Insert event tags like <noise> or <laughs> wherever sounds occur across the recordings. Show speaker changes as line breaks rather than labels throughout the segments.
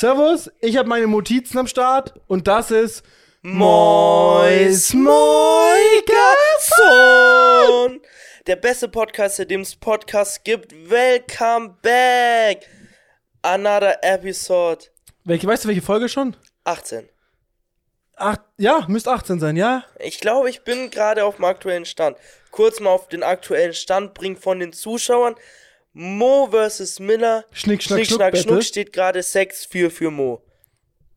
Servus, ich habe meine Notizen am Start und das ist
Mois Moigasson. Der beste Podcast, in dem es Podcasts gibt. Welcome back. Another episode.
Welche, weißt du, welche Folge schon?
18.
Ach, ja, müsste 18 sein, ja?
Ich glaube, ich bin gerade auf dem aktuellen Stand. Kurz mal auf den aktuellen Stand bringen von den Zuschauern. Mo versus Miller.
Schnick, schnack, schnuck,
Schnick, schnack,
Battle.
schnuck steht gerade 6-4 für Mo.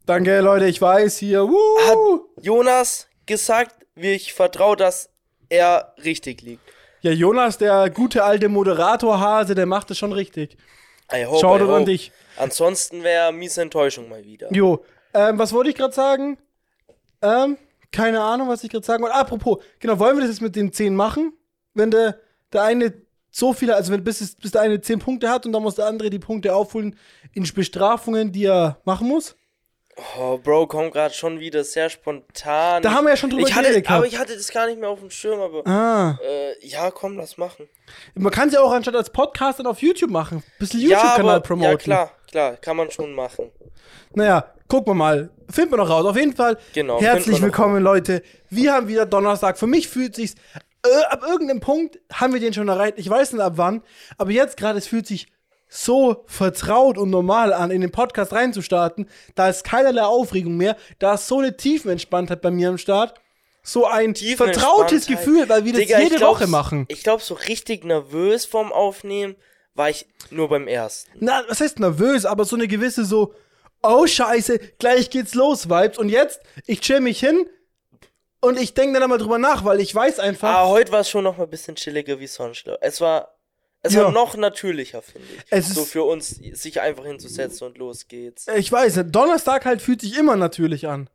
Danke, Leute, ich weiß hier. Woo!
Jonas gesagt, wie ich vertraue, dass er richtig liegt.
Ja, Jonas, der gute alte Moderatorhase, der macht es schon richtig.
I hope, I
Shoutout
hope.
an dich.
Ansonsten wäre miese Enttäuschung mal wieder.
Jo, ähm, was wollte ich gerade sagen? Ähm, keine Ahnung, was ich gerade sagen wollte. Apropos, genau, wollen wir das jetzt mit den 10 machen? Wenn der, der eine so viele, also wenn bis, es- bis der eine 10 Punkte hat und dann muss der andere die Punkte aufholen in Bestrafungen, die er machen muss?
Oh, Bro, kommt gerade schon wieder sehr spontan.
Da haben wir ja schon drüber
ich hatte,
geredet gehabt.
Aber ich hatte das gar nicht mehr auf dem Schirm, aber.
Ah.
Äh, ja, komm, lass machen.
Man kann es ja auch anstatt als Podcast dann auf YouTube machen. Bisschen
ja,
YouTube-Kanal
aber,
promoten.
Ja, klar, klar, kann man schon machen.
Naja, gucken wir mal. Finden wir noch raus. Auf jeden Fall
Genau, finden
herzlich
wir noch
willkommen, Leute. Wir haben wieder Donnerstag. Für mich fühlt sich's. Äh, ab irgendeinem Punkt haben wir den schon erreicht. Ich weiß nicht ab wann. Aber jetzt gerade, es fühlt sich so vertraut und normal an, in den Podcast reinzustarten. Da ist keinerlei Aufregung mehr. Da ist so eine Tiefenentspanntheit bei mir am Start. So ein vertrautes
Entspanntheit.
Gefühl, weil wir das
Digga, ich
jede
glaub,
Woche machen.
Ich glaube, so richtig nervös vorm Aufnehmen war ich nur beim ersten.
na, was heißt nervös, aber so eine gewisse so, oh scheiße, gleich geht's los, Vibes. Und jetzt, ich chill mich hin und ich denke dann einmal drüber nach, weil ich weiß einfach,
Aber heute war es schon noch mal ein bisschen chilliger wie sonst. glaub. Es war. Es
Ja.
war noch natürlicher, finde ich.
Es
so
ist-
für uns, sich einfach hinzusetzen und los geht's.
ich weiß, Donnerstag halt fühlt sich immer natürlich an.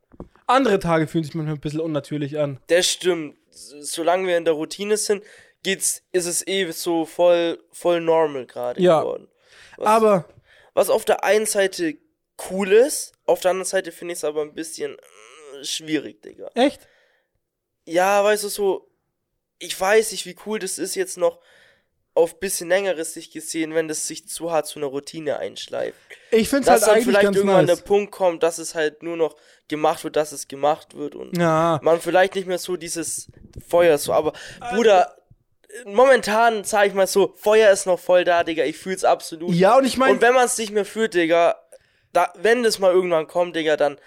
Andere Tage fühlen sich manchmal ein bisschen unnatürlich an.
Das stimmt. S- Solange wir in der Routine sind, geht's, ist es eh so voll, voll normal gerade
Ja.
geworden. Was,
Aber,
was auf der einen Seite cool ist, auf der anderen Seite finde ich es aber ein bisschen äh, schwierig, Digga.
echt?
Ja, weißt du, so, ich weiß nicht, wie cool das ist jetzt noch auf bisschen längeres Sicht gesehen, wenn das sich zu hart zu einer Routine einschleift.
Ich find's
Dass
halt
dann
eigentlich
vielleicht
ganz
irgendwann
nice.
der Punkt kommt, dass es halt nur noch gemacht wird, dass es gemacht wird und
Ja,
man vielleicht nicht mehr so dieses Feuer so, aber Bruder, momentan sag ich mal so, Feuer ist noch voll da, Digga, ich fühl's absolut.
ja, und ich meine,
und wenn man es nicht mehr fühlt, Digga, da, wenn das mal irgendwann kommt, Digga, dann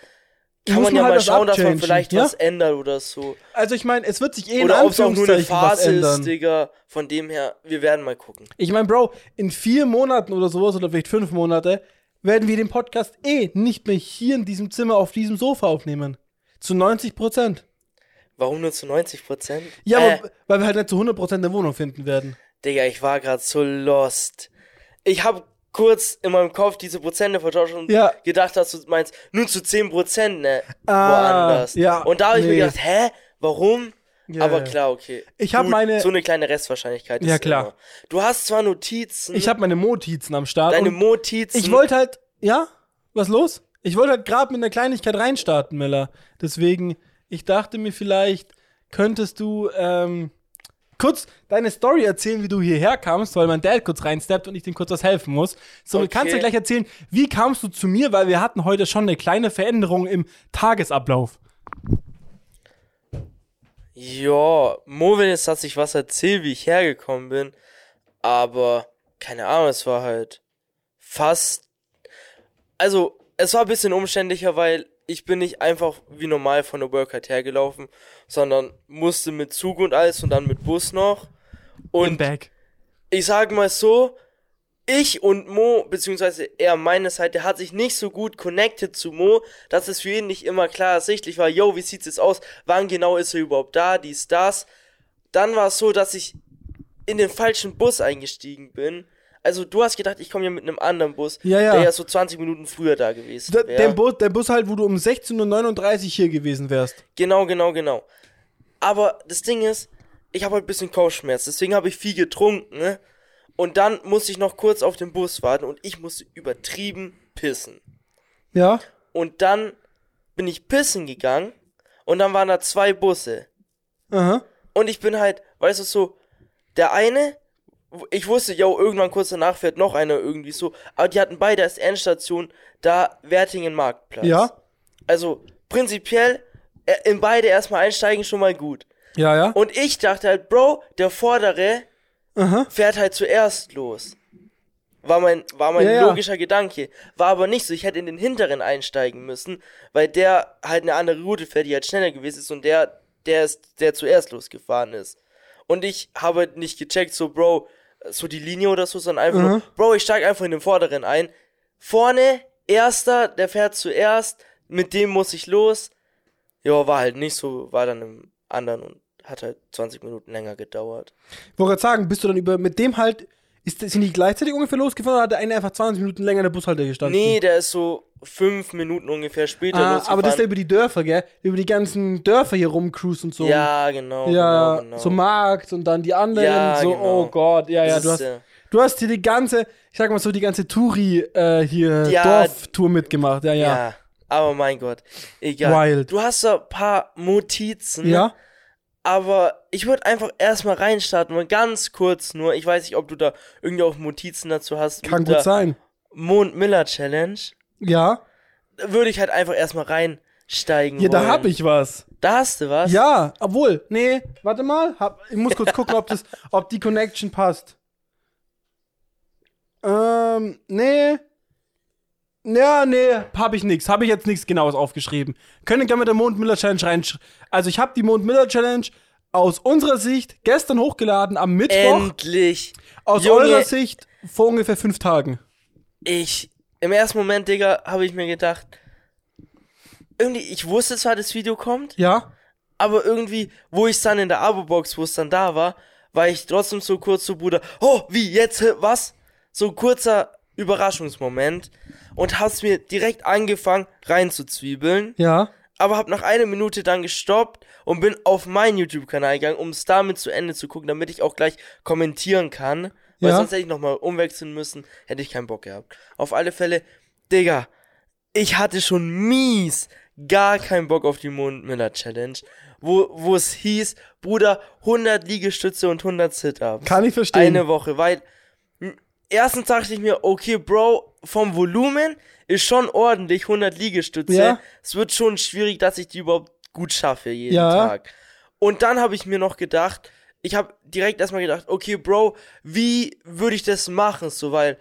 kann
Muss
man
man
ja
halt
mal
was
schauen, dass man
abchangen,
vielleicht
ja?
was ändert oder so.
also ich meine, es wird sich eh in
Oder ob es auch nur eine
Anführungszeichen was
Phase
ändern.
ist, Digga. Von dem her, wir werden mal gucken.
Ich meine, Bro, in vier Monaten oder sowas oder vielleicht fünf Monate werden wir den Podcast eh nicht mehr hier in diesem Zimmer auf diesem Sofa aufnehmen. Zu 90 Prozent.
Warum nur zu 90 Prozent?
Ja,
äh,
aber, weil wir halt nicht zu 100 Prozent eine Wohnung finden werden.
Digga, ich war gerade so lost. Ich habe kurz in meinem Kopf diese Prozente vertauscht und
Ja.
gedacht, dass du meinst, nur zu 10 Prozent, ne?
Ah,
woanders.
ja,
und da habe ich
nee.
mir gedacht, hä? Warum?
Ja,
Aber
ja.
klar, okay.
Ich hab
Gut,
meine-
So eine kleine Restwahrscheinlichkeit.
Ja,
ist
klar.
Immer. Du hast zwar Notizen,
Ich habe meine Motizen am Start.
Äh. deine
und
Notizen.
ich wollte halt, ja, was los? Ich wollte halt gerade mit einer Kleinigkeit reinstarten, Miller. Deswegen, ich dachte mir vielleicht, könntest du ähm, kurz deine Story erzählen, wie du hierher kamst, weil mein Dad kurz reinsteppt und ich dem kurz was helfen muss. So,
Okay.
kannst du gleich erzählen, wie kamst du zu mir, weil wir hatten heute schon eine kleine Veränderung im Tagesablauf.
Ja, Movin ist, dass ich was erzähle, wie ich hergekommen bin. Aber keine Ahnung, es war halt fast. Also, es war ein bisschen umständlicher, weil ich bin nicht einfach wie normal von der Workout hergelaufen, sondern musste mit Zug und alles und dann mit Bus noch.
Im
Und
Bag.
ich sag mal so, ich und Mo, beziehungsweise er meine Seite, hat sich nicht so gut connected zu Mo, dass es für ihn nicht immer klar ersichtlich war, yo, wie sieht's jetzt aus, wann genau ist er überhaupt da, dies, das. Dann war es so, dass ich in den falschen Bus eingestiegen bin. Also du hast gedacht, ich komme ja mit einem anderen Bus,
Ja, ja.
der ja so 20 Minuten früher da gewesen
Der,
wäre.
der, Bus, der Bus halt, wo du um 16.39 Uhr hier gewesen wärst.
Genau, genau, genau. Aber das Ding ist, ich habe halt ein bisschen Kopfschmerz, deswegen habe ich viel getrunken, ne? Und dann musste ich noch kurz auf den Bus warten und ich musste übertrieben pissen.
Ja?
Und dann bin ich pissen gegangen und dann waren da zwei Busse.
Aha.
Und ich bin halt, weißt du, so, der eine ich wusste, yo, irgendwann kurz danach fährt noch einer irgendwie so. Aber die hatten beide als Endstation da Wertingen Marktplatz.
Ja.
Also prinzipiell äh, in beide erstmal einsteigen schon mal gut.
Ja, ja.
Und ich dachte halt, Bro, der vordere
Aha.
fährt halt zuerst los. War mein, war mein
Ja, ja.
logischer Gedanke. War aber nicht so. Ich hätte in den hinteren einsteigen müssen, weil der halt eine andere Route fährt, die halt schneller gewesen ist und der, der ist, der zuerst losgefahren ist. Und ich habe halt nicht gecheckt, so, Bro, so die Linie oder so, sondern einfach nur,
Mhm.
Bro, ich steig einfach in den vorderen ein. Vorne, erster, der fährt zuerst, mit dem muss ich los. Ja, war halt nicht so, war dann im anderen und hat halt 20 Minuten länger gedauert.
Ich wollte gerade sagen, bist du dann über mit dem halt. Ist das sind die gleichzeitig ungefähr losgefahren oder hat der eine einfach 20 Minuten länger in der Bushalte gestanden?
Nee, der ist so fünf Minuten ungefähr später
Ah,
losgefahren.
aber das ist ja über die Dörfer, gell? Über die ganzen Dörfer hier rumcruise und so.
Ja, genau.
Ja,
genau, genau.
so Markt und dann die anderen.
Ja,
so,
genau.
oh Gott, ja,
Das
ja. Du hast,
ist, äh,
du hast hier die ganze, ich sag mal so, die ganze Touri äh, hier
Ja.
Dorftour mitgemacht. Ja, ja.
ja. aber mein Gott, egal.
Wild.
Du hast da ein paar Notizen, ne?
Ja?
aber ich würde einfach erstmal reinstarten, mal ganz kurz nur. Ich weiß nicht, ob du da irgendwie auch Notizen dazu hast.
Kann
mit
gut
der
sein.
Mond-Miller-Challenge.
Ja.
Da Würde ich halt einfach erstmal reinsteigen.
Ja, da
wollen.
hab ich was.
Da hast du was?
Ja, obwohl, nee, warte mal. Hab, ich muss kurz gucken, ob, <laughs> das, ob die Connection passt. Ähm, nee. Ja, nee, hab ich nix. Hab ich jetzt nichts Genaues aufgeschrieben. Können gerne mit der Mond-Miller-Challenge rein. Also, ich hab die Mond-Miller-Challenge aus unserer Sicht gestern hochgeladen, am Mittwoch.
Endlich.
aus
Junge.
eurer Sicht vor ungefähr fünf Tagen.
Ich, im ersten Moment, Digga, habe ich mir gedacht, irgendwie, ich wusste zwar, das Video kommt,
Ja?
aber irgendwie, wo ich dann in der Abo-Box, wo es dann da war, war ich trotzdem so kurz so, Bruder, oh, wie, jetzt, hä, was? So kurzer Überraschungsmoment und hab's mir direkt angefangen reinzuzwiebeln,
Ja?
aber hab nach einer Minute dann gestoppt und bin auf meinen YouTube-Kanal gegangen, um es damit zu Ende zu gucken, damit ich auch gleich kommentieren kann, weil
Ja.
sonst hätte ich nochmal umwechseln müssen, hätte ich keinen Bock gehabt. Auf alle Fälle, Digga, ich hatte schon mies gar keinen Bock auf die Mond-Miller-Challenge, wo wo es hieß, Bruder, 100 Liegestütze und 100 Sit-Ups.
Kann ich verstehen.
Eine Woche, weil m, erstens dachte ich mir, okay, Bro, vom Volumen ist schon ordentlich 100 Liegestütze.
Ja.
Es wird schon schwierig, dass ich die überhaupt gut schaffe jeden
Ja.
Tag. Und dann habe ich mir noch gedacht, ich habe direkt erstmal gedacht, okay, Bro, wie würde ich das machen? So, weil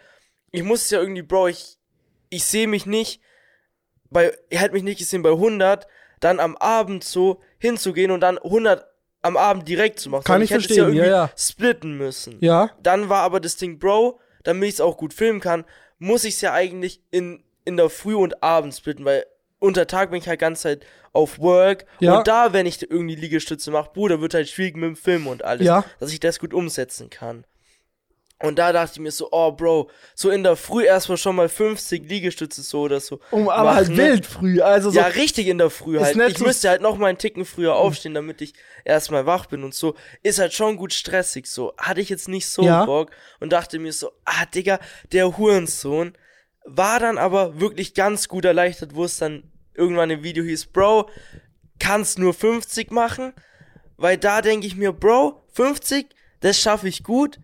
ich muss es ja irgendwie, Bro, ich, ich sehe mich nicht bei, ich hätte mich nicht gesehen bei 100, dann am Abend so hinzugehen und dann 100 am Abend direkt zu machen.
Kann
Sondern
ich
hätte es
verstehen, ja,
irgendwie
ja.
splitten müssen.
Ja?
Dann war aber das Ding, Bro, damit ich es auch gut filmen kann, muss ich es ja eigentlich in, in der Früh und Abend splitten, weil unter Tag bin ich halt ganze Zeit auf Work.
Ja.
Und da, wenn ich irgendwie Liegestütze mache, Bruder, wird halt schwierig mit dem Film und alles,
Ja.
dass ich das gut umsetzen kann. Und da dachte ich mir so, oh Bro, so in der Früh erstmal schon mal 50 Liegestütze so oder so.
Um, aber halt
machen, ne?
wild früh. Also, so,
Ja, richtig in der Früh
Ist
halt.
nicht
Ich
so- Hm.
müsste halt noch mal einen Ticken früher aufstehen, damit ich erstmal wach bin und so. Ist halt schon gut stressig so. Hatte ich jetzt nicht so
Ja.
Bock und dachte mir so, ah, Digga, der Hurensohn. War dann aber wirklich ganz gut erleichtert, wo es dann irgendwann im Video hieß, Bro, kannst nur 50 machen, weil da denke ich mir, Bro, 50, das schaffe ich gut.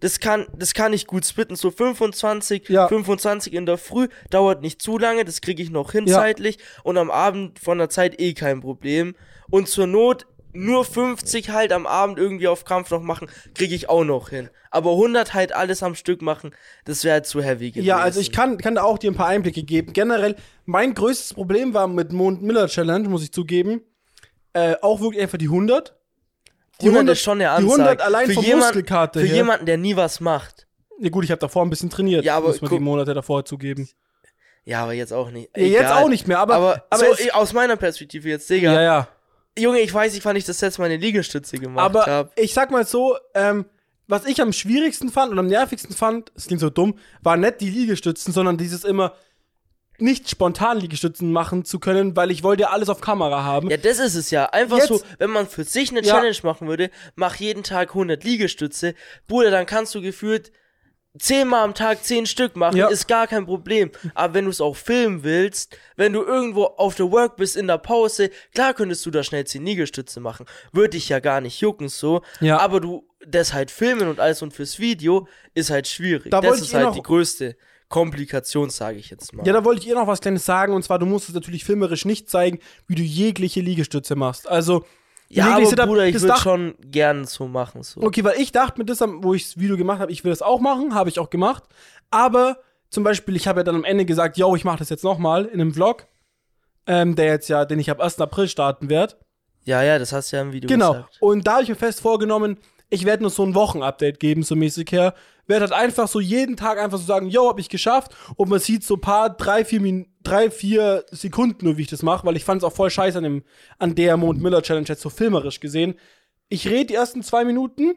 Das kann, das kann ich gut splitten, so 25,
Ja.
25 in der Früh, dauert nicht zu lange, das kriege ich noch hin
Ja.
zeitlich und am Abend von der Zeit eh kein Problem. Und zur Not nur 50 halt am Abend irgendwie auf Kampf noch machen, kriege ich auch noch hin. Aber 100 halt alles am Stück machen, das wäre halt zu heavy gewesen.
Ja, also ich kann, kann da auch dir ein paar Einblicke geben. Generell, mein größtes Problem war mit Mond-Miller-Challenge, muss ich zugeben. Äh, auch wirklich einfach die 100. Die
100 ist schon eine
Die
Ansage.
100 allein
für
vom
jemand-
Muskelkater
Für
her.
jemanden, der nie was macht.
Ja gut, ich habe davor ein bisschen trainiert.
Ja, aber
muss man die
guck-
Monate davor zugeben.
Ja, aber jetzt auch nicht.
Ja, jetzt
Egal.
auch nicht mehr, aber,
Aber,
aber
so,
es-
eh, aus meiner Perspektive jetzt, Digga.
ja, ja.
Junge, ich weiß nicht, wann ich das letzte Mal eine Liegestütze gemacht
Aber
habe.
ich sag mal so, ähm, was ich am schwierigsten fand und am nervigsten fand, es klingt so dumm, war nicht die Liegestützen, sondern dieses immer nicht spontan Liegestützen machen zu können, weil ich wollte alles auf Kamera haben.
Ja, das ist es ja. Einfach
Jetzt-
so, wenn man für sich eine
Ja.
Challenge machen würde, mach jeden Tag 100 Liegestütze. Bruder, dann kannst du gefühlt zehnmal am Tag zehn Stück machen,
Ja.
ist gar kein Problem. Aber wenn du es auch filmen willst, wenn du irgendwo auf der Work bist in der Pause, klar könntest du da schnell zehn Liegestütze machen. Würde dich ja gar nicht jucken so.
Ja.
Aber du das halt filmen und alles und fürs Video ist halt schwierig.
Da
das
wollte ich
ist
eh
halt
noch-
die größte Komplikation, sage ich jetzt mal.
Ja, da wollte ich ihr noch was Kleines sagen. Und zwar, du musst es natürlich filmerisch nicht zeigen, wie du jegliche Liegestütze machst. Also,
Ja,
jegliche
aber
Setup-
Bruder, ich
das
würde
dachte-
schon gern so machen. So.
Okay, weil ich dachte mir das, am- wo ich das Video gemacht habe, ich will das auch machen, habe ich auch gemacht. Aber zum Beispiel, ich habe ja dann am Ende gesagt, yo, ich mache das jetzt nochmal in einem Vlog, ähm, der jetzt ja, den ich ab 1. April starten werde.
Ja, ja, das hast du ja im Video
Genau.
gesagt.
Und da habe ich mir fest vorgenommen, ich werde nur so ein Wochenupdate geben, so mäßig her. Werde halt einfach so jeden Tag einfach so sagen, yo, habe ich geschafft. Und man sieht so ein paar, drei, vier, Min drei, vier Sekunden nur, wie ich das mache, weil ich fand es auch voll scheiße an, dem, an der Mond-Miller-Challenge jetzt so filmerisch gesehen. Ich rede die ersten zwei Minuten,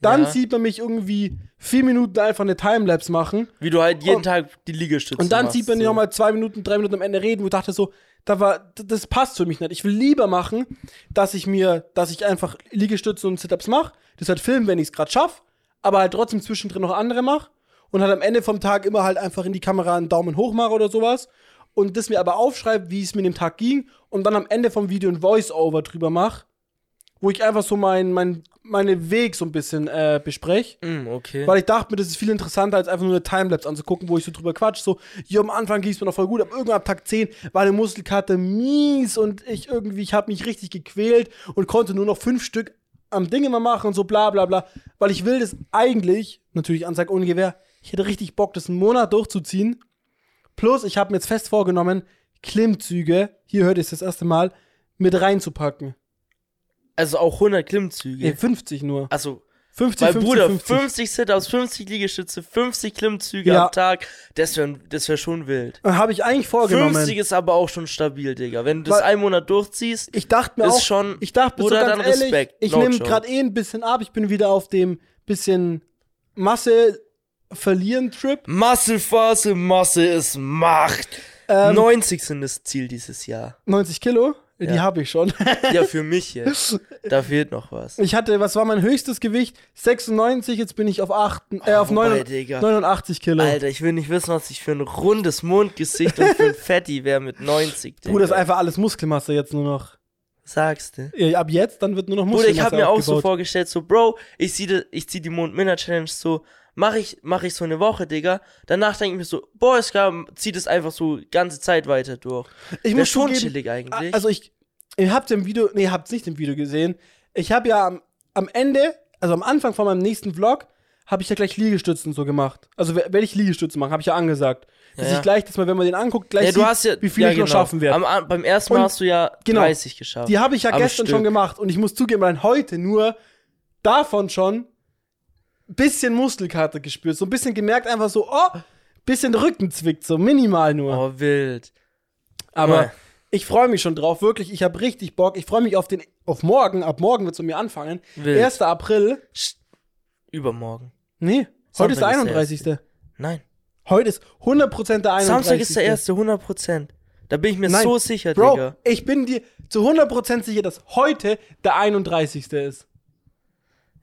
dann
Ja.
sieht man mich irgendwie vier Minuten einfach eine Timelapse machen.
Wie du halt jeden
Und-
Tag die Liegestütze
Und dann
machst,
sieht man
so.
so. nochmal zwei Minuten, drei Minuten am Ende reden, wo ich dachte so, da war, d- das passt für mich nicht. Ich will lieber machen, dass ich mir, dass ich einfach Liegestütze und Sit-Ups mache, das halt filmen, wenn ich es gerade schaffe, aber halt trotzdem zwischendrin noch andere mache und halt am Ende vom Tag immer halt einfach in die Kamera einen Daumen hoch mache oder sowas und das mir aber aufschreibe, wie es mir in dem Tag ging und dann am Ende vom Video ein Voice-Over drüber mache, wo ich einfach so mein, mein, meine Weg so ein bisschen äh, bespreche.
Mm, okay.
Weil ich dachte mir, das ist viel interessanter, als einfach nur eine Timelapse anzugucken, wo ich so drüber quatsch. So, hier am Anfang ging es mir noch voll gut, aber irgendwann ab Tag 10 war eine Muskelkarte mies und ich irgendwie, ich habe mich richtig gequält und konnte nur noch fünf Stück am Ding immer machen und so bla bla bla. Weil ich will das eigentlich, natürlich Ansage ohne Gewehr, ich hätte richtig Bock, das einen Monat durchzuziehen. Plus, ich habe mir jetzt fest vorgenommen, Klimmzüge, hier hört ihr es das erste Mal, mit reinzupacken.
also auch 100 Klimmzüge.
Nee, 50 nur.
Also,
50,
mein
50,
Bruder,
50.
50 Sit-Ups, 50 Liegestütze, 50 Klimmzüge
Ja.
am Tag, das wäre das wär schon wild.
Habe ich eigentlich vorgenommen.
50 ist aber auch schon stabil, Digga. Wenn du das
genau, Weil-
einen Monat durchziehst,
Ich dachte mir
Ist
auch,
schon-
ich dachte mir so
Bruder,
ganz
dann
ehrlich,
Respekt.
ich
No
nehme
joke.
gerade eh ein bisschen ab, ich bin wieder auf dem bisschen Masse verlieren Trip.
Masse, Phase, Masse ist Macht.
Ähm,
90 sind das Ziel dieses Jahr.
90 Kilo, die
Ja.
habe ich schon. <laughs>
Ja, für mich jetzt. Da fehlt noch was.
Ich hatte, was war mein höchstes Gewicht? 96, jetzt bin ich auf 8, äh, auf
Ah, wobei,
9,
Digga.
89 Kilo.
Alter, ich will nicht wissen, was ich für ein rundes Mondgesicht und
<laughs>
für ein Fatty wäre mit 90. Digga.
Bruder, ist einfach alles Muskelmasse jetzt nur noch.
Sagst du?
Ja, Ab jetzt, dann wird nur noch
Bruder,
Muskelmasse
ich habe mir auch so
aufgebaut.
vorgestellt, so, Bro, ich ziehe ich zieh die Mond-Miller-Challenge so, mache ich, mach ich so eine Woche, Digga. Danach denke ich mir so, boah, es gab, zieht es einfach so ganze Zeit weiter durch.
Ich
Wär
muss
schon
zugeben,
chillig eigentlich.
Also ich, ihr habt im Video, nee, ihr habt nicht im Video gesehen. Ich habe ja am, am Ende, also am Anfang von meinem nächsten Vlog, habe ich ja gleich Liegestützen so gemacht. Also we- werde ich Liegestützen machen, habe ich ja angesagt. Dass
Ja, ja.
ich gleich, dass man, wenn man den anguckt, gleich
ja,
sieht,
du hast ja,
wie viel
ja,
ich
genau.
noch schaffen werde.
Am, an- beim ersten Mal
Und-
hast du ja
genau.
30 geschafft.
Die habe ich ja
Am
gestern
Stück.
schon gemacht und ich muss zugeben, allein heute nur davon schon ein bisschen Muskelkarte gespürt. So ein bisschen gemerkt, einfach so, oh, bisschen Rücken zwickt, so minimal nur.
Oh, wild.
Aber
Nein.
ich freue mich schon drauf, wirklich. Ich habe richtig Bock. Ich freue mich auf den, auf morgen. Ab morgen wird es um mir anfangen.
Wild.
1. April.
Sch- Übermorgen.
Nee, heute
Sonntag
ist der
ist der
31.
Nein.
heute ist 100% der 31.
Samstag ist der erste, 100%. Da bin ich mir
Nein.
so sicher,
Bro,
Digga.
ich bin dir zu 100% sicher, dass heute der 31. ist.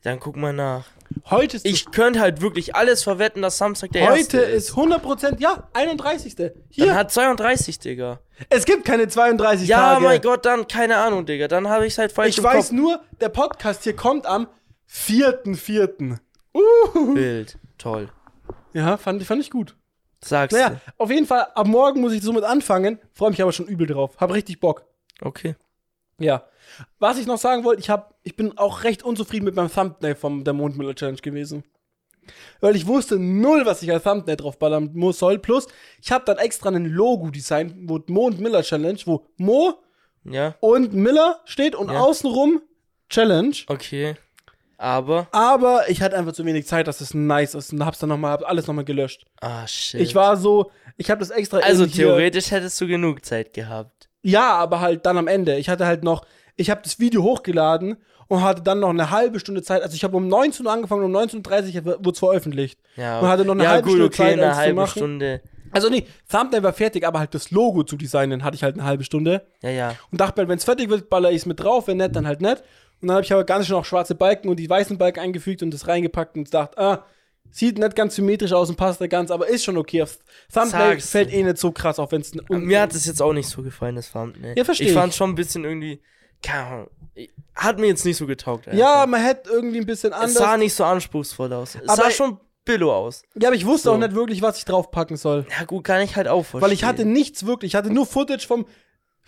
Dann guck mal nach.
Heute ist
Ich könnte halt wirklich alles verwetten, dass Samstag der erste
heute
ist.
ist 100%, ja, 31.
Dann
Hier.
hat 32, Digga.
Es gibt keine 32
Ja,
Tage.
mein Gott, dann keine Ahnung, Digga. Dann habe ich halt falsch
Ich
im
weiß
Kopf.
nur, der Podcast hier kommt am 4.4.
Bild. Toll.
Ja, fand, fand ich gut.
Sagst
Naja, auf jeden Fall, ab morgen muss ich somit anfangen. Freue mich aber schon übel drauf. Hab richtig Bock.
du. Okay.
Ja. Was ich noch sagen wollte, ich, hab, ich bin auch recht unzufrieden mit meinem Thumbnail von der Mondmüller Challenge gewesen. Weil ich wusste null, was ich als Thumbnail draufballern muss soll. Plus, ich habe dann extra einen Logo designt, wo Mond Miller Challenge, wo Mo
Ja.
und Miller steht und
Ja.
außenrum Challenge.
Okay. Aber.
Aber ich hatte einfach zu wenig Zeit, dass es nice ist und hab's dann nochmal, hab alles nochmal gelöscht.
Ah, shit.
Ich war so, ich habe das extra
also
eben hier-
theoretisch hättest du genug Zeit gehabt.
Ja, aber halt dann am Ende. Ich hatte halt noch, ich habe das Video hochgeladen und hatte dann noch eine halbe Stunde Zeit. Also ich habe um 19 Uhr angefangen, um 19.30 Uhr wurde es veröffentlicht.
Ja.
Man hatte noch eine
ja,
halbe
gut,
Stunde
okay,
Zeit,
eine
eins zu
halbe
machen.
Stunde.
Also nee, Thumbnail war fertig, aber halt das Logo zu designen hatte ich halt eine halbe Stunde.
Ja, ja.
Und dachte mir, wenn es fertig wird, baller ich's mit drauf, wenn nicht, dann halt nicht. Und dann habe ich aber ganz schön auch schwarze Balken und die weißen Balken eingefügt und das reingepackt und dachte, ah, sieht nicht ganz symmetrisch aus und passt nicht ganz, aber ist schon okay. Aufs Thumbnail
Sag's.
fällt eh nicht so krass, auch wenn es...
Mir hat es jetzt auch nicht so gefallen, das Thumbnail.
Ja, versteh
Ich
ich.
fand schon ein bisschen irgendwie keine Ahnung, hat mir jetzt nicht so getaugt. Alter.
Ja, man hätte irgendwie ein bisschen
es
anders.
sah nicht so anspruchsvoll aus. Es
Aber-
sah schon billo aus.
ja, aber ich wusste
So.
auch nicht wirklich, was ich draufpacken soll.
Ja gut, kann ich halt auch verstehen.
Weil ich hatte nichts wirklich. Ich hatte nur Footage vom,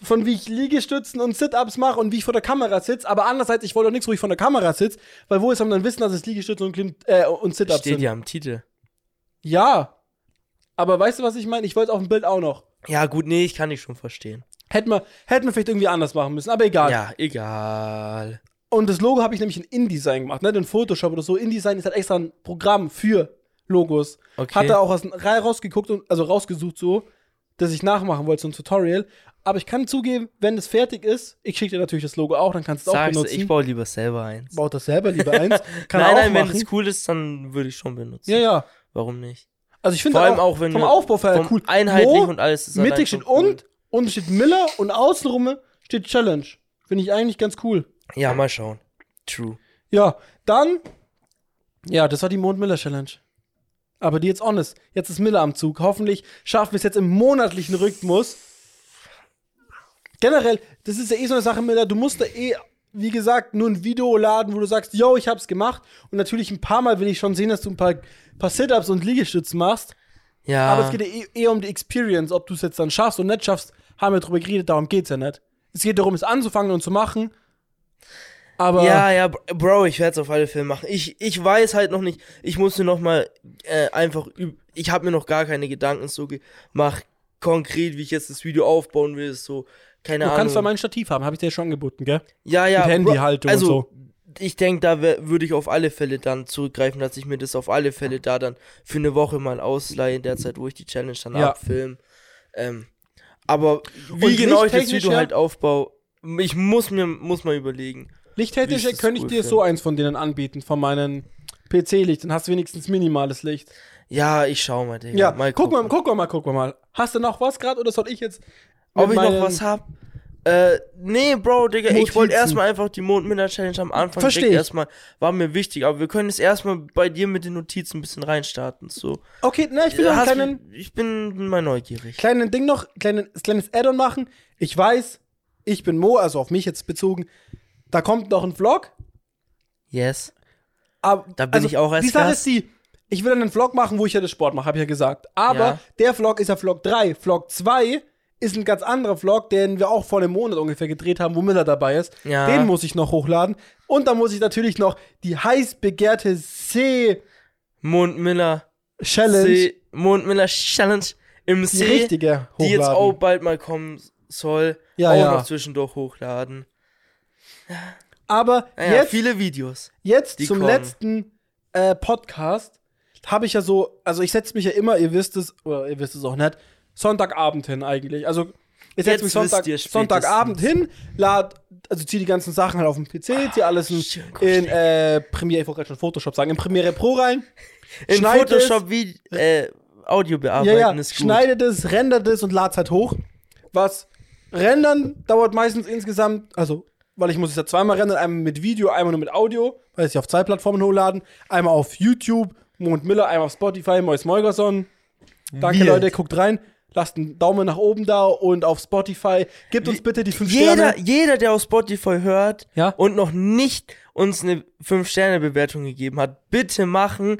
von wie ich Liegestützen und Sit-Ups mache und wie ich vor der Kamera sitze. Aber andererseits, ich wollte auch nichts, wo ich vor der Kamera sitze. Weil wo ist man dann wissen, dass es Liegestützen und, Klimm- äh, und Sit-Ups
Steht
sind?
ja im Titel.
Ja. Aber weißt du, was ich meine? Ich wollte es auf dem Bild auch noch.
Ja gut, nee, ich kann dich schon verstehen.
Hätten wir, hätten wir vielleicht irgendwie anders machen müssen, aber egal.
Ja, egal.
Und das Logo habe ich nämlich in InDesign gemacht, nicht in Photoshop oder so. InDesign ist halt extra ein Programm für Logos.
Okay.
Hat da auch aus Reihe rausgeguckt und also rausgesucht so, dass ich nachmachen wollte, so ein Tutorial. Aber ich kann zugeben, wenn es fertig ist, ich schicke dir natürlich das Logo auch, dann kannst du es auch
Sagst du,
benutzen.
ich baue lieber selber eins.
Baut das selber lieber
<laughs>
eins. Kann
nein,
er auch
nein, wenn
machen.
es cool ist, dann würde ich schon benutzen.
ja, ja.
Warum nicht?
Also ich finde
Vor allem auch, wenn
vom
wir-
Aufbau her
Vom
cool.
Einheitlich
Mo,
und alles ist allein
mittig
schon
steht
cool.
und, unten steht Miller und außenrum steht Challenge. Finde ich eigentlich ganz cool.
Ja, mal schauen. True.
Ja, dann. Ja, das war die Mond-Miller-Challenge. Aber die jetzt on ist. Jetzt ist Miller am Zug. Hoffentlich schaffen wir es jetzt im monatlichen Rhythmus. Generell, das ist ja eh so eine Sache, Miller. Du musst da eh, wie gesagt, nur ein Video laden, wo du sagst, yo, ich hab's gemacht. Und natürlich ein paar Mal will ich schon sehen, dass du ein paar, paar Sit-Ups und Liegestütze machst.
Ja.
Aber es geht ja eh, eh um die Experience, ob du es jetzt dann schaffst und nicht schaffst, haben wir drüber geredet, darum geht's ja nicht. Es geht darum, es anzufangen und zu machen. Aber.
ja, ja, Br- Bro, ich werde es auf alle Fälle machen. Ich, ich weiß halt noch nicht. Ich muss mir noch mal äh, einfach. üb- Ich habe mir noch gar keine Gedanken so gemacht, konkret, wie ich jetzt das Video aufbauen will. So,
Du
keine Ahnung.
kannst da mein Stativ haben, habe ich dir schon angeboten, gell?
ja, ja,
mit
Bro,
Handyhaltung und
also,
so.
Ich denke, da würde ich auf alle Fälle dann zurückgreifen, dass ich mir das auf alle Fälle da dann für eine Woche mal ausleihe, in der Zeit, wo ich die Challenge dann
Ja.
abfilme. Ähm, aber
Und
wie genau ich das
lichttechnisch
Video
her-
halt aufbaue, ich muss mir muss mal überlegen.
Lichttechnisch
Wie ich das
könnte ich
cool
dir
finde.
so eins von denen anbieten, von meinen PC-Licht. Dann hast du wenigstens minimales Licht.
Ja, ich schau mal, Digga.
Ja,
mal
guck mal,
gucken.
guck mal, guck mal. Hast du noch was gerade oder soll ich jetzt. mit
Ob ich noch
meinen-
was hab? Äh, nee, Bro, Digga, ich
Notizen.
wollte erstmal einfach die Mondminder-Challenge am Anfang
Versteh
direkt
ich.
erstmal, war mir wichtig, aber wir können es erstmal bei dir mit den Notizen ein bisschen reinstarten, so.
Okay, na, ich will noch einen
Hast du-
kleinen,
ich bin mal neugierig.
kleinen Ding noch, kleinen, kleines Add-on machen. Ich weiß, ich bin Mo, also auf mich jetzt bezogen. Da kommt noch ein Vlog.
Yes.
Aber,
Da bin ich auch als
also, Die Sache ist
Gast.
die, ich will dann einen Vlog machen, wo ich ja das Sport mache, habe ich ja gesagt. Aber
Ja.
der Vlog ist ja Vlog 3. Vlog 2 ist ein ganz anderer Vlog, den wir auch vor einem Monat ungefähr gedreht haben, wo Miller dabei ist.
Ja.
Den muss ich noch hochladen. Und dann muss ich natürlich noch die heiß begehrte See-Challenge.
Mondmiller See, Mondmiller Challenge im
Die
See,
richtige hochladen.
die jetzt auch bald mal kommen soll,
Ja,
auch
ja.
noch zwischendurch hochladen.
Aber
Ah Ja,
jetzt
viele Videos.
Jetzt
Die
zum
kommen.
letzten äh, Podcast habe ich ja so, also ich setze mich ja immer, ihr wisst es, oder ihr wisst es auch nicht, Sonntagabend hin eigentlich. Also ich
Jetzt
setze mich
wisst
Sonntag,
ihr spätestens.
Sonntagabend hin, lad, also ziehe die ganzen Sachen halt auf dem PC, ziehe alles in,
Ah, schön gut.
in äh, Premiere, ich wollte gerade schon Photoshop sagen, in Premiere Pro rein.
In
schneid es.
Photoshop wie äh, Audio bearbeiten
Ja, ja,
ist gut.
schneidet es, rendert es und ladet es halt hoch. Was rendern dauert meistens insgesamt, also, weil ich muss es ja zweimal rendern, einmal mit Video, einmal nur mit Audio, weil es ja auf zwei Plattformen hochladen, einmal auf YouTube, Mond Miller, einmal auf Spotify, Mois Moigerson. Danke,
Wild.
Leute, guckt rein. Lasst einen Daumen nach oben da und auf Spotify. Gebt uns bitte die 5
jeder,
Sterne.
jeder, der auf Spotify hört
Ja.
und noch nicht uns eine 5-Sterne-Bewertung gegeben hat, bitte machen.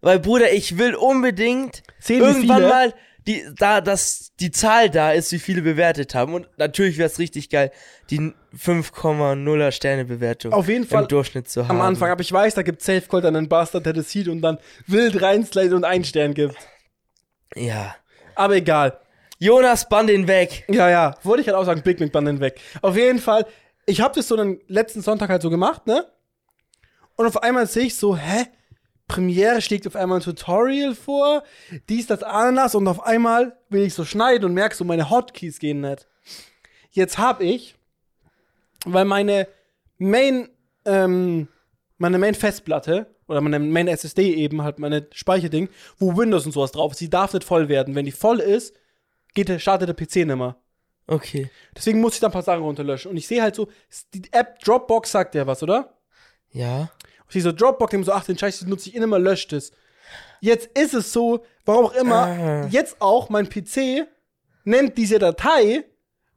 Weil, Bruder, ich will unbedingt
Sehen, wie
irgendwann
viele.
mal die, da, dass die Zahl da ist, wie viele bewertet haben. Und natürlich wäre es richtig geil, die 5,0er Sterne-Bewertung
Auf jeden Fall
im Durchschnitt zu haben.
Am Anfang, aber ich weiß, da gibt Safe Call dann einen Bastard, der das sieht und dann wild reinslidet und einen Stern gibt.
Ja.
Aber egal.
Jonas, bann den weg.
Ja, ja, wollte ich halt auch sagen, Big Mac Banden weg. Auf jeden Fall, ich habe das so den letzten Sonntag halt so gemacht, ne? Und auf einmal sehe ich so, hä? Premiere schlägt auf einmal ein Tutorial vor, dies, das, Ananas und auf einmal will ich so schneiden und merk so, meine Hotkeys gehen nicht. Jetzt habe ich, weil meine Main, ähm, meine Main-Festplatte oder meine Main-SSD eben, halt meine Speicherding, wo Windows und sowas drauf ist, die darf nicht voll werden. Wenn die voll ist, geht der, startet der PC nimmer.
Okay.
Deswegen muss ich da ein paar Sachen runterlöschen. Und ich sehe halt so, die App Dropbox sagt ja was, oder?
Ja.
Und ich so, Dropbox, dem so, ach, den Scheiß nutze ich eh immer, löscht es. Jetzt ist es so, warum auch immer,
Ah.
jetzt auch mein PC nennt diese Datei,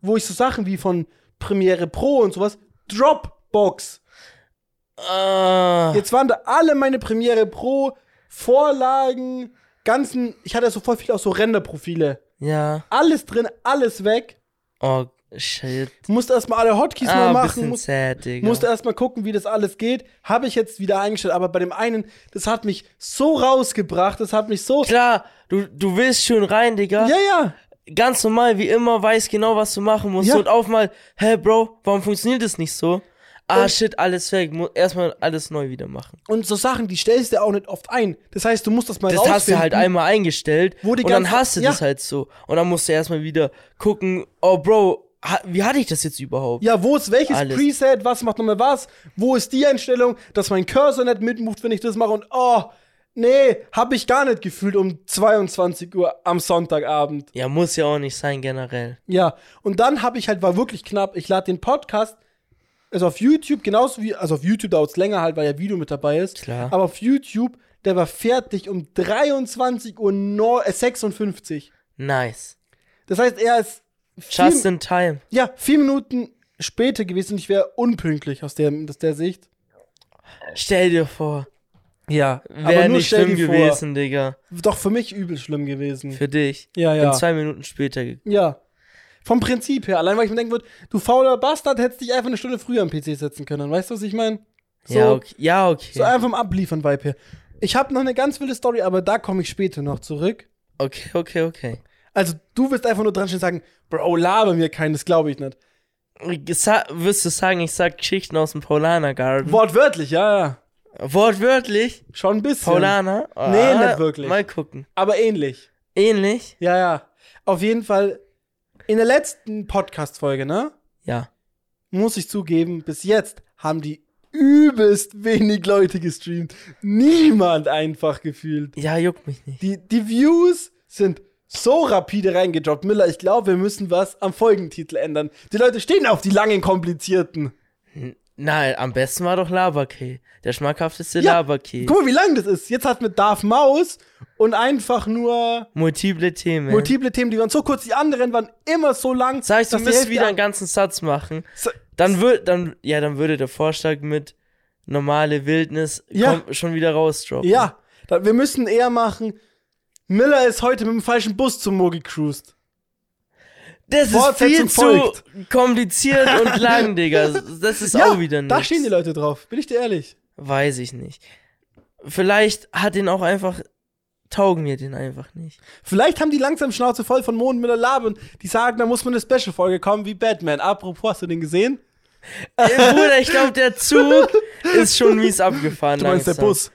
wo ich so Sachen wie von Premiere Pro und sowas Dropbox.
Ah.
Jetzt waren da alle meine Premiere Pro, Vorlagen, ganzen. Ich hatte so voll viel auch so Renderprofile.
Ja.
Alles drin, alles weg.
Oh, shit.
Musste erstmal alle Hotkeys
Ah,
neu
ein
machen.
bisschen
Muss,
sad, Digga.
musste erstmal gucken, wie das alles geht. Habe ich jetzt wieder eingestellt. Aber bei dem einen, das hat mich so rausgebracht. Das hat mich so.
Klar, du, du willst schön rein, Digga.
Ja, ja.
Ganz normal, wie immer, weiß genau, was du machen musst.
Ja.
Und auf mal, hä, Bro, warum funktioniert das nicht so? Ah, shit, alles weg. Mu- Erstmal alles neu wieder machen.
Und so Sachen, die stellst du auch nicht oft ein. Das heißt, du musst das mal
Das hast du halt einmal eingestellt
Wo die
und dann
ganze-
hast du
ja.
das halt so. Und dann musst du erstmal wieder gucken, oh Bro, ha, wie hatte ich das jetzt überhaupt?
Ja, wo ist welches
Alles.
Preset, was macht nochmal was, wo ist die Einstellung, dass mein Cursor nicht mitmoved, wenn ich das mache und oh, nee, hab ich gar nicht gefühlt um 22 Uhr am Sonntagabend.
Ja, muss ja auch nicht sein generell.
Ja, und dann habe ich halt, war wirklich knapp, ich lade den Podcast, also auf YouTube, genauso wie, also auf YouTube dauert es länger halt, weil ja Video mit dabei ist,
Klar.
aber auf YouTube, der war fertig um 23 Uhr neu- äh, 56.
Nice.
Das heißt, er ist vier,
Just in time.
ja, vier Minuten später gewesen und ich wäre unpünktlich aus der, aus der Sicht.
Stell dir vor,
Ja,
wäre nicht
stell
schlimm
dir vor,
gewesen, Digga.
Doch für mich übel schlimm gewesen.
Für dich.
Ja, ja.
Bin zwei Minuten später ge-
Ja. Vom Prinzip her, allein weil ich mir denken würde, du fauler Bastard hättest dich einfach eine Stunde früher am PC setzen können. Weißt du, was ich meine? So,
ja, okay. Ja, okay.
so einfach vom Abliefern Vibe her. Ich habe noch eine ganz wilde Story, aber da komme ich später noch zurück.
okay, okay, okay.
Also, du wirst einfach nur dran stehen und sagen, Bro, laber mir keinen, das glaube ich nicht.
Sa wirst du sagen, ich sag Geschichten aus dem Paulaner Garden?
Wortwörtlich, ja, ja.
Wortwörtlich?
Schon ein bisschen.
Paulaner? Ah,
Nee, nicht wirklich.
Mal gucken.
Aber ähnlich.
Ähnlich?
Ja, ja. Auf jeden Fall, in der letzten Podcast-Folge, ne?
Ja.
muss ich zugeben, bis jetzt haben die übelst wenig Leute gestreamt. Niemand einfach gefühlt.
Ja, juckt mich nicht.
Die, die Views sind so rapide reingedroppt. Miller, ich glaube, wir müssen was am Folgentitel ändern. Die Leute stehen auf die langen, komplizierten.
N- Nein, am besten war doch Laberkee. Der schmackhafteste
Ja,
Laberkee.
Guck mal, wie lang das ist. Jetzt hat mit Darth Maus und einfach nur
Multiple Themen.
multiple Themen, die waren so kurz, die anderen waren immer so lang.
Sag ich, du
dass die
müsstest
Hälfte
wieder
an-
einen ganzen Satz machen.
So-
Dann würde, dann, ja, dann würde der Vorschlag mit normale Wildnis
Ja.
komm, schon wieder rausdroppen.
Ja, da, wir müssen eher machen. Miller ist heute mit dem falschen Bus zum Mo gecruised.
Das ist
Fortsetzung
viel zu kompliziert
<laughs>
und lang, Digga. Das ist auch wieder nichts.
Da stehen die Leute drauf, bin ich dir ehrlich.
Weiß ich nicht. Vielleicht hat den auch einfach, taugen wir den einfach nicht.
Vielleicht haben die langsam Schnauze voll von Mo und Müller Laben. Die sagen, da muss man eine Special-Folge kommen wie Batman. Apropos, hast du den gesehen?
Ey, Bruder, ich glaube, der Zug ist schon mies abgefahren
Du meinst der
langsam.
Bus.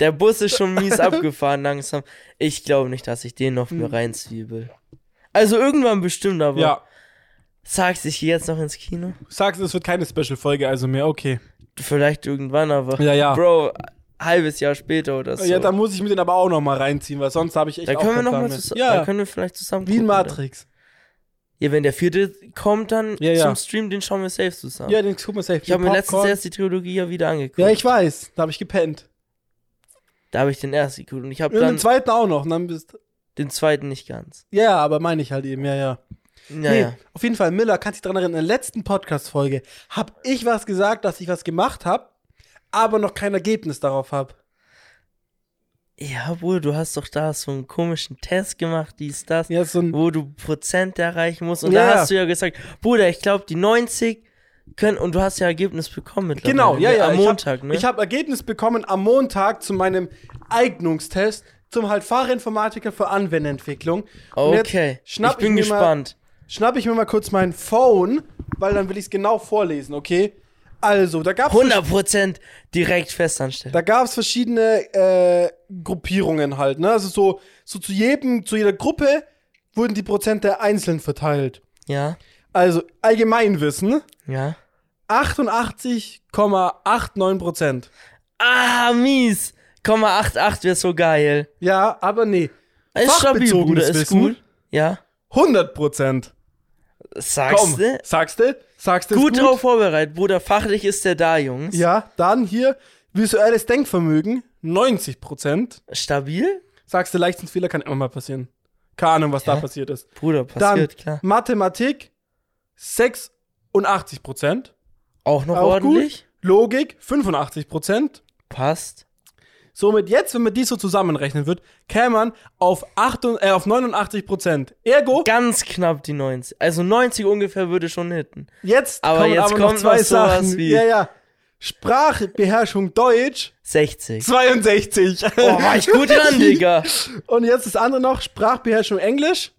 Der Bus ist schon mies abgefahren langsam. Ich glaube nicht, dass ich den noch mir reinzwiebel. Also irgendwann bestimmt, aber
Hm. Ja,
sag's ich geh jetzt noch ins Kino?
sagst es wird keine Special-Folge, also mehr, okay.
Vielleicht irgendwann, aber
Ja, ja.
Bro, halbes Jahr später oder so.
Ja, dann muss ich mir den aber auch nochmal reinziehen, weil sonst habe ich echt
da
auch
können wir
keinen Plan
nochmal
mehr.
zusammen, da
Ja,
können wir vielleicht zusammen
wie in
gucken, oder?
Matrix.
Ja, wenn der vierte kommt, dann
Ja, ja.
zum Stream, den schauen wir safe zusammen.
Ja, den guck mal safe.
ich habe mir letztens
Popcorn.
erst die Trilogie ja wieder angeguckt.
Ja, ich weiß, da habe ich gepennt.
da habe ich den ersten geguckt und ich habe
Und den
dann
zweiten auch noch. Und dann bist,
den zweiten nicht ganz.
ja, ja, aber meine ich halt eben, ja, ja. nee,
Naja.
auf jeden Fall, Miller, kannst dich daran erinnern, in der letzten Podcast-Folge habe ich was gesagt, dass ich was gemacht habe, aber noch kein Ergebnis darauf habe.
Ja, Bruder, du hast doch da so einen komischen Test gemacht, dies, das.
Ja, so ein,
wo du Prozent erreichen musst. Und
Ja,
da
ja.
hast du ja gesagt, Bruder, ich glaube, die 90 können, und du hast ja Ergebnis bekommen mittlerweile.
genau, ja,
ne?
ja.
Am
ich hab-
Montag, ne?
Ich habe Ergebnis bekommen am Montag zu meinem Eignungstest zum halt Fachinformatiker für Anwenderentwicklung. Und jetzt
okay,
schnapp
ich bin
mir
gespannt.
Mal, schnapp ich mir mal kurz mein Phone, weil dann will ich es genau vorlesen, okay? Also, da gab
100% direkt festanstellen.
Da gab's verschiedene äh, Gruppierungen halt, ne? Also so, so zu jedem, zu jeder Gruppe wurden die Prozente einzeln verteilt.
Ja,
Also Allgemeinwissen
ja.
88,89 Prozent.
Ah, mies. 0,88 wäre so geil.
Ja, aber nee.
Ist stabil,
Fachbezogenes
Bruder, ist
Wissen.
gut. Ja,
100 Prozent.
sagst
Komm,
du?
sagst du? Sagst du
Gut,
ist
drauf vorbereitet, Bruder. Fachlich ist der da, Jungs.
Ja, dann hier visuelles Denkvermögen 90 Prozent.
Stabil?
Sagst du, Leichtsinnsfehler kann immer mal passieren. Keine Ahnung, was da
Ja.
passiert ist.
Bruder,
Dann
passiert, klar.
Mathematik 86 Prozent.
Auch noch
Auch
ordentlich.
gut. Logik 85 Prozent.
Passt.
Somit jetzt, wenn man die so zusammenrechnen wird, käme man auf, 8, äh, auf 89 Prozent. Ergo,
Ganz knapp die 90. Also 90 ungefähr würde schon hitten.
jetzt
Aber
kommen
jetzt
aber noch
kommt
zwei
noch sowas
Sachen.
wie-
Ja, ja. Sprachbeherrschung Deutsch <laughs>
60.
62.
Oh, war ich gut dran, Digga.
Und jetzt das andere noch, Sprachbeherrschung Englisch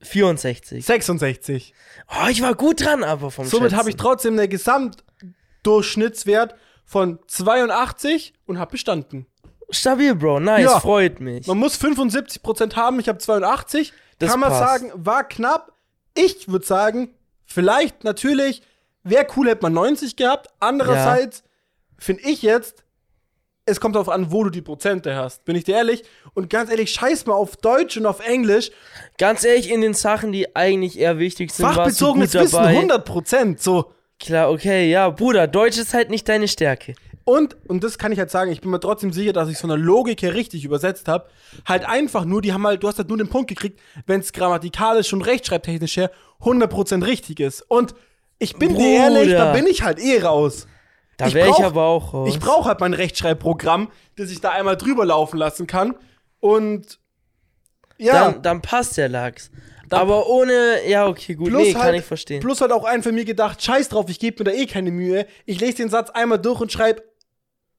64.
66.
Oh, ich war gut dran, aber vom
Somit
Schätzen.
habe ich trotzdem einen Gesamtdurchschnittswert von 82 und habe bestanden.
Stabil, Bro. Nice.
Ja.
Freut mich.
Man muss 75% haben, ich habe 82.
Das
Kann man
passt.
sagen, war knapp. Ich würde sagen, vielleicht natürlich, wäre cool, hätte man 90 gehabt. Andererseits finde ich jetzt, es kommt darauf an, wo du die Prozente hast. Bin ich dir ehrlich? Und ganz ehrlich, scheiß mal auf Deutsch und auf Englisch.
Ganz ehrlich, in den Sachen, die eigentlich eher wichtig sind, warst du
Fachbezogenes
gut
Wissen,
dabei.
100%. So.
Klar, okay, ja, Bruder, Deutsch ist halt nicht deine Stärke.
Und, und das kann ich halt sagen, ich bin mir trotzdem sicher, dass ich so eine Logik her richtig übersetzt habe. Halt einfach nur, die haben halt, du hast halt nur den Punkt gekriegt, wenn es grammatikalisch und rechtschreibtechnisch her 100% richtig ist. Und ich bin dir
Bruder.
ehrlich, da bin ich halt eh raus.
Da
Ich
wäre ich
brauch-
aber auch raus.
Ich brauche halt mein Rechtschreibprogramm, das ich da einmal drüber laufen lassen kann. Und ja,
dann, dann passt der Lachs.
Dann-
aber ohne, ja, okay, gut, nee, kann ich verstehen.
plus halt auch einfach mir gedacht, scheiß drauf, ich gebe mir da eh keine Mühe. Ich lese den Satz einmal durch und schreibe,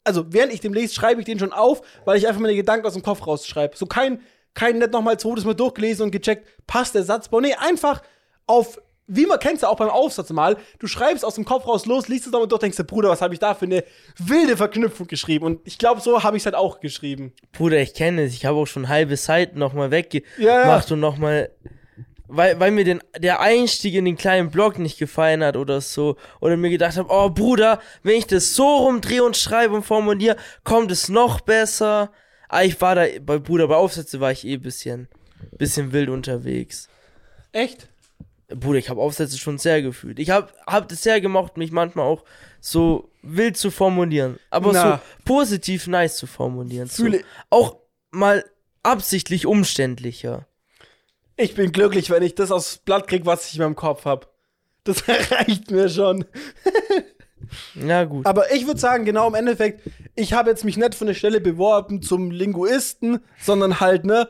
also während ich den lese, schreibe ich den schon auf, weil ich einfach meine Gedanken aus dem Kopf rausschreibe. So kein, kein nicht nochmal zweites Mal durchgelesen und gecheckt, passt der Satzbau. Nee, einfach auf, wie man kennt ja auch beim Aufsatz mal, du schreibst aus dem Kopf raus los, liest es nochmal durch, denkst dir, Bruder, was habe ich da für eine wilde Verknüpfung geschrieben? Und ich glaube, so habe ich es halt auch geschrieben.
Bruder, ich kenne es. Ich habe auch schon halbe Seiten nochmal weggemacht
Ja, ja.
und nochmal. Weil, weil mir den, der Einstieg in den kleinen Blog nicht gefallen hat oder so. Oder mir gedacht habe, oh Bruder, wenn ich das so rumdrehe und schreibe und formuliere, kommt es noch besser. Ah, ich war da, bei Bruder, bei Aufsätze war ich eh bisschen, bisschen wild unterwegs.
Echt?
Bruder, ich habe Aufsätze schon sehr gefühlt. Ich habe hab das sehr gemocht, mich manchmal auch so wild zu formulieren. Aber
Na.
so positiv nice zu formulieren. So.
Fühle-
Auch mal absichtlich umständlicher.
Ich bin glücklich, wenn ich das aufs Blatt krieg, was ich in meinem Kopf habe. Das <laughs> reicht mir schon.
Na gut.
Aber ich würde sagen, genau im Endeffekt, ich habe jetzt mich nicht von der Stelle beworben zum Linguisten, sondern halt, ne,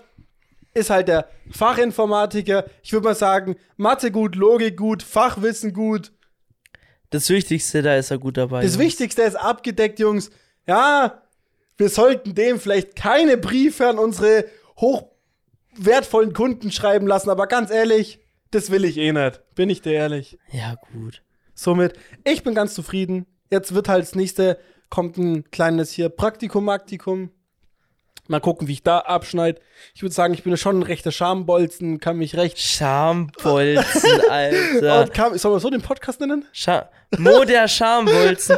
ist halt der Fachinformatiker. Ich würde mal sagen, Mathe gut, Logik gut, Fachwissen gut.
Das Wichtigste, da ist er gut dabei.
Das Wichtigste ist abgedeckt, Jungs. Ja, wir sollten dem vielleicht keine Briefe an unsere hochwertvollen Kunden schreiben lassen, aber ganz ehrlich, das will ich eh nicht. Bin ich dir ehrlich.
Ja, gut.
Somit, ich bin ganz zufrieden. Jetzt wird halt das nächste, kommt ein kleines hier Praktikum, Praktikum. Mal gucken, wie ich da abschneide. Ich würde sagen, ich bin ja schon ein rechter Schambolzen, kann mich recht.
Schambolzen,
<laughs>
Alter.
Und kann, soll man so den Podcast nennen?
Scha Mo der Schambolzen.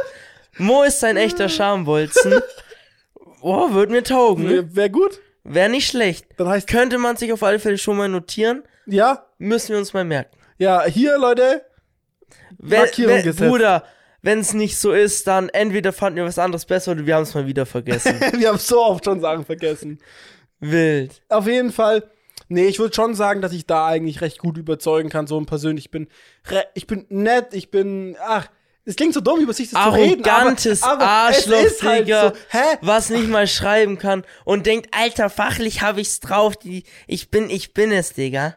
Mo ist ein echter Schambolzen. Boah, wird mir taugen.
Wäre wär gut.
Wär nicht schlecht.
Dann heißt
Könnte man sich auf alle Fälle schon mal notieren.
ja,
Müssen wir uns mal merken.
ja, hier Leute,
Wenn,
Markierung
wenn,
gesetzt.
Bruder, wenn es nicht so ist, dann entweder fanden wir was anderes besser oder wir haben es mal
<laughs>
wieder vergessen.
<laughs> wir haben so oft schon Sachen vergessen.
Wild.
Auf jeden Fall. Nee, ich würde schon sagen, dass ich da eigentlich recht gut überzeugen kann, so und persönlich. Ich bin, re- ich bin nett, ich bin, ach, es klingt so dumm, über sich das zu reden.
Arrogantes
aber, aber
Arschloch,
es ist halt
Digga.
so, hä?
Was nicht mal schreiben kann und denkt, Alter, fachlich habe ich's drauf. Die, ich bin, ich bin es, Digga.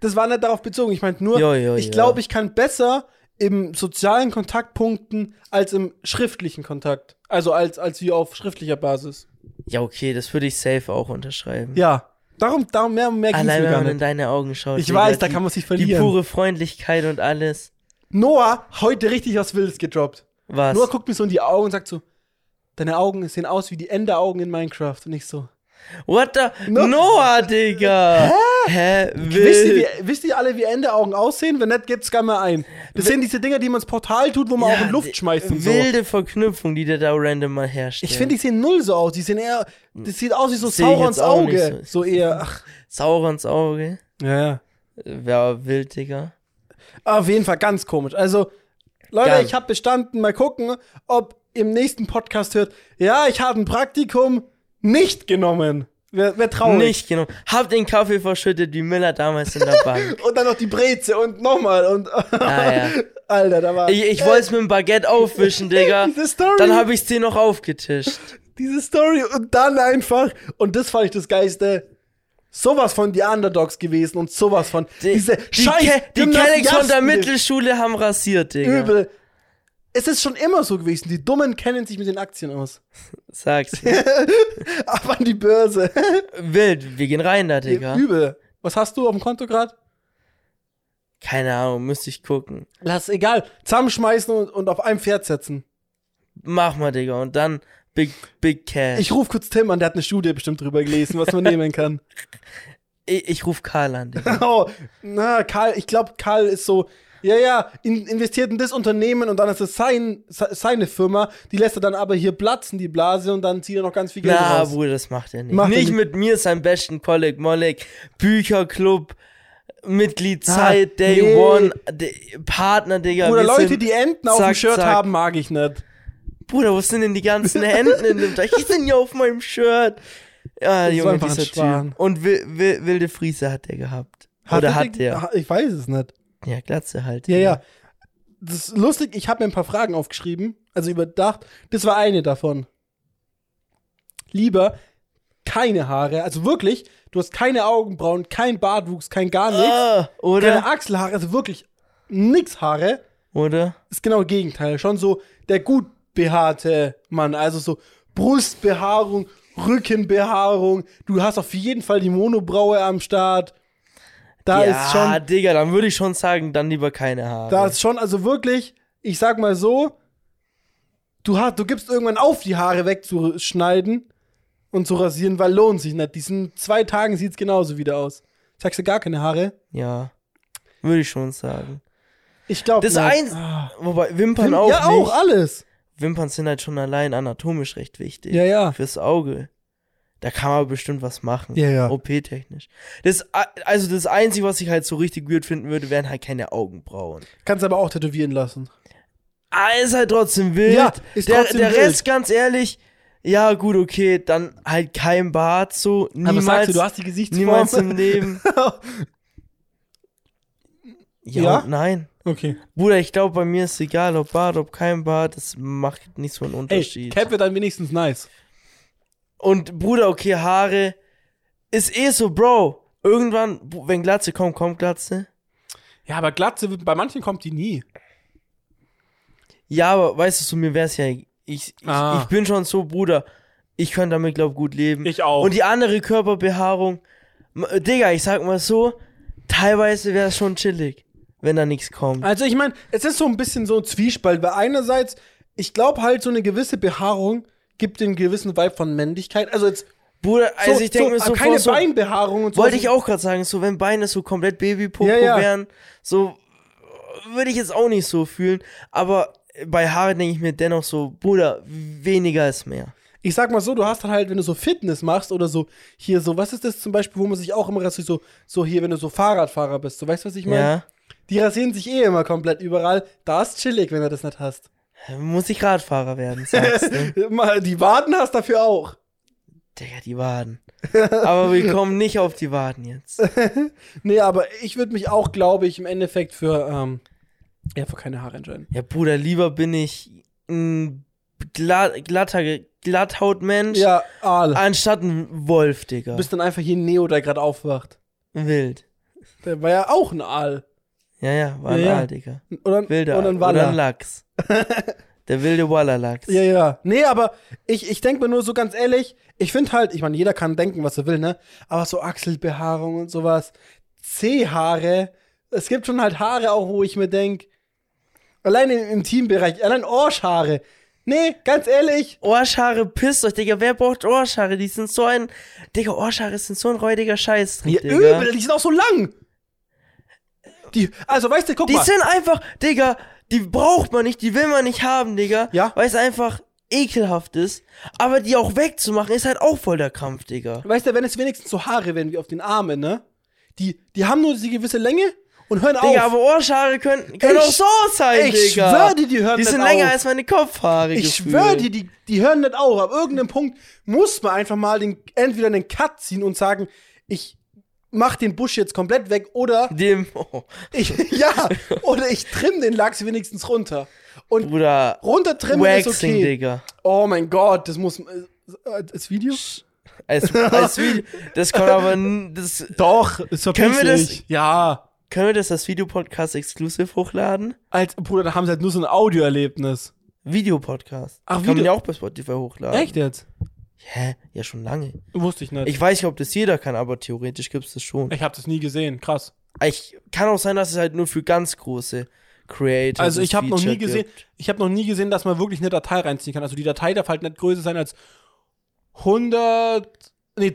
Das war nicht darauf bezogen. Ich meinte nur,
Jo, jo,
ich
jo.
glaube, ich kann besser im sozialen Kontaktpunkten als im schriftlichen Kontakt. Also als, als wie auf schriftlicher Basis.
Ja, okay, das würde ich safe auch unterschreiben.
Ja. Darum, darum mehr, mehr ging's
Allein
mir
wenn
gar
man in
nicht.
deine Augen schaut.
Ich weiß, da kann man sich
Die
verlieren.
pure Freundlichkeit und alles.
Noah, heute richtig was Wildes gedroppt.
Was?
Noah guckt mir so in die Augen und sagt so, deine Augen sehen aus wie die Enderaugen in Minecraft. Und ich so,
What the?
No-
Noah, Digga. Hä? Hä?
wisst ihr,
Wild.
wie, wisst ihr alle, wie Enderaugen aussehen? Wenn nicht, gibt's gar mal ein. Das sind diese Dinger, die man ins Portal tut, wo man auch in Luft schmeißt und so.
Wilde Verknüpfung, die der da random mal herstellt.
Ich finde, die sehen null so aus. Die sehen eher, das sieht aus wie so
Seh ich jetzt
Saurons
auch nicht
Auge. So. eher,
<laughs>
ach.
Saurons Auge.
Ja, ja.
Wäre wild, Digga.
Auf jeden Fall ganz komisch. Also, Leute,
Geil.
ich habe bestanden. Mal gucken, ob im nächsten Podcast hört, ja, ich habe ein Praktikum nicht genommen. Wer, wer traurig.
Nicht genommen. Hab den Kaffee
<laughs>
verschüttet wie Miller damals in der Bank.
Und <laughs> dann noch die Breze und nochmal und
Ah, ja.
Alter, da war.
Ich, ich wollte es mit dem Baguette aufwischen,
<laughs>
Digga.
Diese Story.
Dann habe ich dir noch aufgetischt.
diese Story und dann einfach, und das fand ich das Geiste, sowas von die Underdogs gewesen und sowas von
Die,
diese
die,
scheiß
Ke die Kellex von der
Gymnasiasten-
Mittelschule haben rasiert, Digga.
Übel. Es ist schon immer so gewesen, die Dummen kennen sich mit den Aktien aus. <laughs>
Sag's.
Ab an die Börse.
Wild, wir gehen rein da, Digga.
Übel. Was hast du auf dem Konto gerade?
Keine Ahnung, müsste ich gucken.
Lass egal. Zusammenschmeißen und, und auf einem Pferd setzen.
Mach mal, Digga. Und dann Big, Big Cash.
Ich ruf kurz Tim an, der hat eine Studie bestimmt drüber gelesen, was
<laughs>
man nehmen kann.
Ich, ich ruf Karl an, Digga.
Oh, na, Karl, ich glaube, Karl ist so, ja, ja, in, investiert in das Unternehmen und dann ist es sein, se- seine Firma, die lässt er dann aber hier platzen, die Blase, und dann zieht er noch ganz viel Geld
Na,
raus.
Bruder, das macht er nicht.
Macht er
nicht
nicht.
mit mir, seinem besten Kolleg Molleg, Bücherclub, Mitglied
Ah,
Zeit, Day
nee.
One, D- Partner, Digga.
Oder
wir
Leute,
sind-
die Enten auf dem
zack,
Shirt
zack.
haben, mag ich nicht.
Bruder, wo sind denn die ganzen Enten in dem Teich? Die sind ja auf meinem Shirt. Ja,
Das ist
Junge,
einfach ein
dieser
Schwan.
Typ. Und wi- wi- wilde Friese hat er gehabt. Oder hat
der-
er.
Ah, Ich weiß es nicht.
Ja, Glatze halt.
Ja, ja. Das ist lustig, ich habe mir ein paar Fragen aufgeschrieben, also überdacht. Das war eine davon. Lieber keine Haare, also wirklich, du hast keine Augenbrauen, kein Bartwuchs, kein gar nichts.
Ah,
Keine
oder?
Achselhaare, also wirklich nix Haare.
Oder?
Ist genau das Gegenteil. Schon so der gut behaarte Mann. Also so Brustbehaarung, Rückenbehaarung. Du hast auf jeden Fall die Monobraue am Start. Da
ja,
ist schon,
Digga, dann würde ich schon sagen, dann lieber keine Haare.
da ist schon, also wirklich, ich sag mal so, du, hast, du gibst irgendwann auf, die Haare wegzuschneiden und zu rasieren, weil lohnt sich nicht. Diesen zwei Tagen sieht's genauso wieder aus. Sagst du gar keine Haare?
ja. Würde ich schon sagen.
Ich glaube
Das eins- Wobei, Wimpern auch.
Ja,
nicht.
auch, alles.
Wimpern sind halt schon allein anatomisch recht wichtig.
Ja, ja.
Fürs Auge. Da kann man bestimmt was machen.
Ja, ja.
OP-technisch. Das, a- also das Einzige, was ich halt so richtig weird finden würde, wären halt keine Augenbrauen.
Kannst aber auch tätowieren lassen.
Ah, ist halt trotzdem wild.
Ja, ist
der,
trotzdem
der
wild.
Rest, ganz ehrlich, ja, gut, okay, dann halt kein Bart so. Niemals,
hast die
niemals im Leben.
<laughs>
ja,
Ja?
Und nein.
okay.
Bruder, ich glaube, bei mir ist egal, ob Bart, ob kein Bart, das macht nicht so einen
Ey,
Unterschied.
Cap wird dann wenigstens nice.
Und Bruder, okay, Haare ist eh so, Bro. Irgendwann, bu- wenn Glatze kommt, kommt Glatze.
Ja, aber Glatze, wird- bei manchen kommt die nie.
Ja, aber weißt du, so, mir wär's ja, ich, ich,
Ah.
ich bin schon so, Bruder. Ich könnte damit, glaub, gut leben.
Ich auch.
Und die andere Körperbehaarung, m- äh, Digga, ich sag mal so, teilweise wär's schon chillig, wenn da nichts kommt.
Also ich meine, es ist so ein bisschen so ein Zwiespalt, weil einerseits, ich glaube halt, so eine gewisse Behaarung gibt den gewissen Vibe von Männlichkeit. Also jetzt,
Bruder, also ich denke mir so,
ah, keine
vor, so
Beinbehaarung und so.
wollte ich auch gerade sagen, so, wenn Beine so komplett Babypopo
Ja, ja.
wären, so, würde ich jetzt auch nicht so fühlen, aber bei Haare denke ich mir dennoch so, Bruder, weniger ist mehr.
ich sag mal so, du hast dann halt, wenn du so Fitness machst oder so, hier so, was ist das zum Beispiel, wo man sich auch immer rasiert, so, so hier, wenn du so Fahrradfahrer bist, so, weißt du, was ich meine?
Ja.
Die rasieren sich eh immer komplett überall. Da ist chillig, wenn du das nicht hast.
Muss ich Radfahrer werden, sagst
<laughs>
du.
Mal die Waden hast dafür auch.
Digga, die Waden. Aber wir kommen nicht auf die Waden jetzt.
Nee, aber ich würde mich auch, glaube ich, im Endeffekt für, ähm, ja, für keine Haare entscheiden.
Ja, Bruder, lieber bin ich ein glatt, glatter, Glatthautmensch,
Ja, Aal.
anstatt ein Wolf, Digga.
Du bist dann einfach hier Neo, der gerade aufwacht.
Wild.
Der war ja auch ein Aal.
Ja, ja, war ein
Ja, ja.
Aal, Digga.
Oder, ein-
Wilder.
oder ein
Oder ein
Waller. <laughs>
Lachs. Der wilde Waller-Lachs.
Ja, ja. Nee, aber ich, ich denke mir nur so ganz ehrlich, ich finde halt, ich meine, jeder kann denken, was er will, ne? Aber so Achselbehaarung und sowas, Zehhaare, es gibt schon halt Haare auch, wo ich mir denke, allein im Intimbereich, allein Orschhaare. Nee, ganz ehrlich,
Ohrschare, pisst euch, Digga. Wer braucht Ohrschare? Die sind so ein. Digga, Ohrschare sind so ein räudiger Scheißdreck,
Ja,
Digga.
übel, die sind auch so lang. Die, also, weißt du, guck
Die
mal.
sind einfach, Digga, die braucht man nicht, die will man nicht haben, Digga.
Ja.
Weil es einfach ekelhaft ist. Aber die auch wegzumachen, ist halt auch voll der Kampf, Digga.
Weißt du, wenn es wenigstens so Haare wären wie auf den Armen, ne? Die, die haben nur diese gewisse Länge und hören
Digga,
auf.
aber Ohrschare können, können
Ich-
auch so sein,
ich
Digga.
schwör dir, die hören
Die
nicht
sind länger
auf.
als meine Kopfhaare.
Ich
gefühlt.
schwöre dir, die, die hören nicht auf. Ab irgendeinem Punkt muss man einfach mal den, entweder den Cut ziehen und sagen, ich mach den Busch jetzt komplett weg oder
Dem, <laughs> oh,
ich, ja, oder ich trimm den Lachs wenigstens runter. Und
Bruder,
runtertrimmen ist
Waxing,
okay.
Digga.
Oh mein Gott, das muss. äh, äh, Das Video? <laughs>
Als, als Video, das kann aber, n- das,
Doch, ist
Können wir das-
verpixelig. Ja.
können wir das als Videopodcast exklusiv hochladen?
Als, Bruder, da haben sie halt nur so ein Audioerlebnis.
Videopodcast.
Ach,
Kann man
Video-
ja auch bei Spotify hochladen.
Echt jetzt?
Hä? Ja, schon lange.
Wusste ich nicht. Ich,
Ich weiß nicht, ob das jeder kann, aber theoretisch gibt es das schon.
habe das nie gesehen, krass.
Ich kann auch sein, dass es halt nur für ganz große Creators
Also
das
ich habe noch
Feature
nie gesehen,
gibt.
ich habe noch nie gesehen, dass man wirklich eine Datei reinziehen kann. Also die Datei darf halt nicht größer sein als 100, nee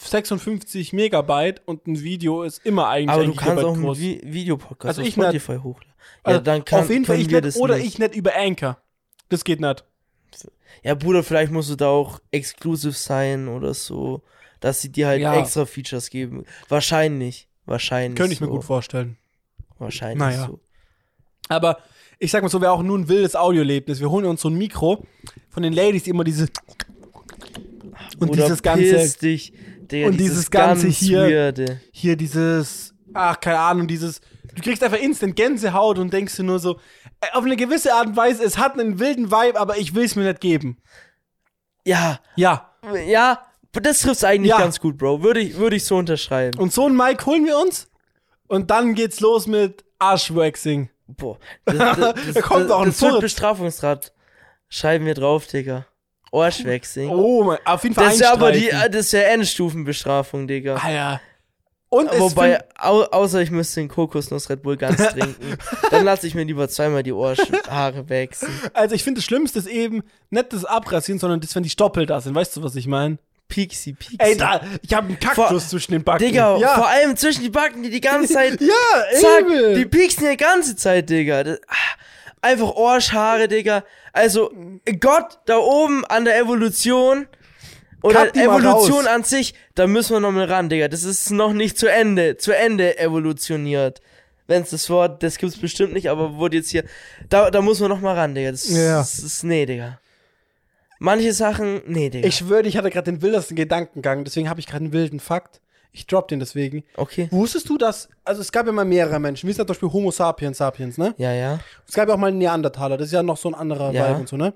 256 Megabyte und ein Video ist immer eigentlich
Aber
ein
du kannst
Gigabyte
auch einen
groß.
Vi Videopodcast
Also
auf
ich nicht.
Spotify hochladen. Ja,
Also
dann kann,
auf jeden Fall
können
ich
wir
nicht,
das
oder
nicht.
ich nicht über Anchor. Das geht nicht.
Ja, Bruder, vielleicht musst du da auch exklusiv sein oder so, dass sie dir halt
Ja.
extra Features geben. Wahrscheinlich. Wahrscheinlich.
Könnte ich mir
so.
gut vorstellen.
Wahrscheinlich
Naja.
so.
Aber ich sag mal so, wäre auch nur ein wildes Audioerlebnis. Wir holen uns so ein Mikro von den Ladies, die immer diese und
Bruder,
dieses ganze
piss dich, Digga,
und dieses ganze
ganz
hier.
Weirde.
hier dieses, ach, keine Ahnung, dieses, du kriegst einfach instant Gänsehaut und denkst dir nur so, äh, auf eine gewisse Art und Weise, es hat einen wilden Vibe, aber ich will es mir nicht geben.
Ja,
Ja.
ja, das trifft's eigentlich
Ja.
ganz gut, Bro. Würde ich, würde ich so unterschreiben.
Und so einen Mic holen wir uns und dann geht's los mit Arschwaxing. <laughs>
Boah, das, das,
Da kommt
das,
auch ein
das wird
Furz.
Bestrafungsrat. Schreiben wir drauf, Digga. Ohrschwächsing.
Oh mein, auf jeden Fall
das ist ja aber die,
einstreichen.
das ist ja Endstufenbestrafung, Digga.
Alter. Und es
Wobei,
find-
au außer ich müsste den Kokosnuss Red
<laughs>
Bull ganz trinken. Dann lasse ich mir lieber zweimal die Ohrhaare wechseln.
also ich finde das Schlimmste ist eben nicht das Abrasieren, sondern das, wenn die Stoppel da sind. Weißt du, was ich meine?
Pixie, Pixie.
Ey, da, ich habe einen Kaktus
Vor-
zwischen den Backen.
Digga,
ja.
vor allem zwischen die Backen, die die ganze
<laughs>
Zeit.
ja,
zack,
übel.
die pieksen die ganze Zeit, Digga. Das, ah, einfach Ohrschare, Digga. Also, Gott da oben an der Evolution. Oder
Cut die mal
Evolution
raus.
an sich, da müssen wir noch mal ran, Digga. Das ist noch nicht zu Ende, zu Ende evolutioniert. Wenn's das Wort, das gibt's bestimmt nicht, aber wurde jetzt hier, da, da muss man noch mal ran, Digga. Das,
Ja.
das ist, nee, Digga. Manche Sachen, nee, Digga.
Ich schwöre, ich hatte gerade den wildesten Gedankengang, deswegen habe ich gerade einen wilden Fakt. Ich drop den deswegen.
okay.
Wusstest du, dass, also es gab ja mal mehrere Menschen, wir sind ja zum Beispiel Homo sapiens sapiens, ne?
Ja, ja.
Es gab ja auch mal einen Neandertaler, das ist ja noch so ein anderer
Ja.
Vibe und so, ne?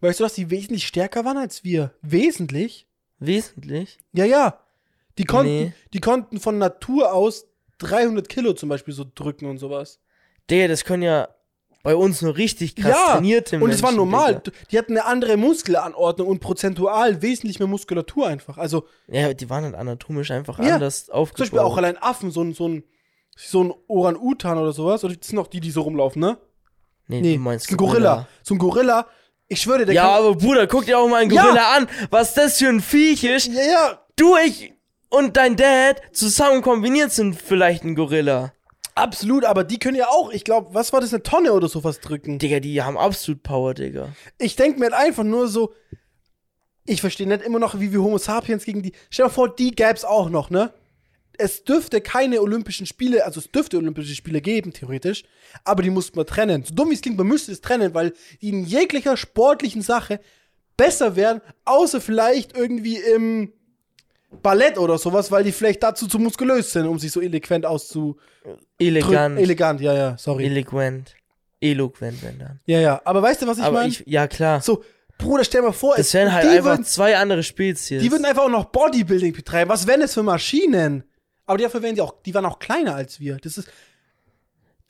Weißt du, dass die wesentlich stärker waren als wir? Wesentlich?
Wesentlich.
Ja, ja. Die konnten,
Nee.
die konnten von Natur aus 300 Kilo zum Beispiel so drücken und sowas.
Digga, das können ja bei uns nur richtig krass trainierte
und es war
Menschen,
normal.
Digga.
Die hatten eine andere Muskelanordnung und prozentual wesentlich mehr Muskulatur einfach. Also
Ja, die waren halt anatomisch einfach
Ja.
anders
Zum
aufgebaut.
Beispiel auch allein Affen, so ein, so ein, so ein Orang-Utan oder sowas. Oder das sind auch die, die so rumlaufen, ne?
nee,
Nee,
du meinst
ein Gorilla. So ein Gorilla. Ich schwöre, der
Ja,
kann.
aber Bruder, guck dir auch mal einen
Ja.
Gorilla an, was das für ein Viech ist.
Ja, ja,
Du, ich und dein Dad zusammen kombiniert sind vielleicht ein Gorilla.
absolut. Aber die können ja auch, ich glaube, was war das, eine Tonne oder sowas drücken?
Digga, die haben absolut Power, Digga.
Ich denke mir halt einfach nur so, ich verstehe nicht immer noch, wie wir Homo sapiens gegen die. Stell dir vor, die gäbe es auch noch, ne? Es dürfte keine Olympischen Spiele, also es dürfte Olympische Spiele geben, theoretisch, aber die mussten wir trennen. So dumm wie es klingt, man müsste es trennen, weil die in jeglicher sportlichen Sache besser wären, außer vielleicht irgendwie im Ballett oder sowas, weil die vielleicht dazu zu muskulös sind, um sich so eloquent auszu.
Elegant.
Elegant, ja, ja, sorry.
Eloquent. Eloquent, wenn dann.
ja, ja, aber weißt du, was ich
aber
meine?
ich, ja klar.
So, Bruder, stell mal vor,
das
es-
wären halt
die
einfach
würden-
zwei andere Spezies.
Die würden einfach auch noch Bodybuilding betreiben. Was wären das für Maschinen? Aber dafür wären die auch, die waren auch kleiner als wir. Das ist,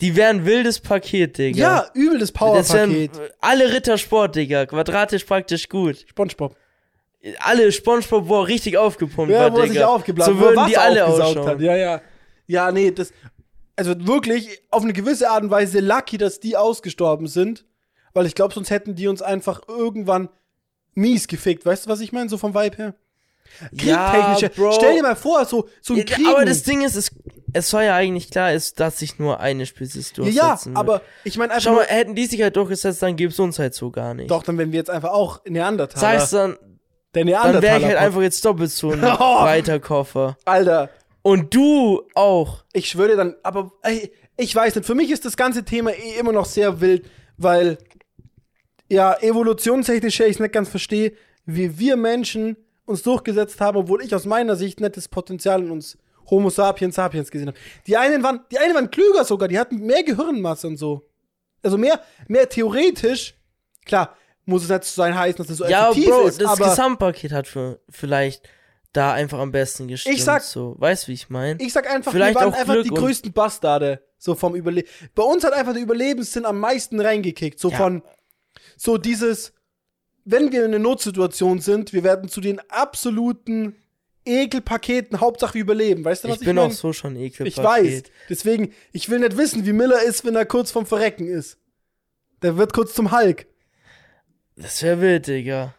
die wären ein wildes Paket, Digga.
ja, übel das
Das wären
Powerpaket.
alle Rittersport, Digga. Quadratisch praktisch gut.
Spongebob.
Alle Spongebob boah, richtig aufgepumpt
Ja,
war,
wo er
Digga.
sich aufgeblasen
So
wo er
würden
Wasser
die alle
aufgesaugt
ausschauen.
hat. Ja, ja. Ja, nee, das, also wirklich auf eine gewisse Art und Weise lucky, dass die ausgestorben sind. Weil ich glaube, sonst hätten die uns einfach irgendwann mies gefickt. Weißt du, was ich meine? So vom Vibe her. Kriegtechnische.
Bro.
Stell dir mal vor, so, so ein Krieg.
Ja, Äh, aber das Ding ist, es, es war ja eigentlich klar, ist, dass sich nur eine Spezies
ja,
durchsetzen
ja,
wird.
aber ich meine einfach
Schau
nur,
mal, hätten die sich halt durchgesetzt, dann gäbe es uns halt so gar nicht.
doch, dann wären wir jetzt einfach auch Neandertaler.
Sagst dann,
Der
dann wäre ich halt
Neandertaler.
einfach jetzt doppelt so
<laughs>
ein
Oh.
breiter Koffer.
Alter,
Und du auch.
ich schwöre dann, aber ey, ich weiß nicht, für mich ist das ganze Thema eh immer noch sehr wild, weil ja, evolutionstechnisch ich es nicht ganz verstehe, wie wir Menschen uns durchgesetzt haben, obwohl ich aus meiner Sicht nettes Potenzial in uns Homo sapiens sapiens gesehen habe. Die einen waren, die einen waren klüger sogar, die hatten mehr Gehirnmasse und so. Also mehr, mehr theoretisch. Klar, muss es nicht so sein heißen, dass es so
Ja,
effektiv
Bro,
ist,
das
aber
Gesamtpaket hat für, vielleicht da einfach am besten gestimmt.
Ich sag-
so, weißt wie ich meine?
ich sag einfach,
Vielleicht
wir waren
auch
einfach
Glück
die
und-
größten Bastarde. So vom Überleben. Bei uns hat einfach der Überlebenssinn am meisten reingekickt. So
Ja.
von, so dieses, wenn wir in einer Notsituation sind, wir werden zu den absoluten Ekelpaketen, Hauptsache wir überleben. Weißt du, was
Ich
ich,
bin auch
meine?
so schon ekelhaft.
Ich weiß. Deswegen, ich will nicht wissen, wie Miller ist, wenn er kurz vorm Verrecken ist. Der wird kurz zum Hulk.
Das wäre
<laughs>
wild, Digga.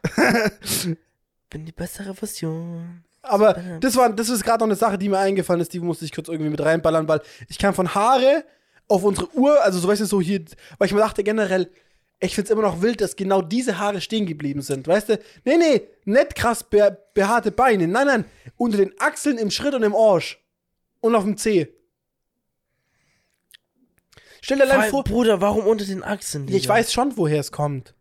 bin die bessere Version.
Aber das, war, das ist gerade noch eine Sache, die mir eingefallen ist, die musste ich kurz irgendwie mit reinballern, weil ich kam von Haare auf unsere Uhr, also so weißt du, so hier, weil ich mir dachte generell, ich find's immer noch wild, dass genau diese Haare stehen geblieben sind, weißt du? Nee, nee, nicht krass be behaarte Beine, nein, nein, unter den Achseln, im Schritt und im Arsch und auf dem Zeh. Stell dir
Vor
allein
allem,
vor,
Bruder, warum unter den Achseln,
Ja,
Digga?
ich weiß schon, woher es kommt.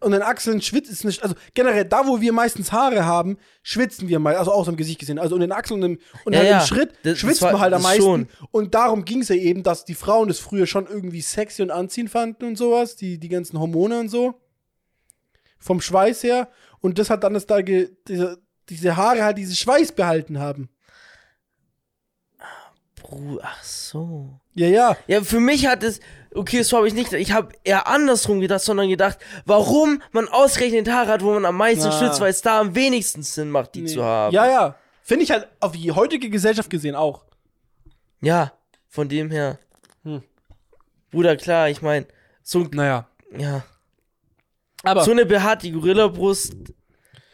Und den Achseln schwitzt es nicht. Also generell, da wo wir meistens Haare haben, schwitzen wir mal, also aus dem Gesicht gesehen. Also in den Achseln und im, und
Ja,
halt
ja.
im Schritt
Das- das
schwitzt
war-
man halt am
das
meisten.
schon.
Und darum ging es ja eben, dass die Frauen das früher schon irgendwie sexy und anziehend fanden und sowas, die, die ganzen Hormone und so. Vom Schweiß her. Und das hat dann das da ge, diese, diese Haare halt diesen Schweiß behalten haben.
Bruder, ach so.
Ja, ja.
Ja, für mich hat es. Okay, so habe ich nicht. Ich habe eher andersrum gedacht, sondern gedacht, warum man ausgerechnet Haare hat, wo man am meisten
Ah.
schützt, weil es da am wenigsten Sinn macht, die
Nee.
zu haben.
Ja, ja. Finde ich halt auf die heutige Gesellschaft gesehen auch.
Ja, von dem her.
Hm.
Bruder, klar, ich meine, so,
Naja.
ja.
Aber
so eine behaarte Gorilla-Brust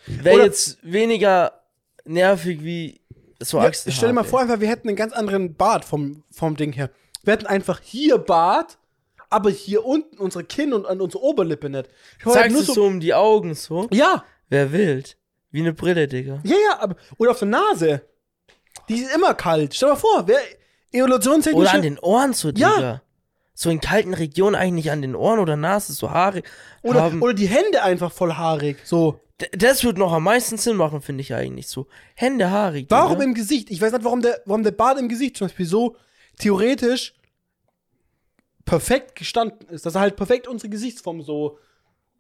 wäre
Oder-
jetzt weniger nervig wie so
Ja,
Achselhaar,
stell dir mal
ey.
vor, einfach, wir hätten einen ganz anderen Bart vom, vom Ding her. Wir hätten einfach hier Bart, aber hier unten unsere Kinn und an unsere Oberlippe nicht. Ich hab halt
Zeigst du so um die Augen so?
Ja,
Wer wild? Wie eine Brille, Digga.
ja, ja, aber, oder auf der Nase. Die ist immer kalt. Stell dir mal vor, wer evolutionstechnisch.
Oder an den Ohren so,
Ja.
Digga. So in kalten Regionen eigentlich an den Ohren oder Nase, so Haare
oder,
haben.
oder die Hände einfach voll haarig. So.
D- das wird noch am meisten Sinn machen, finde ich eigentlich so. Hände haarig.
Warum
Digga.
im Gesicht? Ich weiß nicht, warum der, warum der Bart im Gesicht zum Beispiel so theoretisch perfekt gestanden ist, dass er halt perfekt unsere Gesichtsform so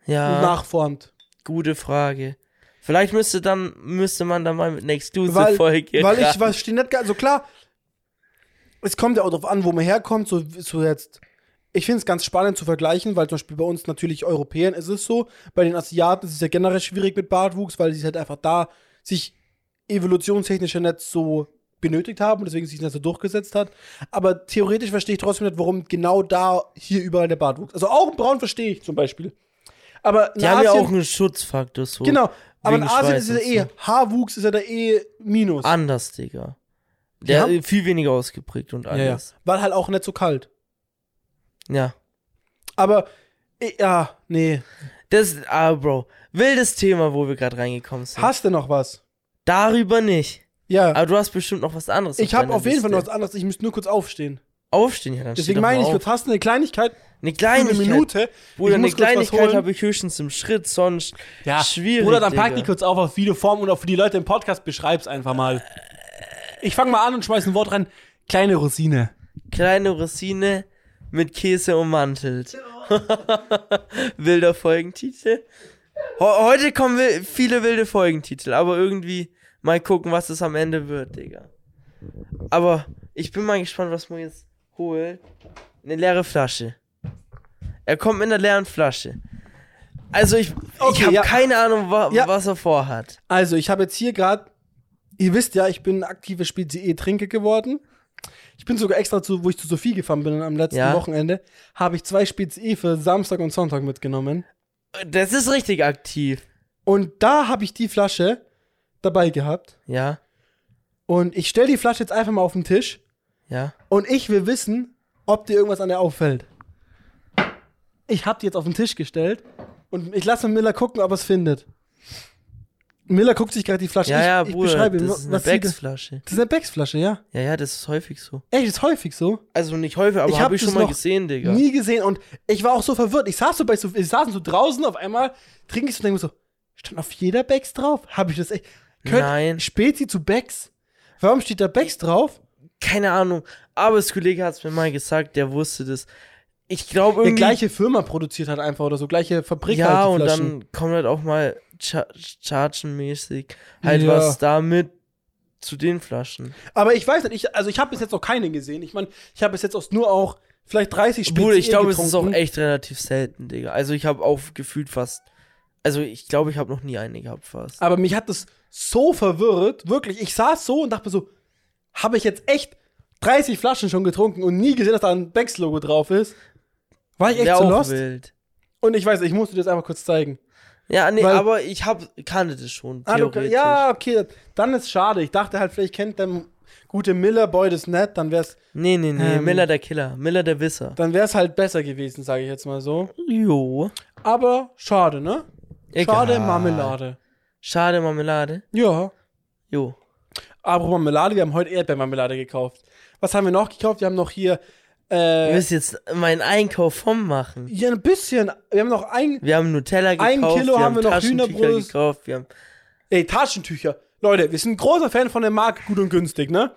Ja,
nachformt.
gute Frage. Vielleicht müsste dann müsste man dann mal mit einer
weil,
Exclusive-Folge.
Weil ich
ran.
verstehe nicht, also klar, es kommt ja auch darauf an, wo man herkommt, so, so jetzt. Ich finde es ganz spannend zu vergleichen, weil zum Beispiel bei uns natürlich Europäern ist es so, bei den Asiaten ist es ja generell schwierig mit Bartwuchs, weil sie es halt einfach da sich evolutionstechnisch ja nicht so benötigt haben und deswegen sich nicht so durchgesetzt hat. Aber theoretisch verstehe ich trotzdem nicht, warum genau da hier überall der Bartwuchs. Also Augenbrauen verstehe ich zum Beispiel. Aber in
Die haben ja
Asien-
auch einen Schutzfaktor so.
Genau. Aber in
wegen
Asien
Schweiß
ist es
und
ja eh,
so.
Haarwuchs ist ja da eh Minus.
Anders, Digga. Der
haben-
ist viel weniger ausgeprägt und
Ja, ja.
anders.
Weil halt auch nicht so kalt.
Ja.
Aber, eh, ja, nee.
Das, ah, Bro. Wildes Thema, wo wir gerade reingekommen sind.
Hast du noch was?
Darüber nicht.
Ja.
Aber du hast bestimmt noch was anderes.
Ich habe
deiner
auf jeden Fall noch was
Liste.
anderes. Ich müsste nur kurz aufstehen.
Aufstehen, ja, dann steh
Deswegen
doch
meine
mal
ich
auf.
kurz, hast du eine Kleinigkeit?
Eine
Eine
Kleinigkeit.
Minute.
Bruder, eine Kleinigkeit
habe
habe ich höchstens im Schritt, sonst
ja.
schwierig.
Oder dann pack die
Digga.
kurz auf auf Videoform oder für die Leute im Podcast beschreib's einfach mal. Ich fange mal an und schmeiß ein Wort rein. Kleine Rosine.
Kleine Rosine mit Käse ummantelt. <laughs> Wilder Folgentitel. Ho- heute kommen wi- viele wilde Folgentitel, aber irgendwie mal gucken, was es am Ende wird, Digga. Aber ich bin mal gespannt, was man jetzt holt. Eine leere Flasche. Er kommt mit einer leeren Flasche. Also ich,
Okay,
ich habe
ja.
keine Ahnung, wa
Ja.
was er vorhat.
Also, ich habe jetzt hier gerade, ihr wisst ja, ich bin ein aktiver Spezi-E-Trinker E geworden. Ich bin sogar extra zu, wo ich zu Sophie gefahren bin am letzten
Ja.
Wochenende, habe ich zwei Spezi-E E für Samstag und Sonntag mitgenommen.
Das ist richtig aktiv.
Und da habe ich die Flasche dabei gehabt.
Ja,
Und ich stelle die Flasche jetzt einfach mal auf den Tisch.
ja.
Und ich will wissen, ob dir irgendwas an der auffällt. Ich habe die jetzt auf den Tisch gestellt. Und ich lasse Miller gucken, ob er es findet. Miller guckt sich gerade die Flasche.
Ja,
ich,
ja,
ich
Bruder,
beschreibe ihm,
das ist eine
was sieht er-
Becks-Flasche.
Das ist eine Becks-Flasche, ja.
Ja, ja, das ist häufig so.
Echt, ist häufig so.
Also nicht häufig, aber
Ich
habe
hab
ich
das
schon mal
noch
gesehen, Digga.
Nie gesehen und ich war auch so verwirrt. Ich saß so bei so, ich saßen so draußen auf einmal, trinke ich so und denke mir so, Stand auf jeder Becks drauf? Habe ich das echt? Könnt
Nein.
Spezi zu Becks? Warum steht da Becks drauf?
Keine Ahnung. Arbeitskollege hat es mir mal gesagt, der wusste das. Ich glaube
Die
irgendwie.
gleiche Firma produziert hat einfach oder so, gleiche Fabrik
ja,
halt die
und
Flaschen.
dann kommt halt auch mal Cha- chargenmäßig halt
Ja.
was damit zu den Flaschen.
Aber ich weiß nicht, ich, also ich habe bis jetzt noch keine gesehen. Ich meine, ich habe bis jetzt auch nur auch vielleicht 30 Spezi
Bruder, ich glaube, es ist auch
getrunken.
echt relativ selten, Digga. Also ich habe auch gefühlt fast. Also ich glaube, ich habe noch nie eine gehabt fast.
Aber mich hat das so verwirrt, wirklich. Ich saß so und dachte mir so, habe ich jetzt echt 30 Flaschen schon getrunken und nie gesehen, dass da ein Becks-Logo drauf ist? War ich echt
Wär
zu
auch
lost?
wild.
Und ich weiß, ich musste dir das einfach kurz zeigen.
Ja, nee,
Weil-
aber ich hab, kannte das schon,
Ah, du,
theoretisch.
ja, okay, dann ist schade. Ich dachte halt, vielleicht kennt der gute Miller Boy das nicht, dann wär's,
Nee, nee, nee,
Ähm.
Miller der Killer, Miller der Wisser.
dann wär's halt besser gewesen, sage ich jetzt mal so.
Jo.
Aber schade, ne?
Egal.
Schade Marmelade.
Schade Marmelade.
Ja.
Jo.
Apropos Marmelade, wir haben heute Erdbeermarmelade gekauft. Was haben wir noch gekauft? Wir haben noch hier,
Ihr
äh,
müsst jetzt meinen Einkauf vom machen.
ja, ein bisschen, wir haben noch ein,
Wir haben Nutella gekauft,
Ein Kilo
wir
haben wir noch
Taschentücher
Hühnerbrust.
gekauft, wir haben
ey, Taschentücher. Leute, wir sind ein großer Fan von der Marke gut und günstig, ne?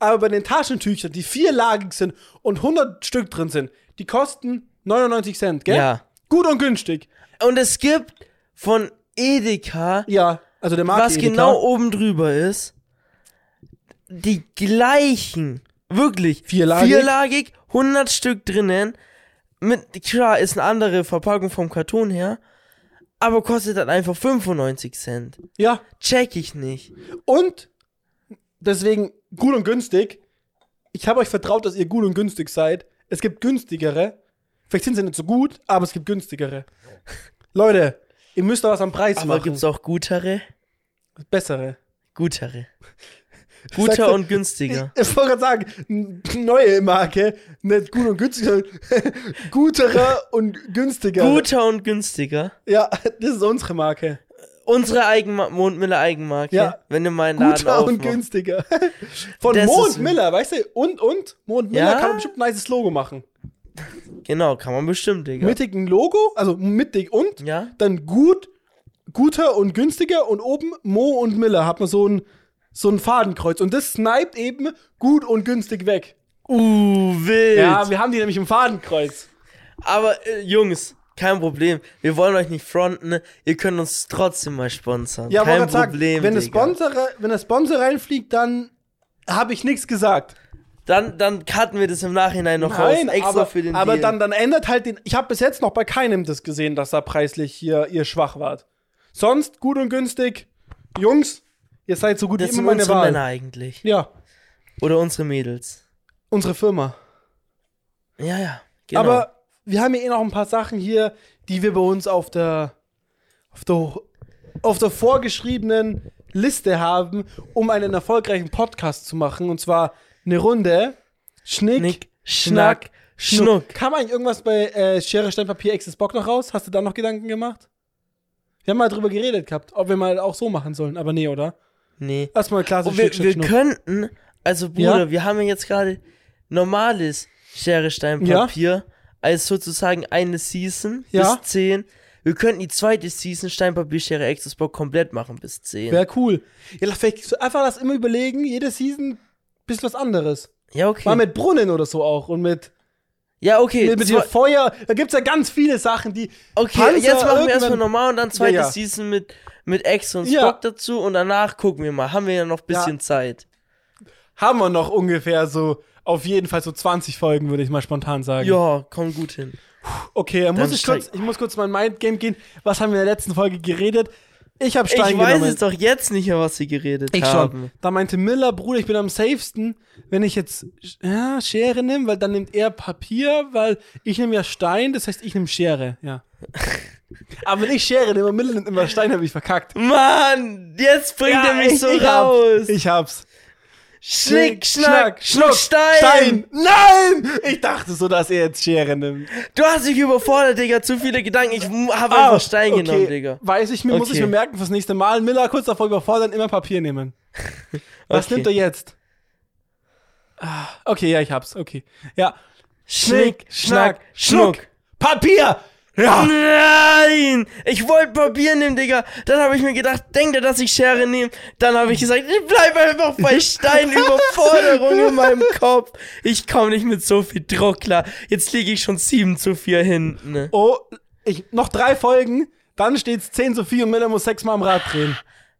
Aber bei den Taschentüchern, die vierlagig sind und 100 Stück drin sind, die kosten 99 Cent, gell?
Ja.
Gut und günstig.
Und es gibt von Edeka,
Ja, also der Marke
was genau oben drüber ist, die gleichen, wirklich
Vierlagig?
vierlagig 100 Stück drinnen. Mit, klar, ist eine andere Verpackung vom Karton her, aber kostet dann einfach 95 Cent.
Ja,
Check ich nicht.
und deswegen gut und günstig. Ich habe euch vertraut, dass ihr gut und günstig seid. Es gibt günstigere. Vielleicht sind sie nicht so gut, aber es gibt günstigere. Leute, ihr müsst da was am Preis
Aber
machen.
gibt's auch gutere?
Bessere. <laughs>
Gutere.
Sagst
Guter
du-
und günstiger.
<laughs> Ich wollte gerade sagen, n- neue Marke, nicht gut und günstig, sondern <laughs> guterer und günstiger.
Guter und günstiger.
Ja, das ist unsere Marke.
Unsere Eigenmarke, Mondmiller Eigenmarke.
Ja.
Wenn ihr meinen Laden
Guter und
aufmacht.
günstiger. <laughs> Von
Das
Mond
ist-
Miller, weißt du? Und, und? Mond Miller
Ja?
kann bestimmt ein nices Logo machen.
Genau, kann man bestimmt, Digga.
Mittig ein Logo, also mittig und,
ja?
dann gut, guter und günstiger und oben Mo und Miller hat man so ein, so ein Fadenkreuz. Und das sniped eben gut und günstig weg.
Uh, wild.
Ja, wir haben die nämlich im Fadenkreuz.
Aber äh, Jungs, kein Problem. Wir wollen euch nicht fronten. ne? Ihr könnt uns trotzdem mal sponsern.
Ja,
kein
wollte grad
Problem.
sagen, wenn der,
Digga.
Sponsor, wenn der Sponsor reinfliegt, dann habe ich nichts gesagt.
dann, dann cutten wir das im Nachhinein noch raus. Extra
aber,
für den
aber
Deal.
dann, dann ändert halt den. Ich habe bis jetzt noch bei keinem das gesehen, dass da preislich hier ihr schwach wart. Sonst gut und günstig. Jungs, ihr seid so gut
das
wie
sind
immer meine
unsere
Wahl.
Männer eigentlich.
Ja,
Oder unsere Mädels.
unsere Firma.
Ja, ja. Genau.
Aber wir haben ja eh noch ein paar Sachen hier, die wir bei uns auf der, auf der, auf der vorgeschriebenen Liste haben, um einen erfolgreichen Podcast zu machen. Und zwar eine Runde. Schnick,
Nick, Schnack, Schnuck.
Kam eigentlich irgendwas bei äh, Schere, Stein, Papier, Ex ist Bock noch raus? Hast du da noch Gedanken gemacht? Wir haben mal drüber geredet gehabt, ob wir mal auch so machen sollen, aber nee, oder?
Nee.
Erstmal klassisch
Und wir,
Also Schnick, Schnack,
wir
Schnuck.
könnten, also Bruder, wir haben ja jetzt gerade normales Schere, Stein,
Ja.
Papier als sozusagen eine Season
Ja.
bis 10. Wir könnten die zweite Season Stein, Papier, Schere, Access Bock komplett machen bis 10.
Wäre cool. Ja, lass vielleicht so einfach das immer überlegen, jede Season bisschen was anderes.
ja, okay.
Mal mit Brunnen oder so auch und mit,
ja, okay.
mit, mit
zwei-
hier Feuer. Da gibt's ja ganz viele Sachen, die.
okay,
Panzer
jetzt machen wir erstmal
irgendwann-
normal und dann zweite
Ja, ja.
Season mit, mit Ex und
Ja.
Spock dazu und danach gucken wir mal. Haben wir ja noch ein bisschen Zeit.
Haben wir noch ungefähr so, auf jeden Fall so 20 Folgen, würde ich mal spontan sagen.
Ja, komm gut hin.
Okay, dann muss
Dann
ich, kurz,
steig-
ich muss kurz mein Mindgame gehen. Was haben wir in der letzten Folge geredet? Ich habe
Ich
Stein
weiß
genommen.
es doch jetzt nicht mehr, was sie geredet
ich
haben.
schon. Da meinte Miller, Bruder, ich bin am safesten, wenn ich jetzt ja, Schere nehme, weil dann nimmt er Papier, weil ich nehme ja Stein, das heißt, ich nehme Schere,
<laughs>
ja. Aber wenn ich Schere nehme, und Miller nimmt immer Stein, habe ich verkackt.
Mann, jetzt bringt
Ja,
er mich so
Hab's. <laughs>
raus.
Ich hab's.
Schnick, schnack, schnuck, Stein.
Stein. Nein! Ich dachte so, dass er jetzt Schere nimmt.
Du hast dich überfordert, Digga. Zu viele Gedanken. Ich mu- habe
Ah,
einfach Also Stein
okay.
genommen, Digga.
Weiß ich mir, muss ich
Okay.
mir merken fürs nächste Mal. Miller kurz davor überfordern, immer Papier
<laughs>
nehmen. Was
Okay.
nimmt er jetzt? Ah, Okay, ja, ich hab's. Okay. Ja.
Schnick, schnack, schnuck. Ah.
Papier! Ja.
Nein! Ich wollte Papier nehmen, Digga. Dann habe ich mir gedacht, denkt er, dass ich Schere nehme? Dann habe ich gesagt, ich bleib einfach <laughs> bei Steinüberforderung in meinem Kopf. Ich komme nicht mit so viel Druck klar. Jetzt liege ich schon 7 zu 4 hinten. Ne?
Oh, ich, noch drei Folgen, dann steht's 10 zu 4 und Miller muss sechsmal am Rad
<laughs>
drehen.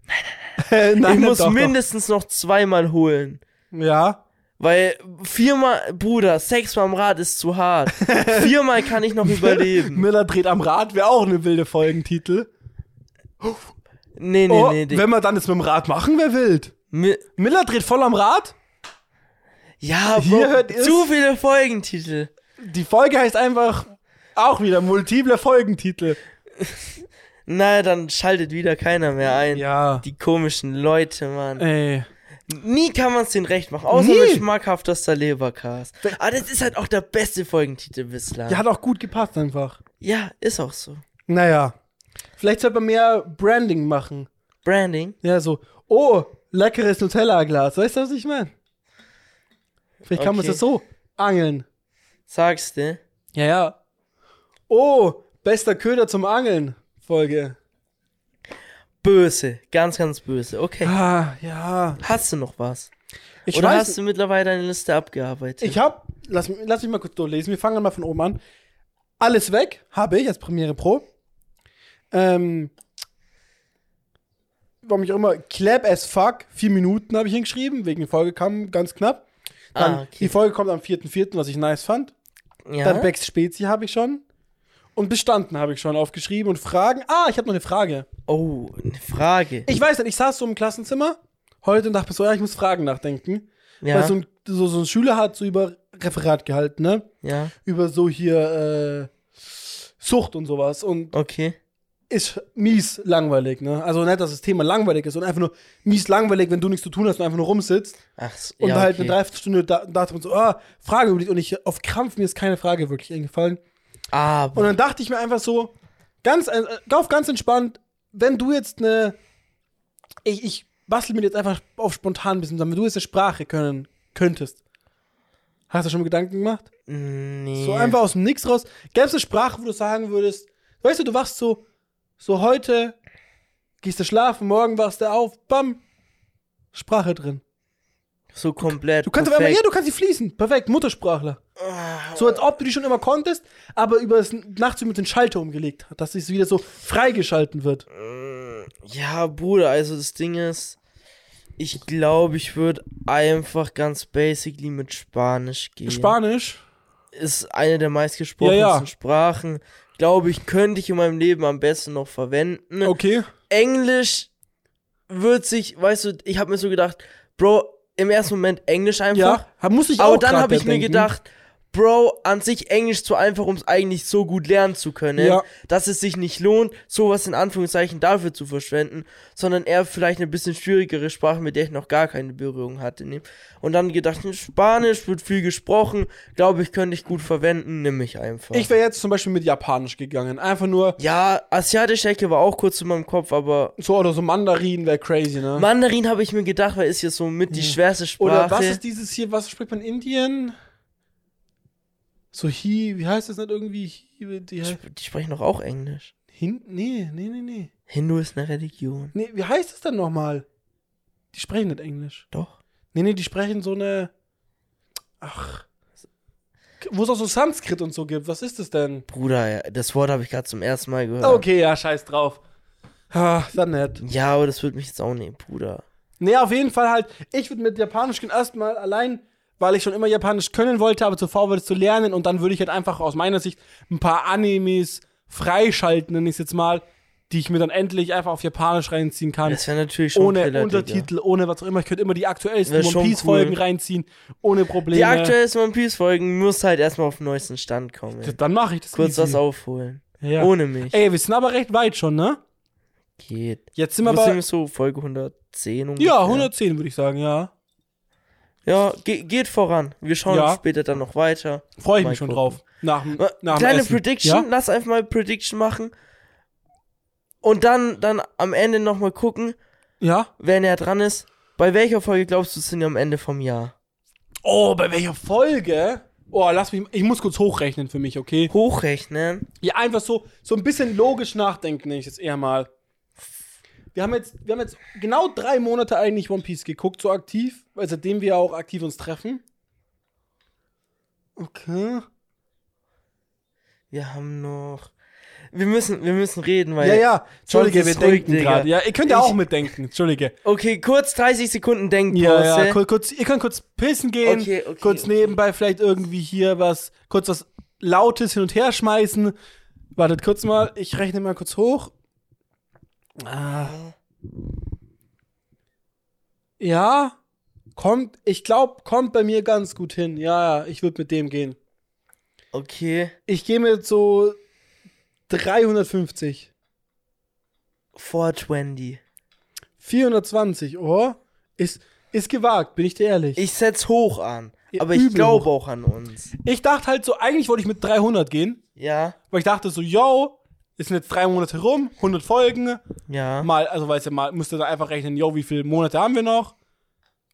Nein, <laughs> nein, nein.
ich muss
doch, doch.
mindestens noch zweimal holen.
Ja.
Weil viermal, Bruder, sechsmal am Rad ist
<laughs>
zu hart. viermal kann ich noch überleben.
Miller dreht am Rad, wäre auch eine wilde Folgentitel.
Nee, nee,
Oh,
nee, Digga.
wenn wir dann jetzt mit dem Rad machen, wäre wild.
Mi-
Miller dreht voll am Rad.
Ja, Bro,
Hier hört ihr's.
zu viele Folgentitel.
Die Folge heißt einfach auch wieder multiple Folgentitel.
Na, dann schaltet wieder keiner mehr ein.
Ja.
Die komischen Leute, Mann.
Ey.
Nie kann man es denen recht machen, außer
Nie.
mit schmackhafter Leberkas. Aber das ist halt auch der beste Folgentitel bislang.
Die hat auch gut gepasst einfach.
ja, ist auch so.
Naja. Vielleicht sollte man mehr Branding machen.
Branding.
Ja, so. Oh, leckeres Nutella-Glas. Weißt du, was ich meine? Vielleicht kann man
Okay.
es so angeln.
Sagst du?
Ja, ja. Oh, bester Köder zum Angeln. Folge.
Böse. Ganz, ganz böse. Okay.
Ah, ja.
Hast du noch was?
Ich
Oder
weiß,
hast du mittlerweile deine Liste abgearbeitet?
ich hab, lass, mich- lass mich mal kurz durchlesen. Wir fangen mal von oben an. Alles weg habe ich als Premiere Pro. Ähm, warum ich auch immer, clap as fuck, vier Minuten habe ich hingeschrieben, wegen der Folge kam ganz knapp. Dann,
Ah, okay.
Die Folge kommt am 4.4., was ich nice fand.
ja?
Dann Becks Spezi habe ich schon. Und bestanden habe ich schon aufgeschrieben. Und Fragen. Ah, ich habe noch eine Frage.
Oh, eine Frage.
Ich weiß nicht, ich saß so im Klassenzimmer heute und dachte mir so, ja, ich muss Fragen nachdenken. Weil
ja,
so ein, so, so ein Schüler hat so über Referat gehalten, ne?
ja,
Über so hier äh, Sucht und sowas. Und
okay.
ist mies langweilig, ne? Also nicht, dass das Thema langweilig ist und einfach nur mies langweilig, wenn du nichts zu tun hast und einfach nur rumsitzt.
Ach, so,
Und
ja,
halt
okay.
eine Dreiviertelstunde da, dachte man so, ah, Frage überlegt. Und ich auf Krampf, mir ist keine Frage wirklich eingefallen. Und
Aber,
dann dachte ich mir einfach so, ganz, äh, auf ganz entspannt, wenn du jetzt eine, ich, ich bastel mir jetzt einfach auf spontan ein bisschen zusammen, wenn du jetzt eine Sprache können könntest. Hast du schon mal Gedanken gemacht?
nee.
So einfach aus dem Nix raus. Gäbe es eine Sprache, wo du sagen würdest, weißt du, du wachst so, so heute, gehst du schlafen, morgen wachst du auf, bam, Sprache drin.
So komplett.
Du kannst aber
perfekt.
ja, du kannst sie fließen. Perfekt, Muttersprachler. So als ob du die schon immer konntest, aber über das nachts mit den Schalter umgelegt hat, dass es wieder so freigeschalten wird.
Ja, Bruder, also das Ding ist, ich glaube, ich würde einfach ganz basically mit Spanisch gehen.
Spanisch.
ist eine der meistgesprochensten
Ja, ja.
Sprachen. Glaube ich, könnte ich in meinem Leben am besten noch verwenden.
Okay.
Englisch wird sich, weißt du, ich habe mir so gedacht, Bro, im ersten Moment Englisch einfach.
Ja, muss ich auch
Aber dann
grad
habe ich mir
denken.
gedacht, Bro, an sich Englisch zu einfach, um es eigentlich so gut lernen zu können,
Ja.
dass es sich nicht lohnt, sowas in Anführungszeichen dafür zu verschwenden, sondern eher vielleicht eine bisschen schwierigere Sprache, mit der ich noch gar keine Berührung hatte. Ne? Und dann gedacht, hm, Spanisch wird viel gesprochen, glaube ich, könnte ich gut verwenden, nimm mich einfach.
Ich wäre jetzt zum Beispiel mit Japanisch gegangen. Einfach nur
ja, asiatische Ecke war auch kurz in meinem Kopf, aber
so oder so Mandarin wäre crazy, ne?
Mandarin habe ich mir gedacht, weil ist ja so mit die schwerste Sprache.
oder was ist dieses hier, was spricht man in Indien? So Hi, wie heißt das nicht irgendwie? Hi, die,
die, die sprechen doch auch Englisch.
hin, nee, nee, nee, nee.
Hindu ist eine Religion.
Nee, wie heißt das denn nochmal? Die sprechen nicht Englisch.
Doch.
Nee, nee, die sprechen so eine. Ach. Wo es auch so Sanskrit und so gibt. Was ist das denn? Ah,
Bruder, ja, das Wort habe ich gerade zum ersten Mal gehört.
Okay, ja, scheiß drauf. Ah, dann nett.
Ja, aber das würde mich jetzt auch nehmen, Bruder.
Nee, auf jeden Fall halt. Ich würde mit Japanisch gehen, erstmal allein, weil ich schon immer Japanisch können wollte, aber zuvor wollte es zu lernen und dann würde ich halt einfach aus meiner Sicht ein paar Animes freischalten, nenne ich es jetzt mal, die ich mir dann endlich einfach auf Japanisch reinziehen kann.
Das wäre natürlich schon
Ohne
ein Killer, Digga.
Untertitel, ohne was auch immer. Ich könnte immer die aktuellsten
Wär
One
schon
Piece-Folgen
cool.
reinziehen, ohne Probleme.
Die aktuellsten One Piece Folgen muss halt erstmal auf den neuesten Stand kommen.
Dann mache ich das
Kurz
easy.
was Oh, aufholen.
Ja.
Ohne mich.
Ey, wir sind aber recht weit schon, ne?
Geht.
Jetzt sind wir
Immer
bei.
wir so Folge 110 ungefähr.
Ja, 110 würde ich sagen, ja.
Ja, ge geht voran. Wir schauen
Ja.
später dann noch weiter.
Freue ich
Mal
mich schon
gucken.
drauf. Nach, dem- nach dem
Äh, Kleine
Essen.
Prediction,
Ja?
lass einfach mal Prediction machen. Und dann, dann am Ende nochmal gucken,
ja?
wer näher dran ist. Bei welcher Folge glaubst du, sind wir am Ende vom Jahr?
Oh, bei welcher Folge? Oh, lass mich, ich muss kurz hochrechnen für mich, okay?
Hochrechnen.
Ja, einfach so, so ein bisschen logisch nachdenken, nenne ich jetzt eher mal. Wir haben jetzt, wir haben jetzt genau drei Monate eigentlich One Piece geguckt, so aktiv, weil seitdem wir auch aktiv uns treffen. Okay.
Wir haben noch. Wir müssen, wir müssen reden, weil.
Ja, ja, Entschuldige, wir
sonst ist ruhig,
denken
Digga.
gerade. Ja, ihr könnt ja
Ich-
auch mitdenken, Entschuldige.
Okay, kurz 30 Sekunden Denkpause.
Ja, ja, kurz, kurz, ihr könnt kurz pissen gehen,
Okay, okay,
kurz
okay.
nebenbei vielleicht irgendwie hier was, kurz was Lautes hin und her schmeißen. Wartet kurz mal, ich rechne mal kurz hoch. Ah. Ja, kommt, ich glaube, kommt bei mir ganz gut hin. Ja, ja, ich würde mit dem gehen.
Okay.
Ich gehe mit so 350,
420.
420, oh, ist, ist gewagt, bin ich dir ehrlich.
Ich setz hoch an.
Ja,
aber ich
übel
glaube
hoch.
auch an uns.
ich dachte halt so, eigentlich wollte ich mit 300 gehen.
Ja,
Weil ich dachte so, yo, es sind jetzt drei Monate rum, 100 Folgen.
ja.
Mal, also weißt du, mal, musst du dann einfach rechnen, yo, wie viele Monate haben wir noch?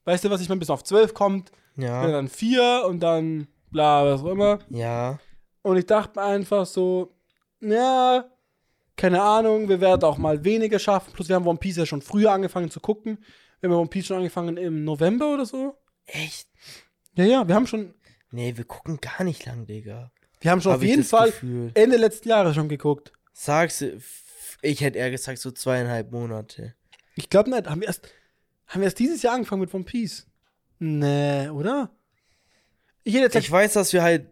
Weißt du, was ich meine, bis auf 12 kommt,
ja.
ja. dann 4 und dann bla, was auch immer.
Ja.
Und ich dachte mir einfach so, ja, keine Ahnung, wir werden auch mal weniger schaffen. Plus, wir haben One Piece ja schon früher angefangen zu gucken. Wir haben ja One Piece schon angefangen im November oder so.
Echt?
Ja, ja, wir haben schon,
Nee, wir gucken gar nicht lang, Digga.
wir haben schon
Hab
auf
ich
jeden
das
Fall
Gefühl.
Ende letzten Jahres schon geguckt.
Sagst du, f- ich hätte eher gesagt so zweieinhalb Monate.
Ich glaube nicht. Haben wir, erst, haben wir erst dieses Jahr angefangen mit One Piece? Nee, oder? Ich hätte jetzt
Ich weiß, dass wir halt,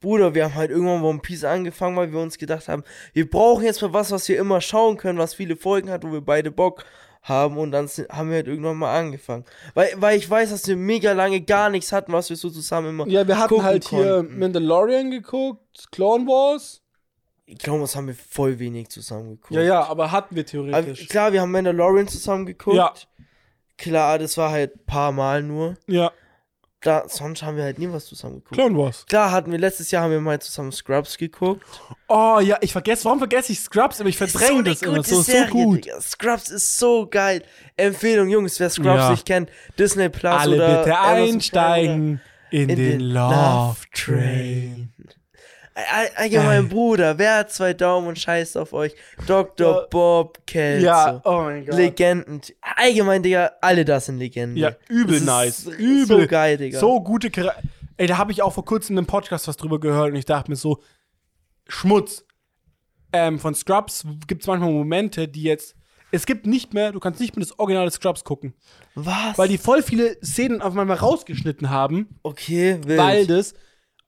Bruder, wir haben halt irgendwann One Piece angefangen, weil wir uns gedacht haben, wir brauchen jetzt mal was, was wir immer schauen können, was viele Folgen hat, wo wir beide Bock haben und dann sind- haben wir halt irgendwann mal angefangen. Weil, weil ich weiß, dass wir mega lange gar nichts hatten, was wir so zusammen immer.
ja, wir hatten
gucken
halt hier
konnten.
Mandalorian geguckt, Clone Wars.
Ich glaube, das haben wir voll wenig zusammen geguckt.
Ja, ja, aber hatten wir
Aber,
theoretisch.
klar, wir haben Mandalorian zusammen geguckt.
Ja.
Klar, das war halt ein paar Mal nur.
ja,
Da, sonst haben wir halt nie was zusammen geguckt.
Clone Wars.
Klar, hatten wir letztes Jahr haben wir mal zusammen Scrubs geguckt.
Oh ja, ich vergesse, warum vergesse ich Scrubs? Aber ich
So
verdränge
eine
das immer.
gute
So, so
Serie,
gut.
Digga. Scrubs ist so geil. Empfehlung, Jungs, wer Scrubs
Ja.
nicht kennt, Disney Plus
Alle
oder
bitte
Amazon Prime
einsteigen in,
oder in
den, Love Train.
All- all-
Geil.
Allgemein, Bruder, wer hat zwei Daumen und scheißt auf euch? Dr.
Ja.
Bob Kelso.
Ja, oh mein Gott.
Legenden. Allgemein, Digga, alle das sind Legenden.
Ja, übel
Das
nice.
ist
Übel.
So geil, Digga.
So gute Charaktere. Ey, da habe ich auch vor kurzem in einem Podcast was drüber gehört und ich dachte mir so, Schmutz. Ähm, von Scrubs gibt es manchmal Momente, die jetzt. Es gibt nicht mehr, du kannst nicht mehr das originale Scrubs gucken.
Was?
Weil die voll viele Szenen auf einmal rausgeschnitten haben,
okay, wild.
weil das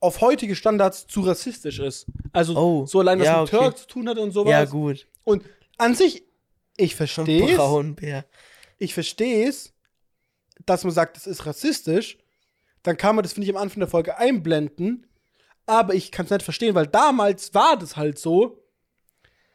auf heutige Standards zu rassistisch ist. Also
Oh,
so allein, was
ja,
mit
okay.
Turk zu tun hat und sowas.
ja, gut.
Und an sich, ich verstehe
Braunbär.
ich verstehe es, dass man sagt, das ist rassistisch, dann kann man das, finde ich, am Anfang der Folge einblenden, aber ich kann es nicht verstehen, weil damals war das halt so,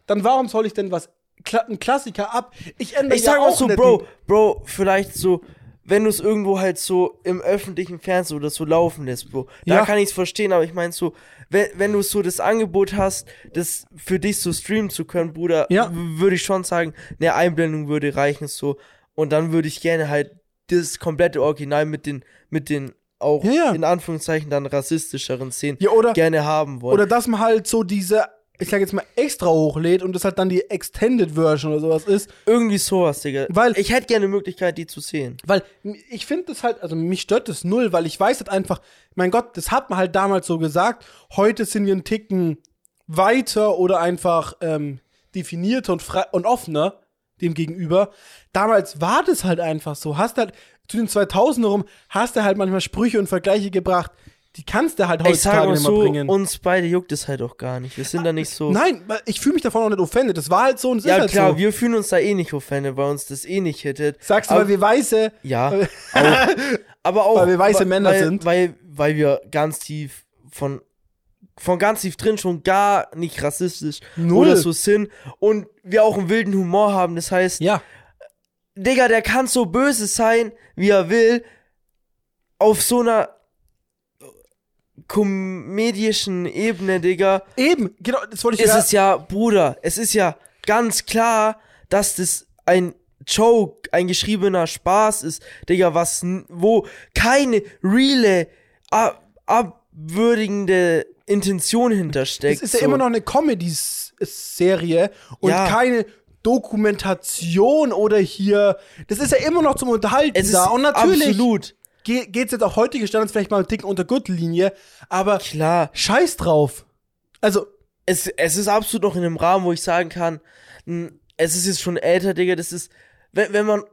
dann warum soll ich denn was, Kla ein Klassiker ab? Ich ändere
Ich sag
ja
auch so,
nicht
Bro, Bro, vielleicht so, wenn du es irgendwo halt so im öffentlichen Fernsehen oder so laufen lässt, Bro. Da
Ja.
kann ich es verstehen, aber ich meine so, wenn, wenn du so das Angebot hast, das für dich so streamen zu können, Bruder,
Ja.
w- würde ich schon sagen, eine Einblendung würde reichen so. Und dann würde ich gerne halt das komplette Original mit den, mit den auch
Ja, ja.
in Anführungszeichen dann rassistischeren Szenen
Ja, oder,
gerne haben wollen.
oder dass man halt so diese, ich sag jetzt mal, extra hochlädt und das halt dann die Extended Version oder sowas ist,
Irgendwie sowas, Digga.
Weil-
ich hätte gerne die Möglichkeit, die zu sehen.
Weil m- ich finde das halt, also mich stört das null, weil ich weiß halt einfach, mein Gott, das hat man halt damals so gesagt. Heute sind wir einen Ticken weiter oder einfach ähm, definierter und, frei und offener dem gegenüber. Damals war das halt einfach so. Hast halt zu den 2000er rum, hast du halt manchmal Sprüche und Vergleiche gebracht, die kannst du halt
Ich
heutzutage
sage auch
nicht mehr
so,
bringen.
uns beide juckt es halt auch gar nicht. Wir sind da nicht so.
Nein, weil ich fühle mich davon auch nicht offended. Das war halt so und es ist
ja
halt
klar,
so.
wir fühlen uns da eh nicht offended, weil uns das eh nicht hittet.
Sagst du,
aber,
weil wir Weiße, <laughs>
ja, auch, aber auch
Weil wir weiße
weil-
Männer
weil,
sind.
weil weil wir ganz tief von von ganz tief drin schon gar nicht rassistisch
Null.
oder so sind und wir auch einen wilden Humor haben. Das heißt,
ja,
Digga, der kann so böse sein, wie er will, auf so einer komedischen Ebene, Digga.
eben, genau, das wollte ich
ist
ja-
es ja, Bruder, es ist ja ganz klar, dass das ein Joke, ein geschriebener Spaß ist, Digga, was, n- wo keine reale Ab würdigende Intention hintersteckt.
Es ist ja
so.
immer noch eine Comedy-Serie und
Ja.
keine Dokumentation oder hier. Das ist ja immer noch zum Unterhalten
es ist
da. Und natürlich
absolut
geht es jetzt auch heutige Standards vielleicht mal einen Ticken unter Gürtellinie, aber
klar.
scheiß drauf. Also,
es, es ist absolut noch in einem Rahmen, wo ich sagen kann, n- es ist jetzt schon älter, Digga, das ist, wenn, wenn man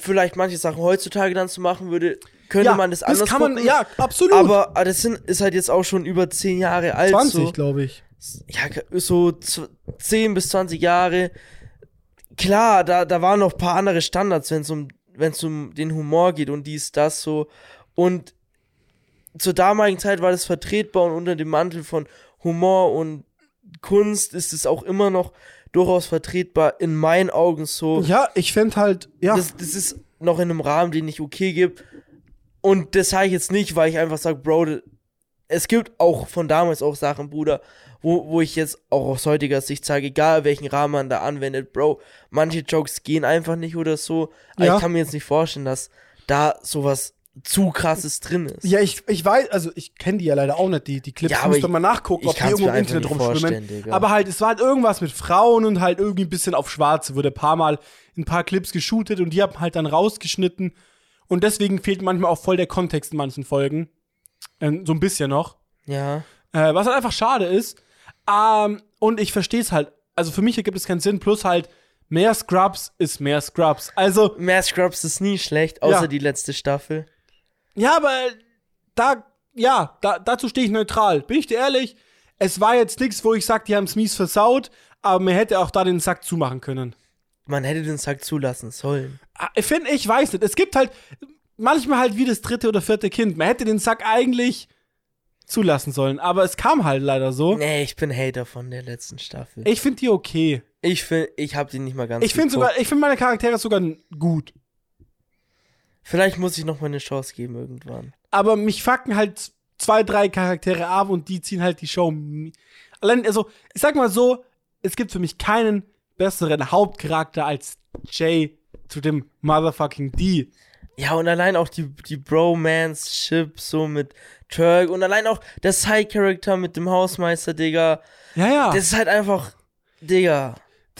vielleicht manche Sachen heutzutage dann so machen würde, könnte
ja,
man das anders
kann man,
gucken.
ja, absolut.
aber, aber das sind, ist halt jetzt auch schon über 10 Jahre alt.
20,
so.
glaube ich.
Ja, k- so zw- 10 bis 20 Jahre. Klar, da, da waren noch ein paar andere Standards, wenn es um, wenn's um den Humor geht und dies, das so. Und zur damaligen Zeit war das vertretbar und unter dem Mantel von Humor und Kunst ist es auch immer noch durchaus vertretbar, in meinen Augen so.
Ja, ich fände halt, ja.
Das, das ist noch in einem Rahmen, den ich okay gebe. Und das sage ich jetzt nicht, weil ich einfach sage, Bro, d- es gibt auch von damals auch Sachen, Bruder, wo, wo ich jetzt auch aus heutiger Sicht sage, egal welchen Rahmen man da anwendet, Bro, manche Jokes gehen einfach nicht oder so. Aber
Ja.
ich kann mir jetzt nicht vorstellen, dass da sowas zu krasses drin ist.
ja, ich, ich weiß, also ich kenne die ja leider auch nicht, die, die Clips.
Ja,
Ja,
aber
müsste
ich-
mal nachgucken,
ich
ob die
kann's
irgendwo
mir
im
einfach
Internet
nicht
rumschwimmen.
vorstellen, Digga.
Aber halt, es war halt irgendwas mit Frauen und halt irgendwie ein bisschen auf Schwarze. Wurde ein paar Mal ein paar Clips geshootet und die haben halt dann rausgeschnitten. Und deswegen fehlt manchmal auch voll der Kontext in manchen Folgen. Ähm, so ein bisschen noch.
Ja.
Äh, was halt einfach schade ist. Ähm, und ich verstehe es halt. Also für mich ergibt es keinen Sinn. Plus halt, mehr Scrubs ist mehr Scrubs. Also,
Mehr Scrubs ist nie schlecht, außer
Ja.
die letzte Staffel.
ja, aber da, ja, da, dazu stehe ich neutral. Bin ich dir ehrlich? Es war jetzt nichts, wo ich sage, die haben es mies versaut, aber man hätte auch da den Sack zumachen können.
Man hätte den Sack zulassen sollen.
Ah, Ich Finde ich, weiß nicht. Es gibt halt manchmal halt wie das dritte oder vierte Kind. Man hätte den Sack eigentlich zulassen sollen, aber es kam halt leider so.
Nee, ich bin Hater von der letzten Staffel.
Ich finde die okay.
Ich finde, ich habe die nicht mal ganz
Ich finde
geguckt.
sogar, ich finde meine Charaktere sogar gut.
Vielleicht muss ich noch mal eine Chance geben irgendwann.
aber mich fucken halt zwei, drei Charaktere ab und die ziehen halt die Show. mi- Allein, also, ich sag mal so, es gibt für mich keinen besseren Hauptcharakter als Jay zu dem motherfucking D.
Ja, und allein auch die, die Bromance-Ship so mit Turk und allein auch der Side-Character mit dem Hausmeister, Digga.
Ja, ja.
Das
Das,
ist halt einfach, Digga.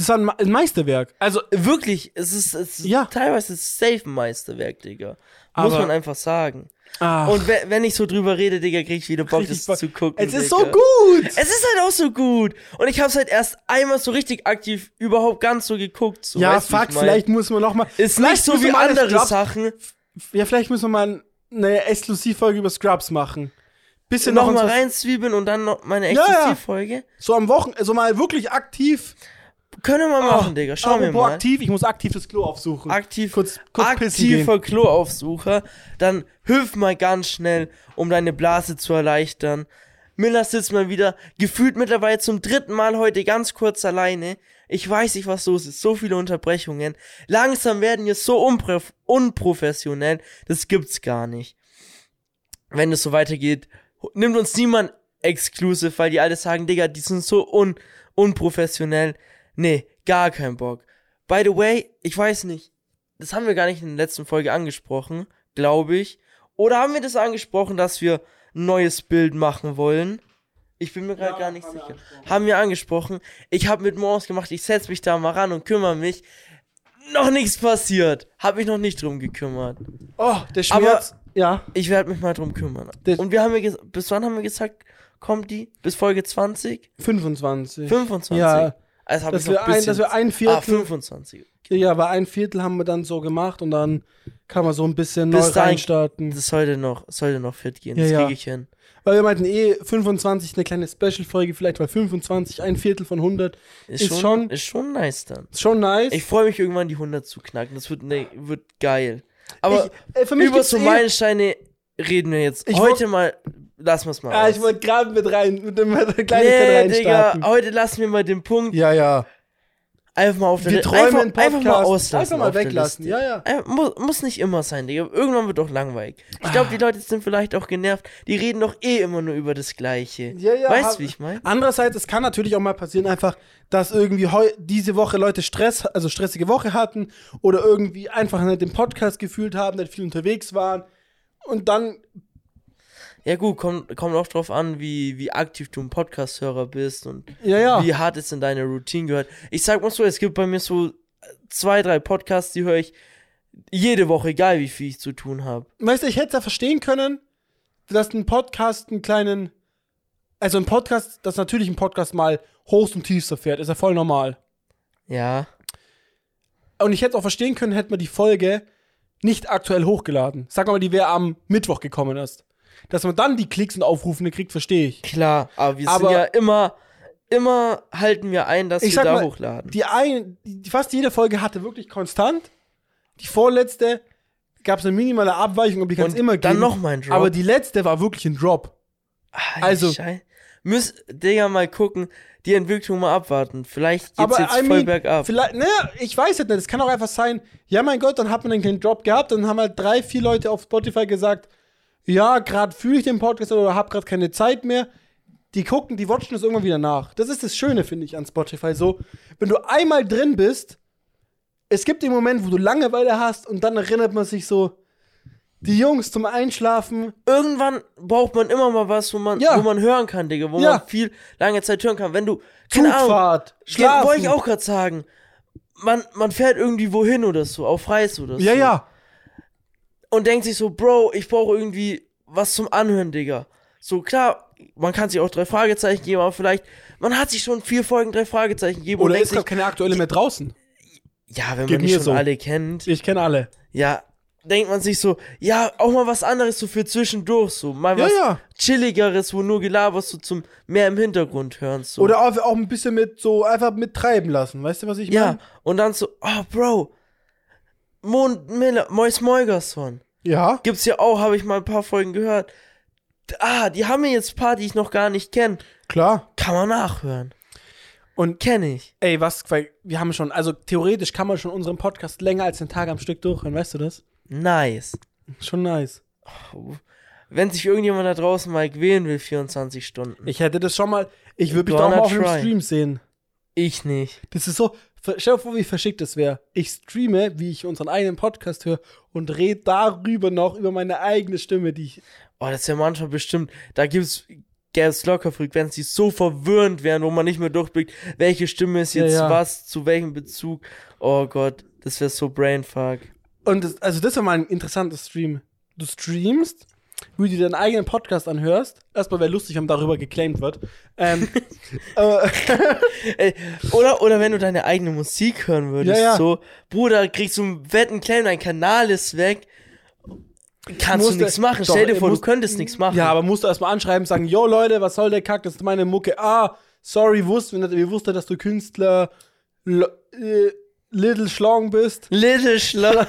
war ein, Ma- ein Meisterwerk. Also,
Wirklich, es ist, es ist
Ja.
teilweise safe ein Meisterwerk, Digga. Muss
Aber-
man einfach sagen.
ach,
Und we wenn ich so drüber rede, Digga, krieg ich wieder Bock,
Ah, richtig
das
Bock.
zu gucken.
es ist
Digga.
so gut.
Es ist halt auch so gut. Und ich hab's halt erst einmal so richtig aktiv überhaupt ganz so geguckt. So,
ja,
weißt du, wie ich
fuck,
mein?
vielleicht muss man noch mal.
Ist nicht
vielleicht
so
müssen
wie
wir mal eine
andere
Scrubs-
Sachen.
Ja, vielleicht müssen wir mal eine Exklusivfolge über Scrubs machen. Bisschen noch,
nochmal
uns-
reinzwiebeln und dann noch meine
Ja, ja.
Exklusivfolge.
So am Wochen, so mal wirklich aktiv.
Können wir machen, Digga. Schauen wir
apropos
mal.
aktiv, ich muss aktiv das Klo aufsuchen.
Aktiv,
kurz, kurz pissen gehen.
aktiver Kloaufsucher. Dann hüpf mal ganz schnell, um deine Blase zu erleichtern. Miller sitzt mal wieder, gefühlt mittlerweile zum dritten Mal heute ganz kurz alleine. Ich weiß nicht, was los ist. So viele Unterbrechungen. Langsam werden wir so unprof unprofessionell. Das gibt's gar nicht. Wenn es so weitergeht, nimmt uns niemand exclusive, weil die alle sagen, Digga, die sind so un unprofessionell. Nee, gar kein Bock. By the way, ich weiß nicht, das haben wir gar nicht in der letzten Folge angesprochen, glaube ich. Oder haben wir das angesprochen, dass wir ein neues Bild machen wollen? Ich bin mir gerade gar nicht sicher. haben wir angesprochen. Ich habe mit Morgens gemacht, ich setze mich da mal ran und kümmere mich. Noch nichts passiert. Habe mich noch nicht drum gekümmert.
Oh, der
Aber-
Schmerz. ja.
Ich werde mich mal drum kümmern.
Das-
und wir haben ja ges- bis wann haben wir gesagt, kommt die? Bis Folge 20?
25.
25?
Ja.
Also hab
Dass
ich noch
wir, ein, dass wir ein
Ah,
Viertel,
25.
ja, aber ein Viertel haben wir dann so gemacht und dann kann man so ein bisschen neu
Bis dahin-
reinstarten.
Das sollte noch, sollte noch fit gehen.
Ja,
das
ja.
kriege ich hin.
Weil wir meinten eh 25 eine kleine Special-Folge, vielleicht weil 25, ein Viertel von 100
Ist,
Ist
schon,
schon-
ist schon nice dann.
ist schon nice.
Ich freue mich irgendwann die 100 zu knacken. Das wird, ne, wird geil. Aber
Ich- äh, für mich
über
gibt's
so
eh-
Meilensteine reden wir jetzt.
Ich
heute mal, lassen wir es mal
ah, ich
aus.
wollte gerade mit rein, mit dem- mit der Kleinigkeit
nee, Digga,
reinstarten.
heute lassen wir mal den Punkt
Ja, ja.
einfach mal auf der
Wir
Li-
träumen
einfach,
Podcast.
einfach mal auslassen.
Einfach mal
auf der
weglassen,
Liste.
ja, ja.
Einfach- Muss, muss nicht immer sein, Digga. Irgendwann wird doch langweilig. Ich
Ah.
glaube, die Leute sind vielleicht auch genervt. Die reden doch eh immer nur über das Gleiche.
Ja, ja,
weißt
hab-
du, wie ich meine?
Andererseits, es kann natürlich auch mal passieren, einfach, dass irgendwie heu diese Woche Leute Stress, also stressige Woche hatten oder irgendwie einfach nicht den Podcast gefühlt haben, nicht viel unterwegs waren und dann
Ja gut, kommt, kommt auch drauf an, wie, wie aktiv du ein Podcast-Hörer bist und
Ja, ja.
wie hart es in deine Routine gehört. Ich sag mal so, es gibt bei mir so äh, zwei, drei Podcasts, die höre ich jede Woche, egal wie viel ich zu tun habe.
Weißt du, ich hätte es ja verstehen können, dass ein Podcast einen kleinen. Also ein Podcast, dass natürlich ein Podcast mal Hochs und Tiefs erfährt, ist ja voll normal.
Ja.
Und ich hätte es auch verstehen können, hätte man die Folge nicht aktuell hochgeladen. Sag mal, die wäre am Mittwoch gekommen erst. Dass man dann die Klicks und Aufrufende kriegt, verstehe ich.
Klar, aber wir
Aber-
sind ja immer, immer halten wir ein, dass
Ich
wir
sag
da
mal,
hochladen.
Die ein, die, fast jede Folge hatte wirklich konstant. Die vorletzte gab es eine minimale Abweichung, aber die kann es
Und
immer
dann
geben.
noch mal ein Drop.
Aber die letzte war wirklich ein Drop.
Ah,
also-
Schei- Müß, Digga, mal gucken, die Entwicklung mal abwarten. Vielleicht geht's
aber
jetzt
I
voll
mean,
bergab.
Vielleicht, ne, ich weiß jetzt nicht. Es kann auch einfach sein, ja, mein Gott, dann hat man den kleinen Drop gehabt. Dann haben halt drei, vier Leute auf Spotify gesagt, ja, gerade fühle ich den Podcast oder habe gerade keine Zeit mehr. Die gucken, die watchen es irgendwann wieder nach. Das ist das Schöne, finde ich, an Spotify. So, wenn du einmal drin bist, es gibt den Moment, wo du Langeweile hast und dann erinnert man sich so, die Jungs zum Einschlafen.
Irgendwann braucht man immer mal was, wo man,
Ja.
wo man hören kann, Digga, wo
Ja.
man viel lange Zeit hören kann. Wenn du, keine Ahnung,
Zugfahrt,
Genau. Ge-
Schlafen.
Wollte ich auch gerade sagen. Man, man fährt irgendwie wohin oder so, auf Reis oder so.
Ja, ja.
Und denkt sich so, Bro, ich brauche irgendwie was zum Anhören, Digga. So, klar, man kann sich auch drei Fragezeichen geben, aber vielleicht, man hat sich schon vier Folgen drei Fragezeichen gegeben
Oder
und
ist
denkt
gerade
sich,
keine aktuelle mehr draußen?
ja, wenn
Geht
man die
mir
schon
so.
alle kennt,
Ich kenne alle.
ja, denkt man sich so, ja, auch mal was anderes so für zwischendurch, so, mal
Ja,
was
ja.
chilligeres, wo nur Gelaber so zum, mehr im Hintergrund hören, so.
Oder auch, auch ein bisschen mit so einfach mit treiben lassen. Weißt du, was ich
Ja,
meine?
und dann so, oh, Bro, Mond Miller, Mois Moigerson.
Ja.
Gibt's ja auch, habe ich mal ein paar Folgen gehört. Ah, die haben mir jetzt ein paar, die ich noch gar nicht kenne.
Klar.
Kann man nachhören.
Und
Kenne ich.
ey, was, weil wir haben schon, also theoretisch kann man schon unseren Podcast länger als den Tag am Stück durchhören, weißt du das?
Nice.
Schon nice.
Wenn sich irgendjemand da draußen mal quälen will, 24 Stunden.
Ich hätte das schon mal, ich würde mich
Gonna
da auch mal auf einem
try.
Stream sehen.
Ich nicht.
Das ist so, ver- stell dir vor, wie verschickt das wäre. Ich streame, wie ich unseren eigenen Podcast höre und rede darüber noch über meine eigene Stimme, die ich.
Oh, das ist ja manchmal bestimmt. Da gibt's gäb's locker Frequenzen, die so verwirrend wären, wo man nicht mehr durchblickt, welche Stimme ist
Ja,
jetzt
ja.
was, zu welchem Bezug. Oh Gott, das wäre so brainfuck.
Und das, also das wäre mal ein interessantes Stream. Du streamst, wie du dir deinen eigenen Podcast anhörst. Erstmal wäre lustig, wenn darüber geclaimed wird. Ähm, aber,
Ey, Äh, oder, oder wenn du deine eigene Musik hören würdest,
Ja, ja.
so, Bruder, kriegst du einen Wettenclaim, dein Kanal ist weg. Kannst du
Musst du-
nichts machen.
Doch,
Stell dir
ey,
vor,
musst-
du könntest nichts machen.
Ja, aber musst du erstmal anschreiben, sagen, yo Leute, was soll der Kack, das ist meine Mucke. Ah, sorry, wussten wir nicht, wir wussten, dass du Künstler L äh, Little Schlong bist. <laughs>
Little Schlau.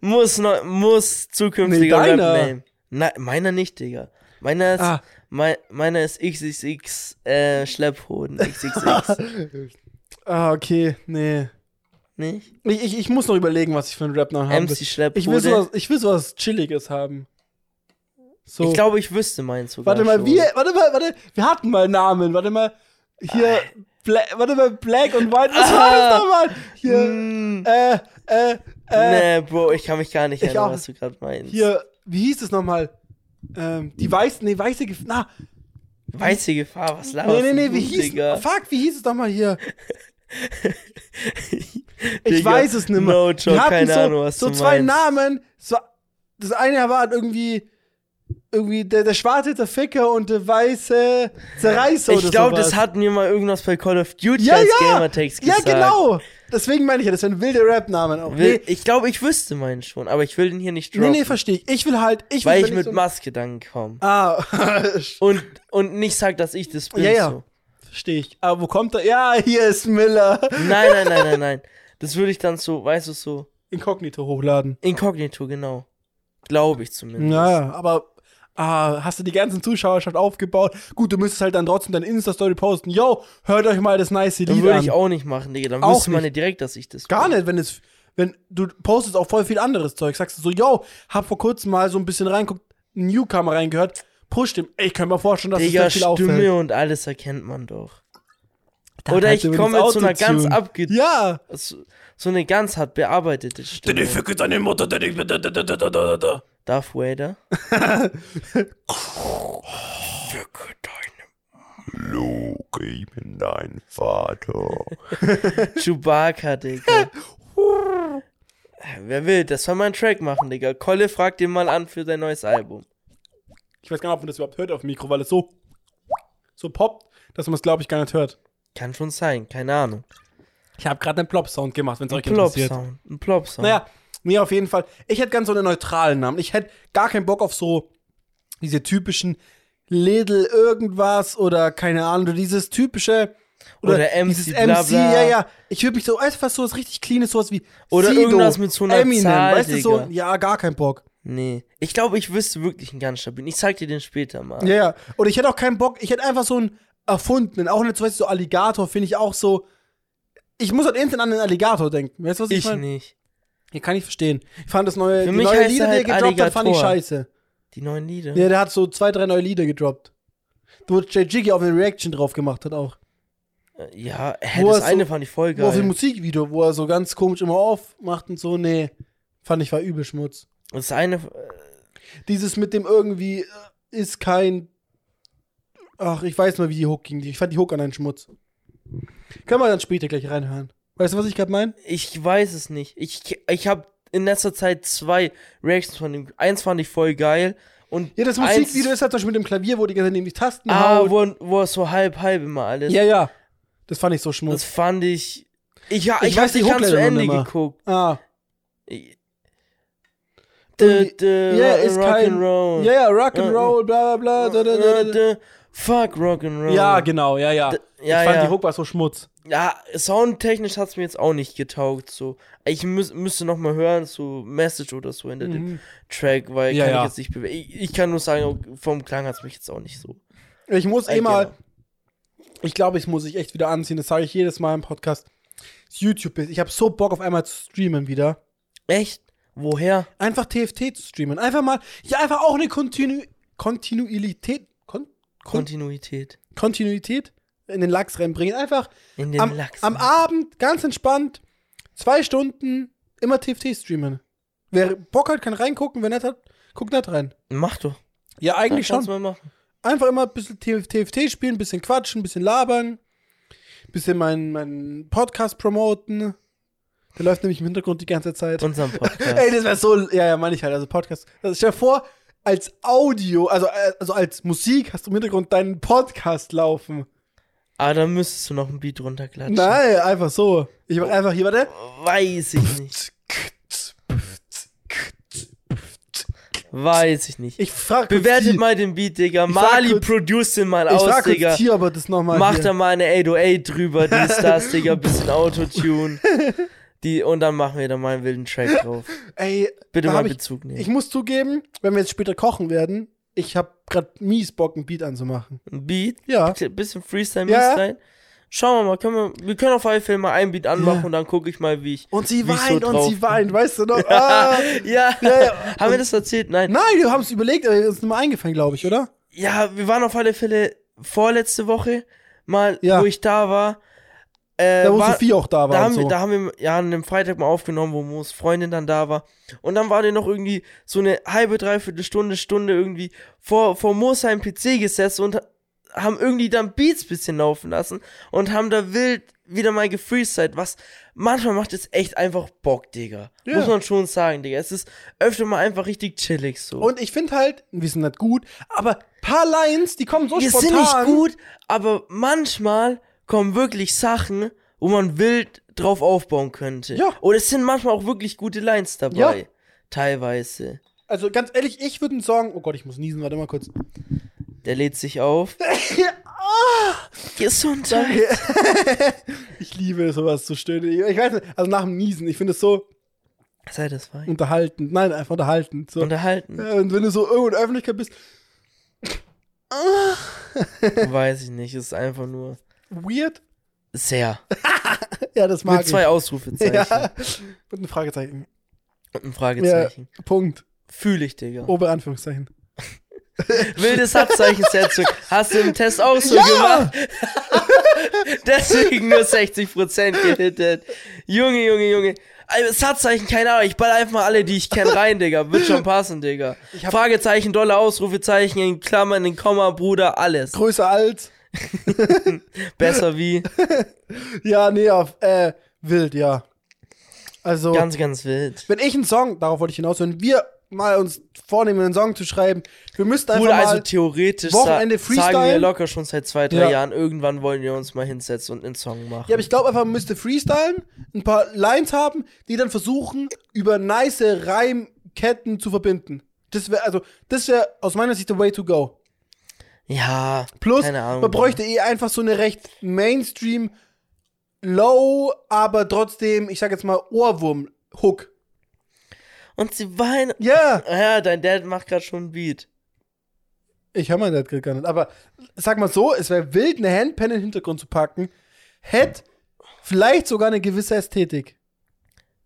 muss, neu- muss zukünftiger
Nee,
nee,
deiner.
Rap-Name. Nein, meiner nicht, Digga. Meiner ist,
Ah.
mei- meiner ist XXX
<laughs>
äh, Schlepphoden. XXX.
Ah, okay, nee.
nicht?
Ich, ich, ich muss noch überlegen, was ich für einen Rap noch haben will.
MC Schlepphude.
Ich will, sowas, ich will sowas Chilliges haben. So.
Ich glaube, ich wüsste meins sogar.
warte mal,
schon.
wir, warte mal, warte, wir hatten mal Namen, warte mal, hier, Bla warte mal, Black und White, was
Ah.
heißt nochmal? Hier,
Hm,
äh, äh, äh,
nee, Bro, ich kann mich gar nicht
ich
erinnern,
auch.
was du gerade meinst.
Hier, wie hieß es nochmal? Ähm, die weiße, nee, weiße, Gef na,
Weiße Gefahr, was
nee,
laberst
nee, nee,
du,
wie hieß,
Digga?
fuck, wie hieß es nochmal
<laughs>
hier? Ich
Digga,
weiß es nicht mehr.
No joke,
Wir hatten
keine
so,
Ahnung, was
so
du
zwei
meinst.
Namen, es war, das eine war halt irgendwie, irgendwie der, der schwarze Zerficker und der weiße Zerreißer oder
Ich glaube,
sowas.
das hat mir mal irgendwas bei Call of Duty
ja,
als
ja,
Gamertext
ja,
gesagt.
genau, deswegen meine ich ja, das sind wilde Rap-Namen auch.
Will,
Nee,
Ich glaube, ich wüsste meinen schon, aber ich will den hier nicht
nee,
droppen,
nee, verstehe ich, ich will halt, ich will,
weil ich
wenn
mit
so-
Maske dann komme.
Ah, <laughs>
Und, und nicht sag, dass ich das bin.
Ja, ja.
So.
verstehe ich, aber wo kommt er? Ja, hier ist Miller.
Nein, nein, nein, nein, nein. Das würde ich dann so, weißt du, so
Inkognito hochladen.
inkognito, genau. Glaube ich zumindest.
Ja, aber ah, hast du die ganzen Zuschauerschaft aufgebaut? Gut, du müsstest halt dann trotzdem dein Insta-Story posten. Yo, hört euch mal das nice
Dann
Lied
würde
an.
ich auch nicht machen, Digga. Dann
Auch
wüsste man
nicht.
ja direkt, dass ich das
Gar
bin.
nicht, wenn es, wenn du postest auch voll viel anderes Zeug. Sagst du so, yo, hab vor kurzem mal so ein bisschen reinguckt, einen Newcomer reingehört. Push dem. Ey, Ich kann mir vorstellen, dass
Digga,
das viel
Stimme
auffällt.
und alles erkennt man doch.
Da
Oder
hat
ich
übrigens
komme mit so einer
Autotune.
ganz abge
Ja.
so, so eine ganz hart bearbeitete Stimme.
ficke deine Mutter.
Darth
<laughs>
Vader.
Stücke deinem Luke, ich bin dein
<laughs>
Vater.
Chewbacca, Digga. <laughs> Wer will, das soll mal einen Track machen, Digga. Kolle fragt ihn mal an für sein neues Album.
Ich weiß gar nicht, ob man das überhaupt hört auf dem Mikro, weil es so, so poppt, dass man es, glaube ich, gar nicht hört.
Kann schon sein, keine Ahnung.
Ich habe gerade einen Plop-Sound gemacht, wenn es
Ein
euch interessiert.
Plop-Sound. Ein Plop-Sound.
Naja, mir auf jeden Fall. Ich hätte gern so einen neutralen Namen. Ich hätte gar keinen Bock auf so diese typischen Lidl irgendwas oder keine Ahnung, dieses typische
Oder MC,
dieses
bla,
MC,
bla.
ja, ja. Ich würde mich so einfach so was richtig cleanes, sowas wie
Oder
Sido,
irgendwas mit so einer
Eminem,
Zahl,
weißt du so,
Digga.
ja, gar keinen Bock.
Nee. Ich glaube, ich wüsste wirklich einen ganz stabilen. Ich zeig dir den später mal.
Ja, ja. Und ich hätte auch keinen Bock, ich hätte einfach so einen erfundenen, auch nicht so, weißt du, so Alligator finde ich auch so ich muss halt instant an den Alligator denken. Weißt du, was ich,
ich
meine?
nicht.
Hier kann ich verstehen. Ich fand das neue,
Für
die
mich
neue
heißt er
Lieder, die er
halt
gedroppt hat, fand ich
Alligator.
scheiße.
Die neuen Lieder.
Ja, der hat so zwei, drei neue Lieder gedroppt. Wo Jay Jiggy auf eine Reaction drauf gemacht hat auch.
Ja, hä,
Wo er
das
so-
eine fand ich voll
Wo auf dem
geil.
Musikvideo, wo er so ganz komisch immer aufmacht und so, nee. Fand ich war übel Schmutz.
Das eine.
Dieses mit dem irgendwie äh, ist kein. Ach, ich weiß mal, wie die Hook ging. Ich fand die Hook an einen Schmutz. Können wir dann später gleich reinhören. Weißt du, was ich gerade meine?
Ich weiß es nicht. Ich, ich habe in letzter Zeit zwei Reactions von dem. Eins fand ich voll geil. Und
Ja, das
eins-
Musikvideo ist halt zum Beispiel mit dem Klavier, wo die ganze Zeit neben die Tasten
Ah,
haut.
wo, wo es so halb, halb immer alles.
ja, ja. Das fand ich so
Das
schmutz.
fand ich. Ich, ja,
Ich
ich,
weiß
weiß
die
nicht ganz zu
Hook leider noch
Ende
nicht mal.
geguckt.
Ah.
Ich- Dö,
Irgendwie-
dö,
Ja,
ro-
ist kein. Ja,
Rock'n'Roll.
ja, Rock'n'Roll, bla, bla, bla. Da, da, da, da, da.
Dö, Fuck Rock'n'Roll.
Ja, genau, ja, ja.
ja,
ich fand
ja.
die Hook war so schmutz.
Ja, soundtechnisch hat's mir jetzt auch nicht getaugt. So. Ich müß, müsste noch mal hören, so Message oder so hinter
Mhm.
dem Track, weil
Ja,
kann
ja.
ich jetzt nicht bewegen. Ich, ich kann nur sagen, vom Klang hat's mich jetzt auch nicht so.
Ich muss eh
Ey,
mal,
genau.
ich glaube, ich muss ich echt wieder anziehen. Das sage ich jedes Mal im Podcast. Das YouTube ist. Ich habe so Bock auf einmal zu streamen wieder.
Echt? Woher?
Einfach TFT zu streamen. Einfach mal, ja, einfach auch eine Kontinu Kontinuität. Kon Kon
Kontinuität.
Kontinuität in den Lachs reinbringen. Einfach
In den
am,
Lachs.
am Abend ganz entspannt zwei Stunden immer TFT streamen. Wer Bock hat, kann reingucken. Wer nicht hat, guckt nicht rein.
Mach doch.
Ja, eigentlich schon.
Kannst mal machen.
Einfach immer ein bisschen TF TFT spielen, ein bisschen quatschen, ein bisschen labern, ein bisschen meinen meinen Podcast promoten. Der läuft nämlich im Hintergrund die ganze Zeit. <laughs>
Unseren Podcast.
Ey, das wäre so. Ja, ja, meine ich halt. Also Podcast. Also stell dir vor, als Audio, also, äh, also als Musik hast du im Hintergrund deinen Podcast laufen.
Aber Ah, da müsstest du noch ein Beat runterklatschen.
Nein, einfach so. Ich mach einfach hier, warte.
Weiß ich nicht. Weiß ich nicht.
Ich frag kurz
Bewertet
die-
mal den Beat, Digga.
frag
Mali
kurz-
produziert den mal
Ich
aus,
frag
Digga.
kurz hier, aber das nochmal.
Mach da mal eine 808
<laughs>
drüber, die ist das, Digga, bisschen Autotune. Die, und dann machen wir da mal einen wilden Track
<laughs>
drauf.
Ey,
Bitte
da
mal
hab ich,
Bezug nehmen.
ich muss zugeben, wenn wir jetzt später kochen werden, ich hab grad mies Bock, ein Beat anzumachen.
Ein Beat,
Ja.
bisschen- bisschen Freestyle,
Ja, ja.
Freestyle. Schauen wir mal, können wir, wir können auf alle Fälle mal einen Beat anmachen
Ja.
und dann gucke ich mal, wie ich.
Und sie
wie ich so
weint und
drauf
sie
bin.
weint, weißt du noch?
<laughs>
Ah.
Ja,
Ja, ja.
<laughs> haben wir das erzählt? Nein.
Nein, wir haben es überlegt, aber uns ist mal eingefallen, glaube ich, oder?
Ja, wir waren auf alle Fälle vorletzte Woche mal,
Ja.
wo ich da war. Äh,
Da, wo
war-
Sophie auch da war.
da
und
haben,
so.
da haben wir ja an dem Freitag mal aufgenommen, wo Moos Freundin dann da war. Und dann war der noch irgendwie so eine halbe, dreiviertel Stunde, Stunde irgendwie vor, vor Moos seinem PC gesessen und ha- haben irgendwie dann Beats bisschen laufen lassen und haben da wild wieder mal gefreestylt, was manchmal macht es echt einfach Bock, Digga.
Ja.
Muss man schon sagen, Digga. Es ist öfter mal einfach richtig chillig so.
Und ich finde halt, wir sind nicht gut, aber paar Lines, die kommen so
wir sind
spontan.
nicht gut, aber manchmal kommen wirklich Sachen, wo man wild drauf aufbauen könnte.
Ja.
Oder es sind manchmal auch wirklich gute Lines dabei.
Ja.
Teilweise.
Also ganz ehrlich, ich würde einen Song. Oh Gott, ich muss niesen, warte mal kurz. <laughs>
Der lädt sich auf. Gesundheit.
Danke. ich liebe sowas zu stöhnen. Ich weiß nicht, also nach dem Niesen, ich finde es so
Sei das fein.
unterhaltend. Nein, einfach unterhaltend. So.
Unterhalten.
<laughs> Ja, Und wenn du so irgendwo in der Öffentlichkeit bist,
Weiß ich nicht. Ist einfach nur
weird.
sehr.
Ja, das mag
Mit zwei
ich. <laughs>
Ausrufezeichen.
Ja. Mit einem Fragezeichen.
Und ein Fragezeichen.
Punkt.
Fühle ich, Digga.
Ober Anführungszeichen.
Wilde Satzzeichen-Setzung. Hast du im Test auch so
Ja!
gemacht? <laughs> Deswegen nur 60% gehittet. Junge, Junge, Junge. Ein Satzzeichen, keine Ahnung, ich ball einfach mal alle, die ich kenne, rein, Digga. Wird schon passen, Digga.
hab-
Fragezeichen, Dollar, Ausrufezeichen, in Klammern, in Komma, Bruder, alles.
Größer als.
Besser wie.
Ja, nee, auf, äh, wild, ja. Also,
Ganz, ganz wild.
wenn ich einen Song, darauf wollte ich hinaus, wenn wir mal uns vornehmen, einen Song zu schreiben, wir müssten einfach
Bruder,
mal.
also theoretisch sa-
Wochenende
sagen wir
freestylen?
locker schon seit zwei, drei
Ja.
Jahren, irgendwann wollen wir uns mal hinsetzen und einen Song machen.
ja, aber ich glaube einfach, man müsste freestylen, ein paar Lines haben, die dann versuchen, über nice Reimketten zu verbinden. Das wäre, also, das wäre aus meiner Sicht the way to go.
ja,
Plus,
keine Ahnung,
man bräuchte eh einfach so eine recht Mainstream, low, aber trotzdem, ich sag jetzt mal, Ohrwurm-Hook.
Und sie weinen.
<laughs> Ja!
Ah Ja, dein Dad macht gerade schon einen Beat.
Ich habe mein Dad gerade gar nicht. Aber sag mal so, es wäre wild, eine Handpan in den Hintergrund zu packen. Hätte vielleicht sogar eine gewisse Ästhetik.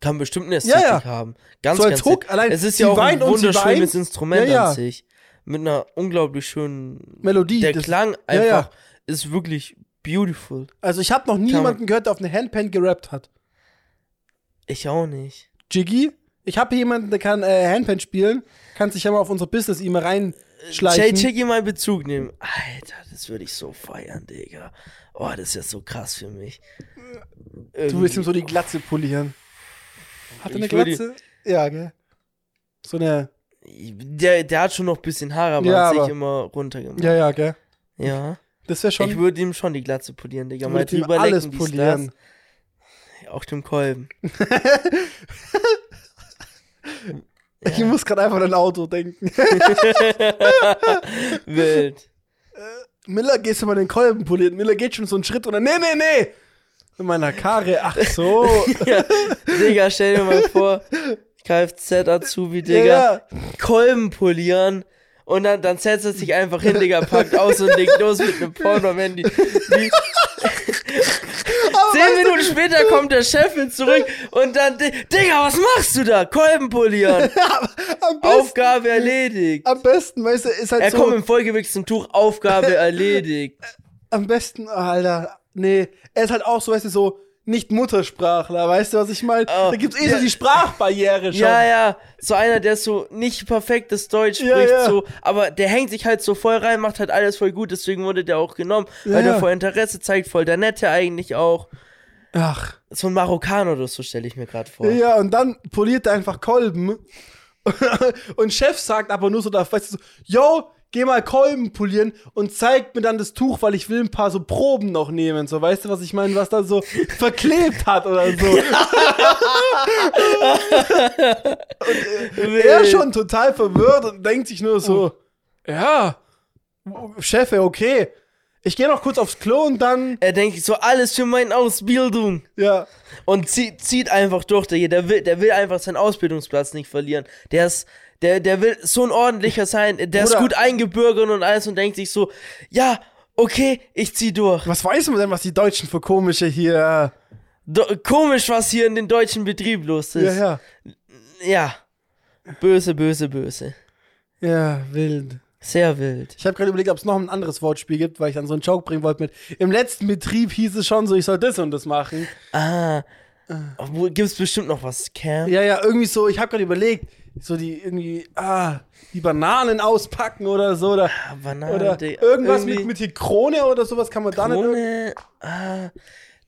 Kann bestimmt eine
Ja,
Ästhetik
ja.
haben. Ganz,
So als
ganz
Hook, allein
Es ist
sie
ja auch ein
weint und sie
wunderschönes
weint.
Instrument
Ja, ja.
an sich. Mit einer unglaublich schönen
Melodie.
Der
das-
Klang
ja, ja.
einfach ist wirklich beautiful.
Also ich habe noch niemanden gehört, der auf eine Handpan gerappt hat.
Ich auch nicht.
Jiggy, ich habe hier jemanden, der kann äh, Handpan spielen. Kann sich ja mal auf unser Business e
Jay
reinschleichen.
Chicky mal Bezug nehmen. Alter, das würde ich so feiern, Digga. Oh, das ist ja so krass für mich.
du willst ihm so die Glatze polieren. Hat er eine
Ich würd
Glatze? Ja, gell. So eine.
Der, der hat schon noch ein bisschen Haare, aber
Ja,
hat sich
aber-
immer runtergemacht. Ja.
Ja, ja, gell. Das wäre schon.
Ich würde ihm schon die Glatze polieren, Digga.
Ich
Mal
würd ihm
drüber
alles
lecken, dies,
polieren.
das. Auch dem Kolben.
Ich muss gerade einfach an ein Auto denken.
Wild. <laughs>
Miller, gehst du mal den Kolben polieren? Miller geht schon so einen Schritt und dann, nee, nee, nee. Mit meiner Karre, ach so.
Ja, Digga, stell dir mal vor, Kfz-Azubi, <laughs> Digga.
Ja,
Kolben polieren. Und dann, dann setzt er sich einfach hin, Digga, packt aus und legt los mit einem Porno am
<laughs>
Handy. Wie- Zehn Minuten später kommt der Chef mit zurück und dann, Di- Digga, was machst du da? Kolben
<laughs>
polieren.
am, besten,
Aufgabe erledigt.
am besten, weißt du, ist halt
Er kommt
so.
im vollgewichsten Tuch, Aufgabe erledigt.
Am besten, oh, Alter, nee. Er ist halt auch so, weißt du, so nicht Muttersprachler, weißt du, was ich meine?
Ah,
da gibt's eh
ja.
so die Sprachbarriere schon.
Ja, ja, so einer, der so nicht perfektes Deutsch
Ja,
spricht,
ja.
so, aber der hängt sich halt so voll rein, macht halt alles voll gut, deswegen wurde der auch genommen, weil
Ja,
der
ja.
voll Interesse zeigt, voll der Nette eigentlich auch.
Ach.
So ein Marokkaner oder so stelle ich mir gerade vor.
Ja, und dann poliert er einfach Kolben. <laughs> und Chef sagt aber nur so, da, weißt du, so, yo, geh mal Kolben polieren und zeigt mir dann das Tuch, weil ich will ein paar so Proben noch nehmen. So, weißt du, was ich meine, was da <laughs> so verklebt hat oder so. er schon total verwirrt und denkt sich nur so, Oh. ja, Chef, ja, okay. Ich gehe noch kurz aufs Klo und dann,
Er denkt sich so, alles für meine Ausbildung.
ja.
Und zieht, zieht einfach durch. Der, der, will, der will einfach seinen Ausbildungsplatz nicht verlieren. Der ist, der, der will so ein ordentlicher sein. Der ist
Bruder.
gut eingebürgert und alles und denkt sich so, ja, okay, ich zieh durch.
Was weiß man denn, was die Deutschen für komische hier...
Do komisch, was hier in den deutschen Betrieb los
Ja,
ist.
ja.
ja. Böse, böse, böse.
Ja, wild.
Sehr wild.
Ich habe gerade überlegt, ob es noch ein anderes Wortspiel gibt, weil ich dann so einen Joke bringen wollte mit, im letzten Betrieb hieß es schon so, ich soll das und das machen.
Ah. Obwohl, gibt's bestimmt noch was, Cam?
Ja, ja, irgendwie so, ich habe gerade überlegt, so die irgendwie, ah, die Bananen auspacken oder so, oder,
Banane,
oder
Digga.
irgendwas mit,
Ah, Irgendwie-
mit hier Krone oder sowas kann man da nicht... irgendwie-
Krone, ah,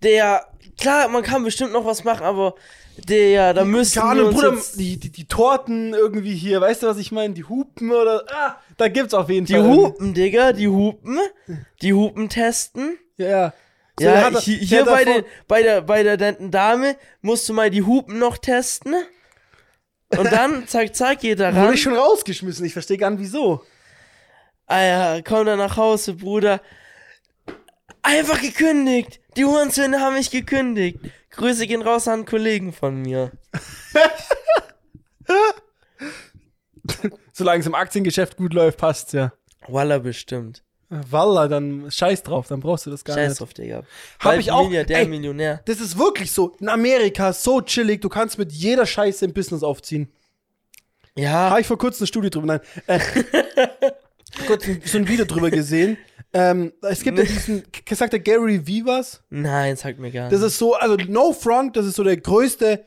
der, klar, man kann bestimmt noch was machen, aber der, da müssen
Keine
wir
Ahnung,
uns
Bruder,
jetzt,
die, die, die Torten irgendwie hier, weißt du, was ich meine? Die Hupen oder, ah, da gibt's auf jeden
die
Fall...
Hupen, Digga, die Hupen, die Hupen testen.
Ja, ja. So, der
ja,
hat da-
hier,
der
hier
hat da
bei,
vor-
den, bei der, bei der netten Dame musst du mal die Hupen noch testen. ne?
<laughs>
Und dann, zack, zack, geht er
Wurde
ran.
ich schon rausgeschmissen, ich verstehe gar nicht, wieso.
Ah ja, komm dann nach Hause, Bruder. Einfach gekündigt. Die Hurensöhne haben mich gekündigt. Grüße gehen raus an einen Kollegen von mir.
Solange es im Aktiengeschäft gut läuft, passt's ja.
Walla bestimmt.
Walla, dann scheiß drauf, dann brauchst du das gar
Scheiß
nicht.
drauf, Digga.
Hab
Bald
ich auch-
Milliardär,
ey.
Millionär.
Das ist wirklich so. In Amerika so chillig, du kannst mit jeder Scheiße im Business aufziehen.
Ja,
Habe ich vor kurzem eine Studie drüber, nein.
<laughs>
Äh, kurz ein- so ein Video drüber gesehen. Ähm, es gibt ja diesen, k- sagt der Gary Vivas?
nein, sag mir gar nicht.
Das ist so, also No Front, das ist so der größte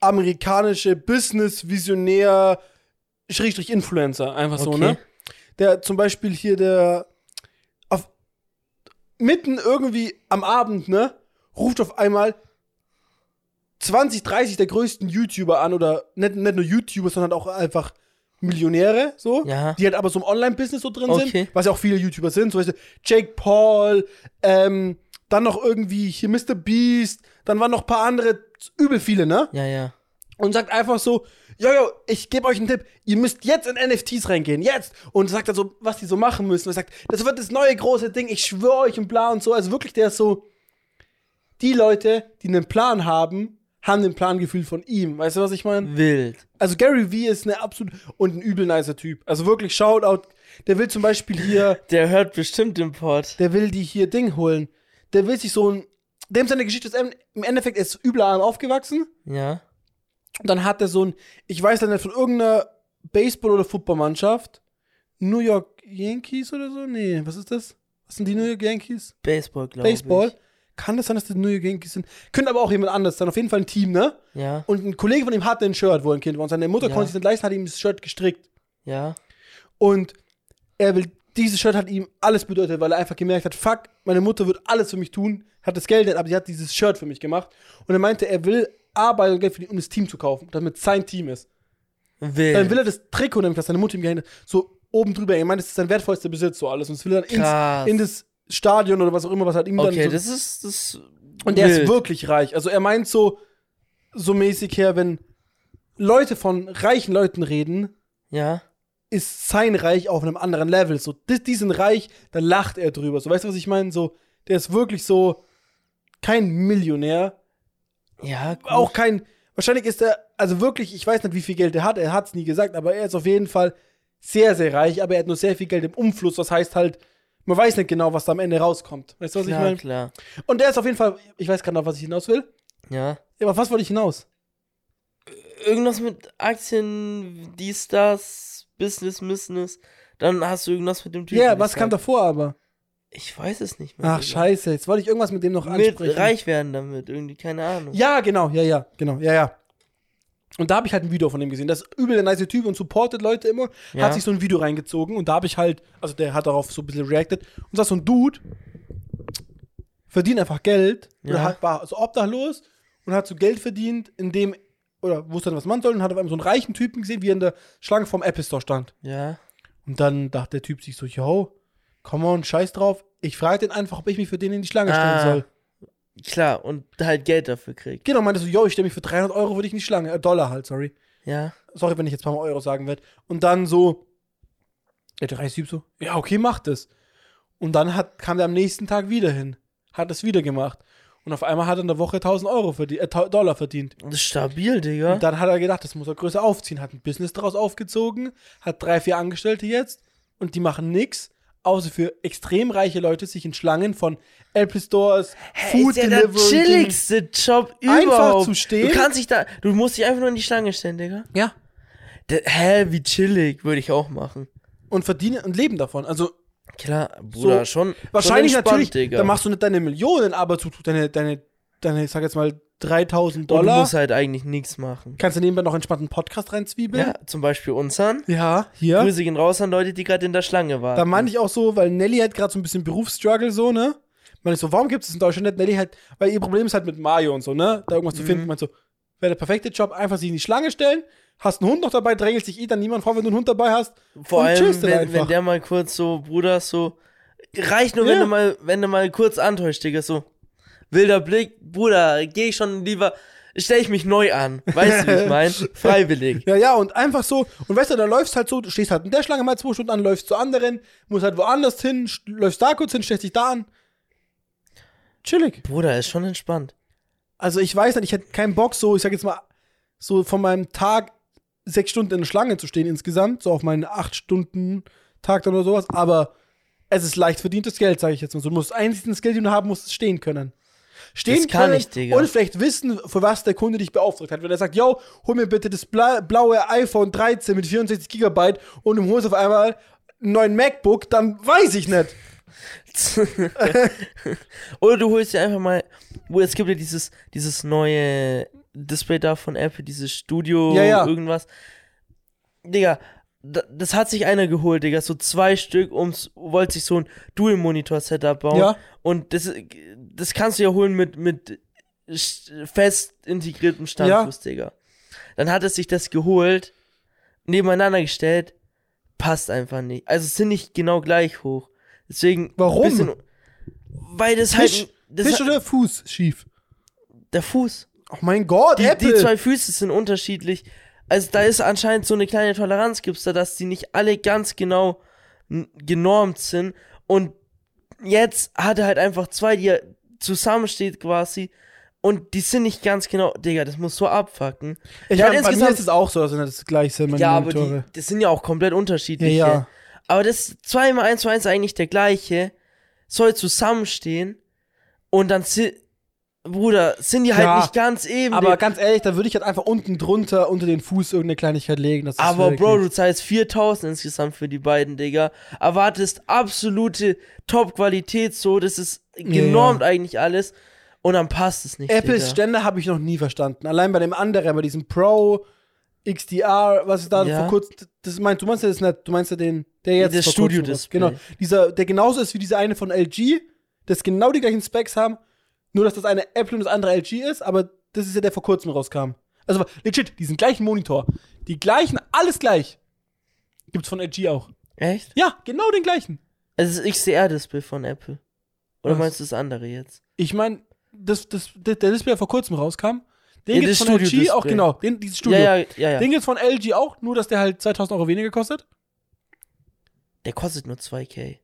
amerikanische Business-Visionär, Schrägstrich Influencer, einfach so,
Okay.
ne? Der zum Beispiel hier, der auf, mitten irgendwie am Abend, ne, ruft auf einmal 20, 30 der größten YouTuber an oder nicht, nicht nur YouTuber, sondern auch einfach Millionäre, so,
Ja.
die halt aber so im Online-Business so drin
Okay.
sind, was ja auch viele YouTuber sind, zum Beispiel Jake Paul, ähm, dann noch irgendwie hier Mr. Beast, dann waren noch ein paar andere, übel viele, ne?
Ja, ja.
und sagt einfach so, Jojo, ich gebe euch einen Tipp, ihr müsst jetzt in NFTs reingehen, jetzt. Und sagt dann so, was die so machen müssen. Und sagt, das wird das neue große Ding, ich schwöre euch und bla und so. Also wirklich, der ist so, die Leute, die einen Plan haben, haben den Plan gefühlt von ihm. Weißt du, was ich
Mhm.
meine?
Wild.
Also Gary Vee ist eine absolut und ein übel nicer Typ. Also wirklich, Shoutout. Der will zum Beispiel hier,
Der hört bestimmt den Pod.
der will die hier Ding holen. Der will sich so ein, dem seine Geschichte ist im im Endeffekt, er ist übel arm aufgewachsen.
Ja.
Und dann hat er so ein, ich weiß dann nicht, von irgendeiner Baseball- oder Footballmannschaft, New York Yankees oder so? Nee, was ist das? Was sind die New York Yankees?
Baseball, glaube ich.
Baseball? Kann das sein, dass das New York Yankees sind? Könnte aber auch jemand anders sein, auf jeden Fall ein Team, ne?
Ja,
Und ein Kollege von ihm hatte ein Shirt, wo er ein Kind war. Und seine Mutter
Ja.
konnte sich nicht leisten, hat ihm das Shirt gestrickt.
ja.
Und er will, dieses Shirt hat ihm alles bedeutet, weil er einfach gemerkt hat, fuck, meine Mutter wird alles für mich tun, hat das Geld nicht, aber sie hat dieses Shirt für mich gemacht. Und er meinte, er will arbeiten und Geld verdienen, um das Team zu kaufen, damit sein Team ist.
Wild.
Dann will er das Trikot nämlich, das seine Mutter ihm gehängt hat, so oben drüber. Ich meine, das ist sein wertvollster Besitz, so alles. Und das will er
Krass.
dann ins, in das Stadion oder was auch immer, was halt ihm
okay,
dann. So,
das ist. Das
und der
wild.
ist wirklich reich. Also er meint so, so mäßig her, wenn Leute von reichen Leuten reden,
Ja.
ist sein Reich auf einem anderen Level. So, die, die sind reich, dann lacht er drüber. So, weißt du, was ich meine? So, der ist wirklich so kein Millionär,
Ja, gut.
auch kein. Wahrscheinlich ist er, also wirklich, ich weiß nicht, wie viel Geld er hat, er hat es nie gesagt, aber er ist auf jeden Fall sehr, sehr reich, aber er hat nur sehr viel Geld im Umfluss, das heißt halt, man weiß nicht genau, was da am Ende rauskommt. Weißt du, was
klar,
ich meine?
klar.
Und der ist auf jeden Fall, ich weiß gerade noch, was ich hinaus will,
Ja.
aber auf was wollte ich hinaus?
Irgendwas mit Aktien, dies, das, Business, Business. Dann hast du irgendwas mit dem
Ja,
den ich
was kam
sag.
davor aber?
Ich weiß es nicht mehr.
Ach,
Digga.
scheiße, jetzt wollte ich irgendwas mit dem noch
Mit
ansprechen.
reich werden damit, irgendwie, keine Ahnung.
Ja, genau, ja, ja, genau, ja, ja. Und da habe ich halt ein Video von dem gesehen. Das ist übel der nice Typ und supportet Leute immer.
Ja.
Hat sich so ein Video reingezogen und da habe ich halt, also der hat darauf so ein bisschen reacted. Und sagt so ein Dude, verdient einfach Geld.
Ja.
Oder hat, war so obdachlos und hat so Geld verdient, indem, oder wusste dann, was man soll und hat auf einmal so einen reichen Typen gesehen, wie er in der Schlange vorm Apple Store stand.
Ja.
Und dann dachte der Typ sich so, yo, komm on, scheiß drauf. Ich frage den einfach, ob ich mich für den in die Schlange stellen
Ah.
soll.
Klar, und halt Geld dafür kriegt.
Genau, meinte so, yo, ich stelle mich für 300 Euro, würde ich in die Schlange, äh, Dollar halt, sorry.
Ja.
sorry, wenn ich jetzt ein paar Mal Euro sagen werde. Und dann so, ja, der reiche Typ so, ja, okay, mach das. Und dann hat, kam der am nächsten Tag wieder hin, hat es wieder gemacht. Und auf einmal hat er in der Woche 1000 Euro verdient, äh, 1000 Dollar verdient.
Das ist stabil, Digga.
Und dann hat er gedacht, das muss er größer aufziehen, hat ein Business draus aufgezogen, hat drei, vier Angestellte jetzt und die machen nix, außer für extrem reiche Leute sich in Schlangen von Apple Stores,
Hey,
Food
ist ja der
Delivery.
chilligste Job
Einfach
überhaupt.
zu stehen?
Du kannst dich da, du musst dich einfach nur in die Schlange stellen, Digga.
Ja.
Der, hä, wie chillig, würde ich auch machen.
Und verdienen und leben davon. Also
Klar, Bruder,
So,
schon.
Wahrscheinlich
schon entspannt,
natürlich,
Digga.
dann machst du nicht deine Millionen, aber zu deine, deine, deine, ich sag jetzt mal, 3000
Und du
Dollar.
musst halt eigentlich nichts machen.
kannst du nebenbei noch entspannt einen Podcast reinzwiebeln?
Ja, zum Beispiel unseren.
Ja, hier.
Grüße gehen raus an Leute, die gerade in der Schlange waren.
Da meine ich auch so, weil Nelly hat gerade so ein bisschen Berufsstruggle, so, ne? Meine ich so, warum gibt es in Deutschland nicht? Nelly halt, weil ihr Problem ist halt mit Mario und so, ne? Da
Mhm.
irgendwas zu finden. Meint so, wäre der perfekte Job, einfach sich in die Schlange stellen, hast einen Hund noch dabei, drängelt sich eh dann niemand vor, wenn du einen Hund dabei hast.
Vor
und
allem,
chillst dann
wenn,
einfach.
wenn der mal kurz so, Bruder, so. Reicht nur, wenn
Ja.
du mal, wenn du mal kurz antäuscht, Digga, so. Wilder Blick, Bruder, geh ich schon lieber, stell ich mich neu an. Weißt
<laughs>
du, wie ich mein? Freiwillig.
Ja, ja, und einfach so, und weißt du, da läufst halt so, du stehst halt in der Schlange mal zwei Stunden an, läufst zur anderen, musst halt woanders hin, sch- läufst da kurz hin, stellst dich da an. Chillig.
Bruder, ist schon entspannt.
Also ich weiß nicht, ich hätte keinen Bock, so, ich sag jetzt mal, so von meinem Tag sechs Stunden in der Schlange zu stehen insgesamt, so auf meinen acht Stunden Tag dann oder sowas, aber es ist leicht verdientes Geld, sage ich jetzt mal. So, du musst einziges Geld, den du haben musst, ist stehen können. Stehen
Das kann
können
ich, Digga.
und vielleicht wissen, für was der Kunde dich beauftragt hat. Wenn er sagt, yo, hol mir bitte das bla blaue iPhone 13 mit 64 Gigabyte und du holst auf einmal einen neuen MacBook, dann weiß ich nicht.
<laughs> Oder du holst dir einfach mal, Bruder, es gibt ja dieses, dieses neue Display da von Apple, dieses Studio,
Ja, ja.
irgendwas. Digga, da- das hat sich einer geholt, Digga, so zwei Stück, ums, wollte sich so ein Dual-Monitor-Setup bauen.
Ja.
Und das, das kannst du ja holen mit, mit sch- fest integriertem Standfuß, Digga. Dann hat es sich das geholt, nebeneinander gestellt, passt einfach nicht. Also es sind nicht genau gleich hoch. Deswegen.
Warum?
bisschen- weil das
Tisch,
halt. Das
Tisch
hat-
oder Fuß schief?
der Fuß.
Oh mein Gott,
Die,
Apple.
die zwei Füße sind unterschiedlich. Also da ist anscheinend so eine kleine Toleranz gibt's da, dass die nicht alle ganz genau n- genormt sind. Und jetzt hat er halt einfach zwei, die er zusammensteht quasi. Und die sind nicht ganz genau. Digga, das muss so abfucken.
ich
der hat
meine, bei mir
insgesamt-
ist es auch so, dass das gleich sind, meine
ja, aber die,
Monitore.
das sind ja auch komplett unterschiedliche.
Ja, ja.
Aber das 2x1 zu 1 eigentlich der gleiche, soll zusammenstehen und dann si Bruder, sind die
Ja,
halt nicht ganz eben.
aber ganz ehrlich, da würde ich halt einfach unten drunter unter den Fuß irgendeine Kleinigkeit legen. dass Das
Aber
wirklich-
Bro, du zahlst 4000 insgesamt für die beiden, Digga. Erwartest absolute Top-Qualität, so, das ist genormt eigentlich alles. Und dann passt es nicht.
Apples
Digga.
Ständer habe ich noch nie verstanden. Allein bei dem anderen, bei diesem Pro XDR, was ist da
Ja.
vor kurzem. Das meinst, du meinst ja das nicht, du meinst ja den, der jetzt.
Das
vor kurzem
Studio-Display.
raus- Genau. Dieser, der genauso ist wie dieser eine von LG, das genau die gleichen Specs haben, nur dass das eine Apple und das andere LG ist, aber das ist ja der vor kurzem rauskam. Also legit, diesen gleichen Monitor. Die gleichen, alles gleich. Gibt's von LG auch.
Echt?
Ja, genau den gleichen.
Also das XDR-Display von Apple. Oder
Was?
meinst du das andere jetzt?
Ich meine, das, das, der der Display der vor kurzem rauskam, den
Ja,
gibt's
das
von LG auch
Studio-Display.
genau, den, dieses Studio.
Ja, ja, ja. ja.
Den gibt's von LG auch, nur dass der halt 2000 Euro weniger kostet.
Der kostet nur 2K.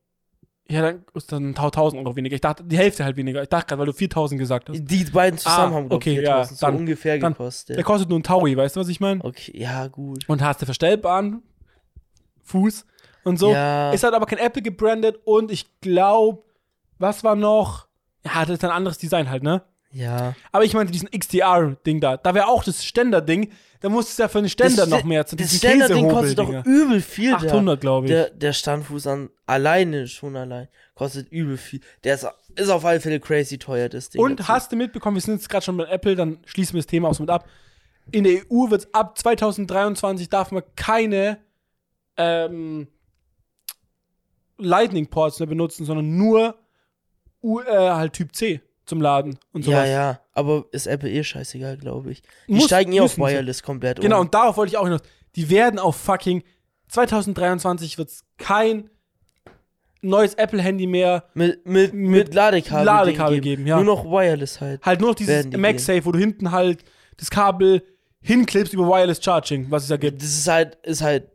Ja, dann ist dann 1000 Euro weniger. Ich dachte, die Hälfte halt weniger. Ich dachte gerade, weil du 4000 gesagt hast.
Die beiden zusammen
Ah,
haben, glaube
okay,
ich,
ja,
4000 so
dann-
ungefähr
dann-
gekostet.
Der kostet nur ein Taui, weißt du, was ich meine?
okay, ja, gut.
Und hast du verstellbaren Fuß und so.
Ja.
Ist halt aber kein Apple gebrandet und ich glaube, was war noch? Ja, das ist ein anderes Design halt, ne?
Ja.
Aber ich meinte diesen XDR-Ding da. Da wäre auch das Ständer-Ding. Da musst du ja für den Ständer
Ste-
noch mehr zu
Das
diesen
Ständer-Ding
Käsehobel,
kostet
Dinger.
doch übel viel.
800, glaube ich.
Der, der, der Standfuß an, alleine, schon allein, kostet übel viel. Der ist, ist auf alle Fälle crazy teuer, das Ding.
Und
dazu.
hast du mitbekommen, wir sind jetzt gerade schon bei Apple, dann schließen wir das Thema auch so mit ab. In der EU wird es ab 2023 darf man keine ähm, Lightning Ports mehr benutzen, sondern nur U äh, halt Typ C zum Laden und
Ja,
sowas.
ja. Aber ist Apple eh scheißegal, glaube ich. Die
Muss-
steigen eh auf
müssen sie.
Wireless komplett
Genau,
um.
und darauf wollte ich auch hinaus. Die werden auf fucking 2023 wird es kein neues Apple-Handy mehr,
Mit, mit, mit,
mit
Ladekabel.
Ladekabel
Ding
geben, ja.
Nur noch Wireless halt.
halt nur noch dieses
Werden die
MagSafe, wo du hinten halt das Kabel hinklippst über Wireless Charging, was es ja gibt.
Das ist halt, ist halt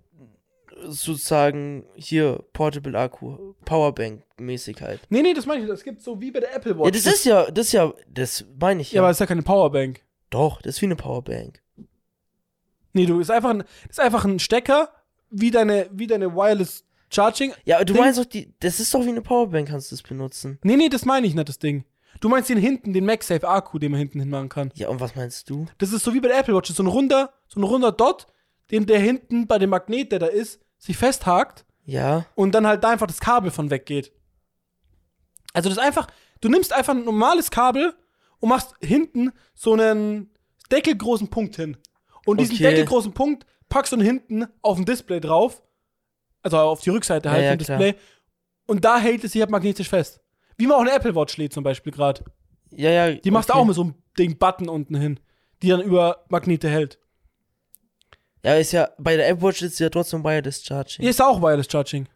sozusagen hier Portable Akku, Powerbank mäßig halt.
Nee, nee, das meine ich. nicht. Das gibt so wie bei der Apple
Ja,
Watch.
das ist ja, das ist ja, das meine ich
ja,
ja.
aber das ist ja keine Powerbank.
Doch, das ist wie eine Powerbank.
Nee, du ist einfach ein, ist einfach ein Stecker wie deine, wie deine Wireless Charging.
Ja, aber du
Ding-
meinst doch, die, das ist doch wie eine Powerbank, kannst du das benutzen.
Nee, nee, das meine ich nicht, das Ding. Du meinst den hinten, den MagSafe Akku, den man hinten hinmachen kann.
Ja, und was meinst du?
Das ist so wie bei der Apple Watch, so ein runder, so ein runder Dot, den der hinten bei dem Magnet, der da ist, sich festhakt
Ja,
und dann halt da einfach das Kabel von weggeht. Also das ist einfach, du nimmst einfach ein normales Kabel und machst hinten so einen deckelgroßen Punkt hin. Und diesen
Okay.
deckelgroßen Punkt packst du dann hinten auf ein Display drauf, also auf die Rückseite
Ja,
halt
ja,
vom
klar.
Display. Und da hält es sich halt magnetisch fest. Wie man auch eine Apple Watch lädt zum Beispiel gerade.
ja, ja.
Die machst du
okay.
auch mit so einem Ding Button unten hin, die dann über Magnete hält.
Ja, ist ja, bei der Apple Watch ist ja trotzdem Wireless Charging.
Hier ist auch Wireless Charging.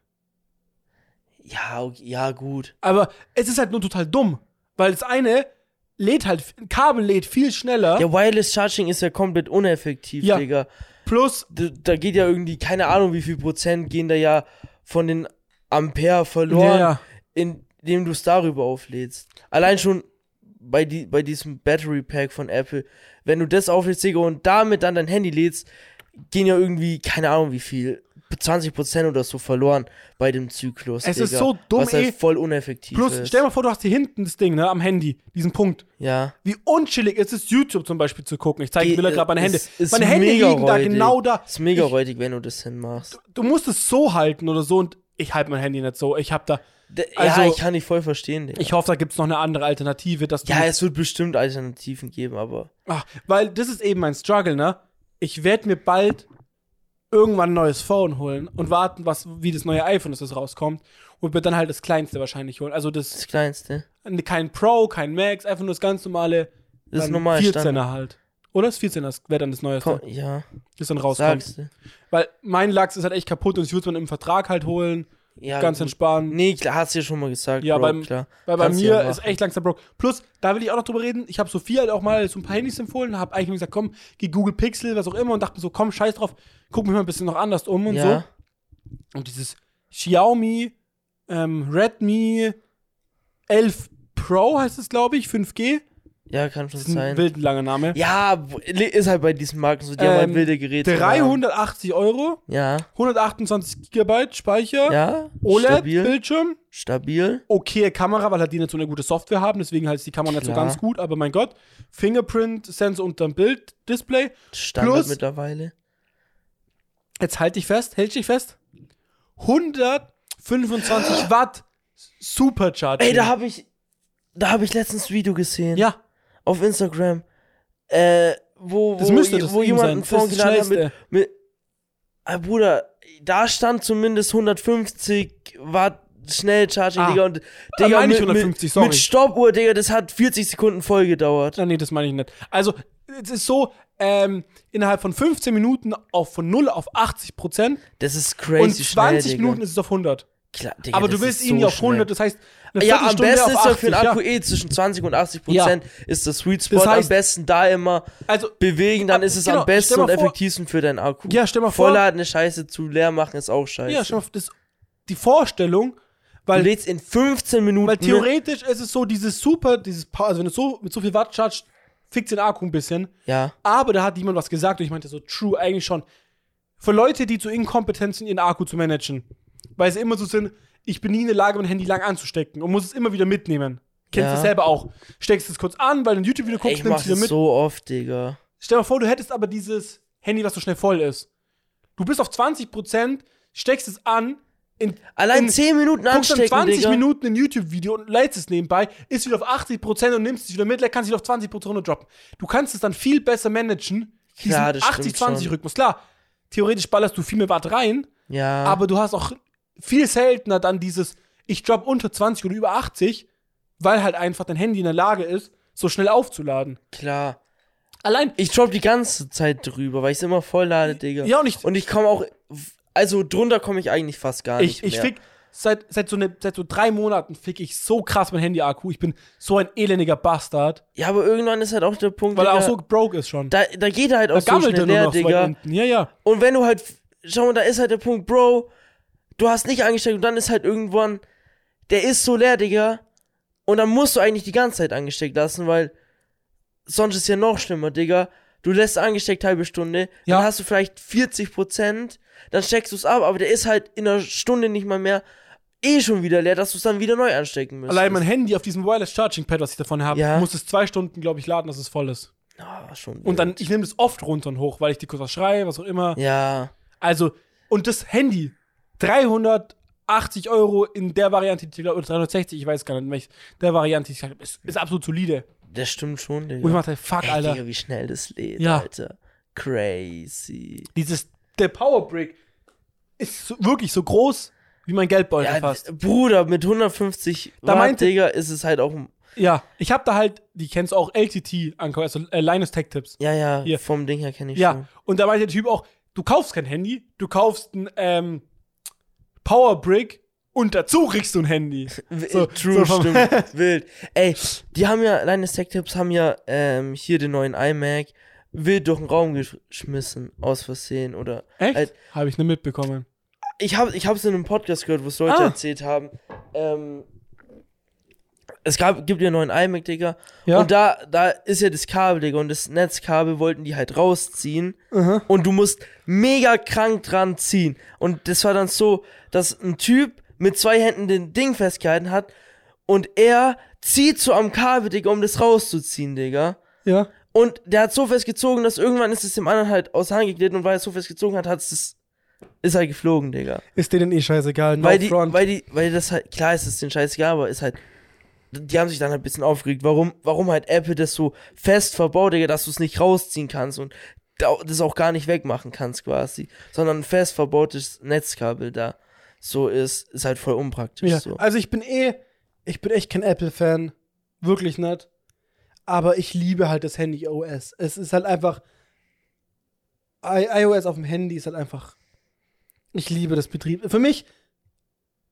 Ja, okay, ja, gut.
Aber es ist halt nur total dumm, weil das eine lädt halt, ein Kabel lädt viel schneller.
Ja, Wireless Charging ist ja komplett uneffektiv,
Ja.
Digga.
Plus,
Da, da geht ja irgendwie, keine Ahnung, wie viel Prozent gehen da ja von den Ampere
Ja,
verloren,
ja.
indem du es darüber auflädst. Allein schon bei, die, bei diesem Battery Pack von Apple, wenn du das auflädst, Digga, und damit dann dein Handy lädst, gehen ja irgendwie, keine Ahnung wie viel, 20% oder so verloren bei dem Zyklus.
Es
Digga,
ist so dumm,
was halt
eh.
voll uneffektiv
plus
ist.
stell dir mal vor, du hast hier hinten das Ding, ne, am Handy, diesen Punkt.
ja.
Wie unchillig ist es, YouTube zum Beispiel zu gucken. Ich zeige
Ge-
Miller gerade meine Hände.
ist- äh, ist
meine Hände
mega
liegen da
räudig.
genau da.
Ist mega
ich,
räudig, wenn du das hinmachst.
du musst es so halten oder so und ich halte mein Handy nicht so. Ich hab da,
D-
Also-
ja, ich kann dich voll verstehen, Digga.
Ich hoffe, da gibt es noch eine andere Alternative, dass du.
ja, es wird bestimmt Alternativen geben, aber.
Ach, Ah, weil das ist eben mein Struggle, ne? Ich werde mir bald irgendwann ein neues Phone holen und warten, was, wie das neue iPhone ist, das rauskommt. Und wird dann halt das kleinste wahrscheinlich holen. Also das
Das kleinste.
kein Pro, kein Max, einfach nur das ganz normale
Das ist
dann
normal.
14er
Standard.
halt. Oder das 14er wäre dann das neueste,
Komm, ja,
das dann rauskommt.
sagst du.
Weil mein Lachs ist halt echt kaputt und ich würde es mir im Vertrag halt holen,
Ja,
ganz
gut.
entspannen.
Nee, klar, hast du ja schon mal gesagt.
Ja,
Bro,
beim-
klar.
Weil bei
Kannst du
mir
ja
ist
machen.
echt langsam broke. Plus, da will ich auch noch drüber reden. Ich habe Sophia halt auch mal so ein paar Handys empfohlen, habe eigentlich gesagt, komm, geh Google Pixel, was auch immer und dachte mir so, komm, scheiß drauf, guck mich mal ein bisschen noch anders um und
ja.
so. Und dieses Xiaomi ähm, Redmi 11 Pro heißt es, glaube ich, 5G.
Ja, kann schon
Das ist ein
sein.
wild langer Name.
Ja, w- ist halt bei diesen Marken so, die haben
Ähm,
halt wilde Geräte.
380 Euro,
Ja,
128 Gigabyte Speicher, E
ja. stabil,
OLED-Bildschirm,
stabil.
okay Kamera, weil halt die nicht so eine gute Software haben, deswegen halt ist die Kamera nicht so
Klar.
ganz gut, aber mein Gott, Fingerprint, Sensor unterm Bild, Display.
Standard
Plus-
mittlerweile.
Jetzt halt dich fest, hält dich fest.
<gasps>
125 Watt Supercharger.
Ey, da habe ich, da habe ich letztens ein Video gesehen.
Ja,
Auf Instagram. Äh, wo, wo,
das müsste das
wo
Ding
jemand
sein.
einen
Das ist
Phone
das
geladen hat mit,
Schnellste.
mit ah, Bruder, da stand zumindest 150 Watt Schnellcharging,
Ah.
Digga. Und, Digga,
meine ich
mit,
150,
mit,
sorry.
mit Stoppuhr, Digga, das hat 40 Sekunden voll gedauert.
Ah, nee, das meine ich nicht. Also, es ist so, ähm, innerhalb von 15 Minuten auf, von 0 auf 80 Prozent
Das ist crazy
und 20
schnell, Digga.
Minuten ist es auf 100.
Klar, Digga,
aber du
das
willst
ist
ihn
so
ja auf 100,
schnell.
das heißt, eine
Ja, am
Viertelstunde
besten
auf
ist doch für einen
80, ja.
Akku eh zwischen 20 und 80 Prozent ist der Sweet Spot.
Das heißt-
am besten da immer
Also,
bewegen, dann
Ab-
ist es
genau,
am besten
stell
und
mal vor-
effektivsten für deinen Akku.
Ja, stell mal vor-
Vollladen ist scheiße, zu leer machen ist auch scheiße.
ja, schon auf das, die Vorstellung,
du
weil
lädst in 15 Minuten.
Weil theoretisch ist es so, dieses super, dieses Pa- also wenn du so mit so viel Watt chargst, fickt den Akku ein bisschen.
Ja,
Aber da hat jemand was gesagt und ich meinte so, true, eigentlich schon. Für Leute, die zu inkompetent sind, ihren Akku zu managen. Weil sie immer so sind, ich bin nie in der Lage, mein Handy lang anzustecken und muss es immer wieder mitnehmen. Kennst
Ja.
du selber auch. Steckst es kurz an, weil du ein YouTube-Video
Ey,
guckst,
ich mach
nimmst es wieder
das
mit.
so oft, Digga.
Stell dir mal vor, du hättest aber dieses Handy, was so schnell voll ist. Du bist auf 20%, steckst es an, in
Allein
In-
10 Minuten
guckst dann
anstecken,
20
Digga.
Minuten ein YouTube-Video und lädst es nebenbei, ist wieder auf 80% und nimmst es wieder mit, kannst dich auf 20% runter droppen. Du kannst es dann viel besser managen, diesen
Klar, das stimmt
80-20-Rhythmus. Klar, theoretisch ballerst du viel mehr Watt rein,
Ja,
aber du hast auch viel seltener dann dieses, ich drop unter 20 oder über 80, weil halt einfach dein Handy in der Lage ist, so schnell aufzuladen.
klar.
Allein,
Ich drop die ganze Zeit drüber, weil ich immer volllade, Digga.
ja, und ich,
Und ich komme auch, also drunter komme ich eigentlich fast gar
ich,
nicht
ich
mehr.
fick, seit, seit, so ne, seit so drei Monaten fick ich so krass mein Handy-Akku. Ich bin so ein elendiger Bastard,
ja, aber irgendwann ist halt auch der Punkt,
weil er auch
Digga,
so broke ist schon.
da, da geht er halt auch
Da
so
gammelt er
schnell
nur
leer,
noch so weit
Digga.
unten. Ja, ja.
Und wenn du halt, schau mal, da ist halt der Punkt, Bro, du hast nicht angesteckt und dann ist halt irgendwann, der ist so leer, Digga. Und dann musst du eigentlich die ganze Zeit angesteckt lassen, weil sonst ist ja noch schlimmer, Digga. Du lässt angesteckt halbe Stunde,
Ja.
dann hast du vielleicht 40 Prozent, dann steckst du es ab, aber der ist halt in einer Stunde nicht mal mehr eh schon wieder leer, dass du es dann wieder neu anstecken müsstest.
Allein mein Handy auf diesem Wireless Charging Pad, was ich davon habe,
Ja.
muss es zwei Stunden, glaube ich, laden, dass es voll ist.
Ah, schon
Und dann, ich nehme das oft runter und hoch, weil ich die kurz was schreie, was auch immer.
Ja,
Also, und das Handy, 380 Euro in der Variante, die ich glaub- oder 360, ich weiß gar nicht, in welch- der Variante, die ich glaube, ist, ist absolut solide.
das stimmt schon, Digga.
Wo ich mache, fuck,
Ey,
Alter.
Digga, wie schnell das lädt,
Ja.
Alter. Crazy.
Dieses, der Powerbrick ist so, wirklich so groß wie mein Geldbeutel
Ja,
fast.
d- Bruder, mit 150
Da
Watt,
meinte-
Digga, ist es halt auch. ein-
Ja, ich habe da halt, die kennst du auch, LTT, Anker, also äh, Linus Tech Tips.
Ja, ja,
Hier.
vom Ding her kenne ich
Ja,
schon.
und da meinte der Typ auch, du kaufst kein Handy, du kaufst ein ähm, Powerbrick und dazu kriegst du ein Handy.
W-
So, so
True,
vom- <laughs>
stimmt. Wild. Ey, die haben ja, Linus Tech Tips haben ja ähm, hier den neuen iMac wild durch den Raum gesch- geschmissen, aus Versehen. Oder.
Echt?
<laughs> Äh,
Habe ich nicht mitbekommen.
Ich, hab, ich hab's in einem Podcast gehört, wo es Leute
Ah.
erzählt haben. Ähm, es gab, gibt ja einen neuen iMac, Digga.
Ja.
Und da, da ist ja das Kabel, Digga. Und das Netzkabel wollten die halt rausziehen. Und du musst mega krank dran ziehen. Und das war dann so, dass ein Typ mit zwei Händen den Ding festgehalten hat. Und er zieht so am Kabel, Digga, um das rauszuziehen, Digga.
Ja.
Und der hat so festgezogen, dass irgendwann ist es dem anderen halt aus der Hand geglitten. Und weil er es so festgezogen hat, hat es das ist halt geflogen, Digga.
Ist denen eh scheißegal. No
weil, die,
front.
weil die, weil das halt, klar ist es den scheißegal, aber ist halt, die haben sich dann halt ein bisschen aufgeregt, warum, warum halt Apple das so fest verbaut, Digga, dass du es nicht rausziehen kannst und da- das auch gar nicht wegmachen kannst quasi, sondern ein fest verbautes Netzkabel da so ist, ist halt voll unpraktisch
ja.
so.
Also ich bin eh, ich bin echt kein Apple-Fan. Wirklich nicht. Aber ich liebe halt das Handy OS. Es ist halt einfach. I iOS auf dem Handy ist halt einfach. Ich liebe das Betrieb. Für mich,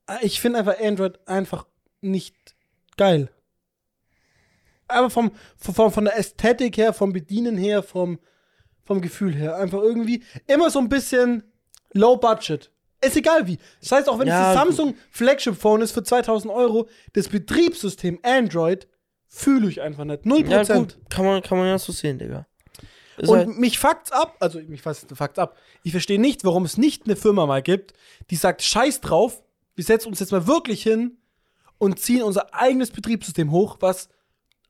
äh, ich finde einfach Android einfach nicht geil. Aber vom, von, von der Ästhetik her, vom Bedienen her, vom, vom Gefühl her. Einfach irgendwie immer so ein bisschen low budget. Ist egal wie. Das heißt, auch wenn
Ja,
es ein
gut.
Samsung Flagship Phone ist für 2000 Euro, das Betriebssystem Android fühle ich einfach nicht. 0%.
Ja gut, kann man, kann man ja so sehen, Digga. Ist
Und
halt,
mich fuckt's ab, also mich was fuckt's ab. Ich verstehe nicht, warum es nicht eine Firma mal gibt, die sagt, scheiß drauf, wir setzen uns jetzt mal wirklich hin und ziehen unser eigenes Betriebssystem hoch, was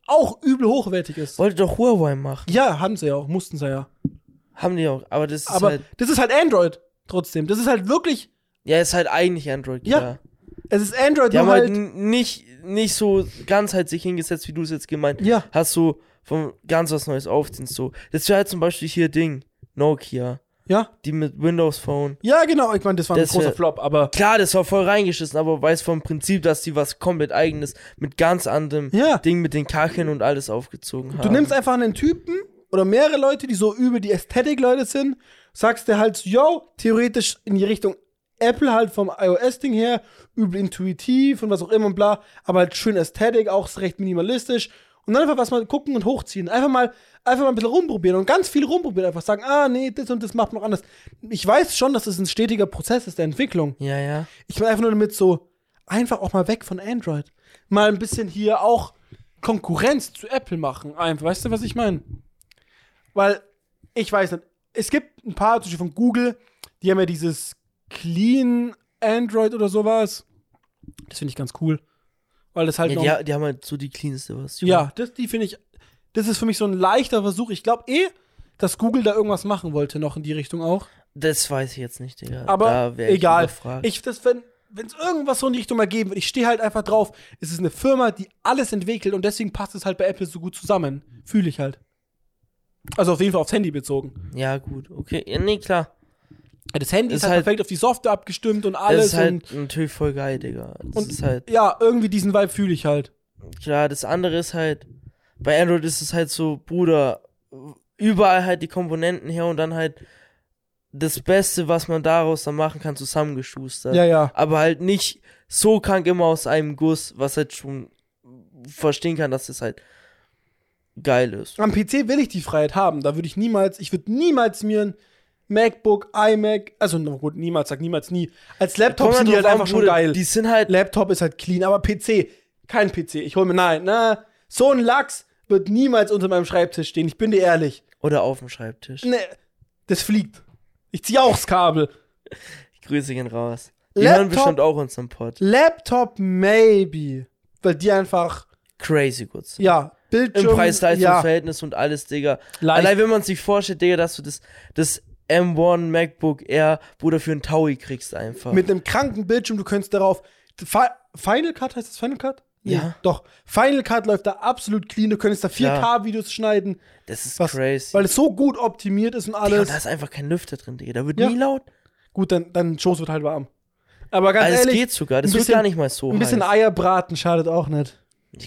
auch übel hochwertig ist.
wollte doch Huawei machen.
Ja, haben sie ja auch, mussten sie ja.
Haben die auch, aber das ist
Aber
halt,
das ist halt Android trotzdem. Das ist halt wirklich,
ja, ist halt eigentlich Android,
Ja,
klar.
es ist Android,
Die
nur
haben halt
halt,
n- nicht, nicht so ganz halt sich hingesetzt, wie du es jetzt gemeint
Ja.
hast, so von ganz was Neues aufziehst. So. Das wäre halt zum Beispiel hier Ding, Nokia,
ja.
die mit Windows Phone.
Ja, genau, ich meine, das war ein
Das
großer
wär-
Flop, aber
Klar, das war voll reingeschissen, aber weiß vom Prinzip, dass die was komplett eigenes mit ganz anderem
Ja.
Ding mit den Kacheln und alles aufgezogen haben.
Du nimmst einfach einen Typen oder mehrere Leute, die so über die Ästhetik-Leute sind, sagst dir halt, so, yo, theoretisch in die Richtung Apple halt vom iOS-Ding her, übel intuitiv und was auch immer und bla, aber halt schön Ästhetik, auch recht minimalistisch. Und dann einfach was mal gucken und hochziehen. Einfach mal, einfach mal ein bisschen rumprobieren und ganz viel rumprobieren. Einfach sagen, ah, nee, das und das macht man noch anders. Ich weiß schon, dass es ein stetiger Prozess ist der Entwicklung.
ja, ja.
Ich meine einfach nur damit so, einfach auch mal weg von Android. Mal ein bisschen hier auch Konkurrenz zu Apple machen. Einfach, weißt du, was ich meine? Weil, ich weiß nicht, es gibt ein paar, zum Beispiel von Google, die haben ja dieses Clean Android oder sowas. Das finde ich ganz cool. Weil das halt noch.
ja die, die haben halt so die cleanste Version.
Ja, das, die finde ich, das ist für mich so ein leichter Versuch. Ich glaube eh, dass Google da irgendwas machen wollte, noch in die Richtung auch.
Das weiß ich jetzt nicht, Digga.
Aber
da wär
egal.
Ich überfragt.
Ich, das, wenn es irgendwas so in die Richtung mal geben wird, ich stehe halt einfach drauf. Es ist eine Firma, die alles entwickelt und deswegen passt es halt bei Apple so gut zusammen. Fühle ich halt. Also auf jeden Fall aufs Handy bezogen.
ja, gut, okay. Ja, nee, klar.
Das Handy ist
Ist
halt,
halt-
perfekt auf die Software abgestimmt und
Das
alles.
ist halt
und,
natürlich voll geil, Digga. Das
Und-
ist halt.
ja, irgendwie diesen Vibe fühle ich halt.
Klar, das andere ist halt, bei Android ist es halt so, Bruder, überall halt die Komponenten her und dann halt das Beste, was man daraus dann machen kann, zusammengeschustert.
Ja, ja.
Aber halt nicht so krank immer aus einem Guss, was halt schon verstehen kann, dass es halt geil ist.
Am PC will ich die Freiheit haben. Da würde ich niemals, ich würde niemals mir ein MacBook, iMac, also na gut, niemals, sag niemals nie. Als Laptop
Kommt
sind die
drauf
halt
an,
einfach schon
Bruder,
geil.
Die sind halt,
Laptop ist halt clean, aber PC, kein PC. Ich hole mir, nein, na, so ein Lachs wird niemals unter meinem Schreibtisch stehen. Ich bin dir ehrlich.
oder auf dem Schreibtisch.
Ne, das fliegt. Ich ziehe auch das Kabel.
Grüße gehen raus. Die hören
Laptop-
bestimmt auch unseren Pod.
Laptop, maybe. Weil die einfach,
Crazy gut. sind.
ja,
Im
Bildschirm. ja,
Preis-Leistungs-Verhältnis und alles, Digga.
Leicht.
Allein wenn man sich vorstellt, Digga, dass du das, das M1 MacBook Air, Bruder, für einen Taui kriegst einfach.
Mit einem kranken Bildschirm, du könntest darauf. Fi- Final Cut heißt das Final Cut? Nee,
Ja.
Doch. Final Cut läuft da absolut clean. Du könntest da 4K-Videos schneiden,
das ist
was-
crazy.
weil es so gut optimiert ist und
Digga, und
alles.
da ist einfach kein Lüfter drin, Digga. Da wird
Ja.
nie laut.
Gut, dann, dann Schoß wird halt warm. Aber ganz
Also es
ehrlich,
geht sogar. Das
ein
wird
bisschen-
gar nicht mal so
ein bisschen
heiß.
Eierbraten schadet auch nicht.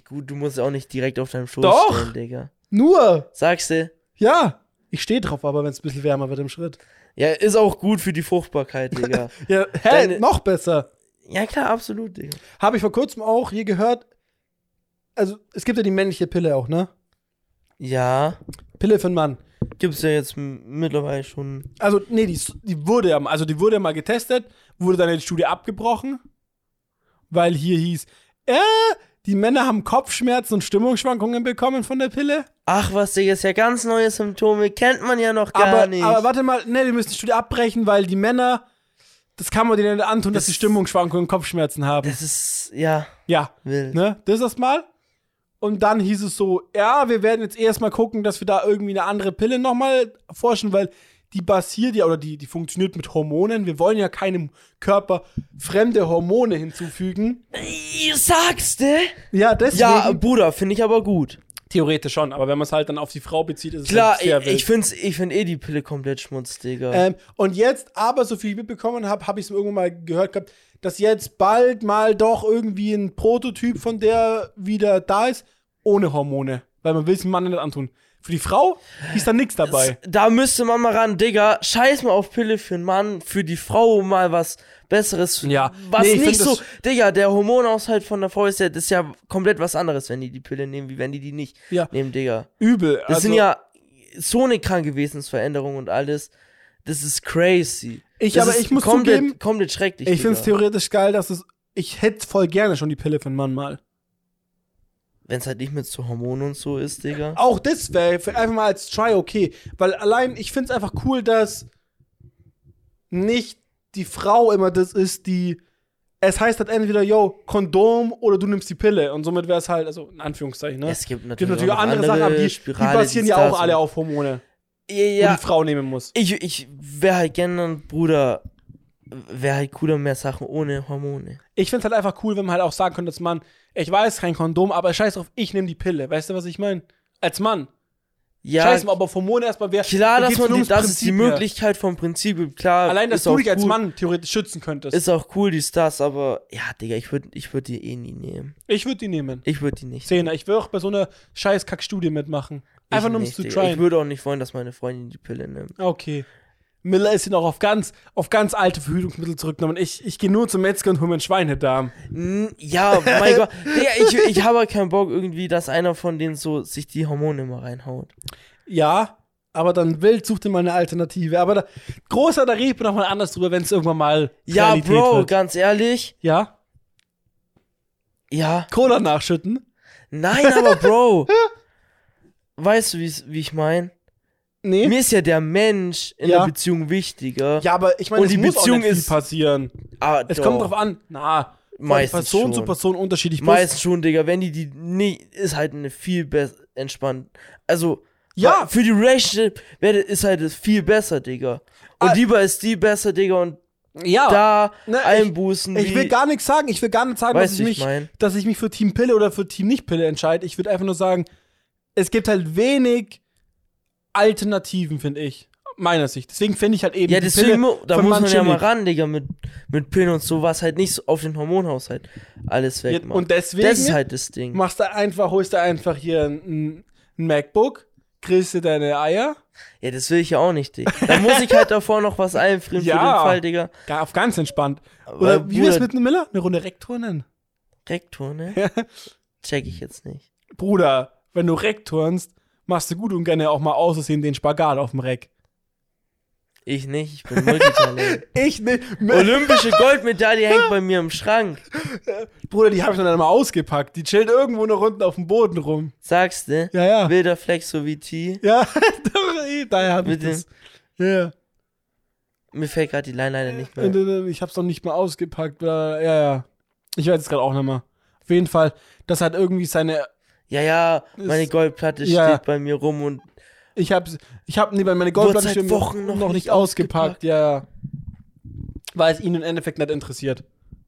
Gut, du musst auch nicht direkt auf deinem Schoß
Doch.
stehen, Digga.
Nur,
Sagst du?
ja. Ich stehe drauf, aber wenn es ein bisschen wärmer wird im Schritt.
Ja, ist auch gut für die Fruchtbarkeit,
<laughs>
Digga.
Ja, hä,
Deine-
noch besser.
ja, klar, absolut, Digga.
Habe ich vor kurzem auch hier gehört. Also, es gibt ja die männliche Pille auch, ne?
Ja,
Pille für einen Mann.
gibt's ja jetzt m- mittlerweile schon.
Also, nee, die, die wurde ja, also die wurde ja mal getestet, wurde dann in der Studie abgebrochen, weil hier hieß, äh, die Männer haben Kopfschmerzen und Stimmungsschwankungen bekommen von der Pille.
Ach was, Digga, ist ja ganz neue Symptome, kennt man ja noch gar
Aber,
nicht.
aber warte mal, ne, wir müssen die Studie abbrechen, weil die Männer, das kann man denen nicht antun, dass
Das-
sie Stimmungsschwankungen und Kopfschmerzen haben.
das ist, ja,
ja,
wild.
ne, das ist mal. Und dann hieß es so, ja, wir werden jetzt erstmal gucken, dass wir da irgendwie eine andere Pille nochmal forschen, weil die basiert ja oder die, die funktioniert mit Hormonen. Wir wollen ja keinem Körper fremde Hormone hinzufügen.
Ich sag's dir.
Ja, ne? deswegen.
Ja, ähm, Bruder, finde ich aber gut.
theoretisch schon, aber wenn man es halt dann auf die Frau bezieht, ist es
Klar,
halt
ich,
sehr wild.
ich, find's, ich find eh die Pille komplett schmutz, Digga.
Ähm, und jetzt, aber so viel ich mitbekommen habe, habe ich es irgendwann mal gehört gehabt, dass jetzt bald mal doch irgendwie ein Prototyp von der wieder da ist, ohne Hormone. Weil man will es dem Mann nicht antun. Für die Frau ist da nichts dabei.
Da müsste man mal ran, Digga. Scheiß mal auf Pille für einen Mann, für die Frau mal was Besseres.
Ja.
Was
Nee, ich find
nicht so.
das-
Digga, der Hormonaushalt von der Frau ist ja, das ist ja komplett was anderes, wenn die die Pille nehmen, wie wenn die die nicht
Ja.
nehmen, Digga.
Übel.
Das
also,
sind ja so eine kranke Wesensveränderung und alles. Das ist crazy.
Ich-
das
aber
ist
ich muss
komplett,
zugeben,
komplett schrecklich.
Ich finde es
Digga.
theoretisch geil, dass es. Ich hätte voll gerne schon die Pille für einen Mann mal.
Wenn's halt nicht mit so Hormonen und so ist, Digga.
Auch das wäre für- einfach mal als Try okay. Weil allein, ich finde es einfach cool, dass nicht die Frau immer das ist, die. Es heißt halt entweder, yo, Kondom oder du nimmst die Pille. Und somit wäre es halt, also in Anführungszeichen, ne?
Es gibt
Es gibt
natürlich,
natürlich
auch noch
andere, Sachen, aber die, die
Spirale,
basieren
dies,
ja
das
auch
und-
alle auf Hormone,
Ja,
wo
ja.
die Frau nehmen muss.
Ich, ich wäre halt gerne ein Bruder, wäre halt cooler mehr Sachen ohne Hormone.
Ich finde es halt einfach cool, wenn man halt auch sagen könnte, als Mann, ich weiß kein Kondom, aber scheiß drauf, ich nehme die Pille. Weißt du, was ich meine? Als Mann.
Ja,
scheiß mal, ob auf Hormone erstmal wäre.
klar,
da
dass
geht's
man
nur
die,
ums
das ist die
Prinzip her.
Möglichkeit vom Prinzip, klar.
Allein, dass
Äh, ist
du
auch
dich als
cool,
Mann theoretisch schützen könntest.
Ist auch cool, die Stars, aber ja, Digga, ich würde ich würd die eh nie nehmen.
ich würde die nehmen.
Ich würde die nicht.
Zehner. Ich will auch bei so einer scheiß Kackstudie mitmachen. Einfach
ich
nur um
nicht,
es zu
Digga. Ich
tryen.
würde auch nicht wollen, dass meine Freundin die Pille nimmt.
Okay. Miller ist ihn auch auf ganz, auf ganz alte Verhütungsmittel zurückgenommen. Ich, ich gehe nur zum Metzger und hole mir einen Schweinedarm.
N-
<laughs>
Ja, mein Gott. Digga, ich, ich habe halt keinen Bock irgendwie, dass einer von denen so sich die Hormone immer reinhaut.
Ja, aber dann wild, such dir mal eine Alternative. Aber da, großer, da reden wir nochmal anders drüber, wenn es irgendwann mal
Ja,
Realität
Bro,
wird.
ganz ehrlich.
Ja?
Ja.
Cola nachschütten?
Nein, aber
<laughs>
Bro. weißt du, wie's- wie ich meine?
Nee.
Mir ist ja der Mensch in
Hm? Ja.
der Beziehung wichtiger.
ja, aber ich meine,
Und
es
die
muss
Beziehung
auch nicht viel
ist-
passieren.
Ah,
Es
doch.
kommt drauf an. Na, von
Meistens
Person zu
schon.
Person unterschiedlich. Bloß-
Meistens schon, Digga. Wenn die die nicht, ist halt eine viel besser entspannt. Also,
Ja.
weil für die Relationship wär- ist halt es viel besser, Digga. Und
Ah.
lieber ist die besser, Digga, und
Ja.
da
Ne, ich-
einbußen.
Ich
wie-
will gar nichts sagen. Ich will gar nicht sagen, dass
Weißt
ich,
du, ich
mich,
mein?
dass ich mich für Team Pille oder für Team Nicht-Pille entscheide. Ich würde einfach nur sagen, es gibt halt wenig Alternativen, finde ich. Meiner Sicht. Deswegen finde ich halt eben.
ja,
die
deswegen,
Pille
mu- da
von
muss man
Mancini.
ja mal ran, Digga, mit, mit Pillen und sowas halt nicht so auf den Hormonhaushalt alles
Ja,
weg, Mann.
Und deswegen
das ist halt das Ding.
machst du einfach, holst du einfach hier ein, ein MacBook, grillst dir deine Eier.
Ja, das will ich ja auch nicht, Digga. Da muss ich halt davor noch was einfrieren für
<laughs> Ja.
den Fall, Digga.
Gar, auf ganz entspannt.
Weil,
Oder wie wär's
Bruder-
mit einem Miller? Eine Runde Rektor nennen. <laughs>
Rektor, ne? Check ich jetzt nicht.
Bruder, wenn du Rekturnst, machst du gut und gerne auch mal aussehen den Spagat auf dem Reck.
Ich nicht, ich bin
<laughs>
Multitalent.
Ich ne.
Olympische Goldmedaille hängt bei mir im Schrank.
Bruder, die habe ich dann mal ausgepackt. Die chillt irgendwo noch unten auf dem Boden rum.
Sagst du?
Ja, ja.
Wilder Flex so wie T.
Ja, <laughs> doch, eh, daher habe ich
Mit dem-
das. Ja.
Mir fällt gerade die Line leider nicht mehr.
Und, äh, Ich hab's noch nicht mal ausgepackt. bla, Ja, ja. Ich weiß es gerade auch nicht mal. Auf jeden Fall, das hat irgendwie seine.
Ja, ja, meine
Ist-
Goldplatte
ja.
steht bei mir rum und
Ich hab's. Ich hab nee, meine
Wurde
Goldplatte
seit
stimmt,
Wochen noch nicht
ausgepackt. Ja, ja. Weil es ihn im Endeffekt nicht interessiert.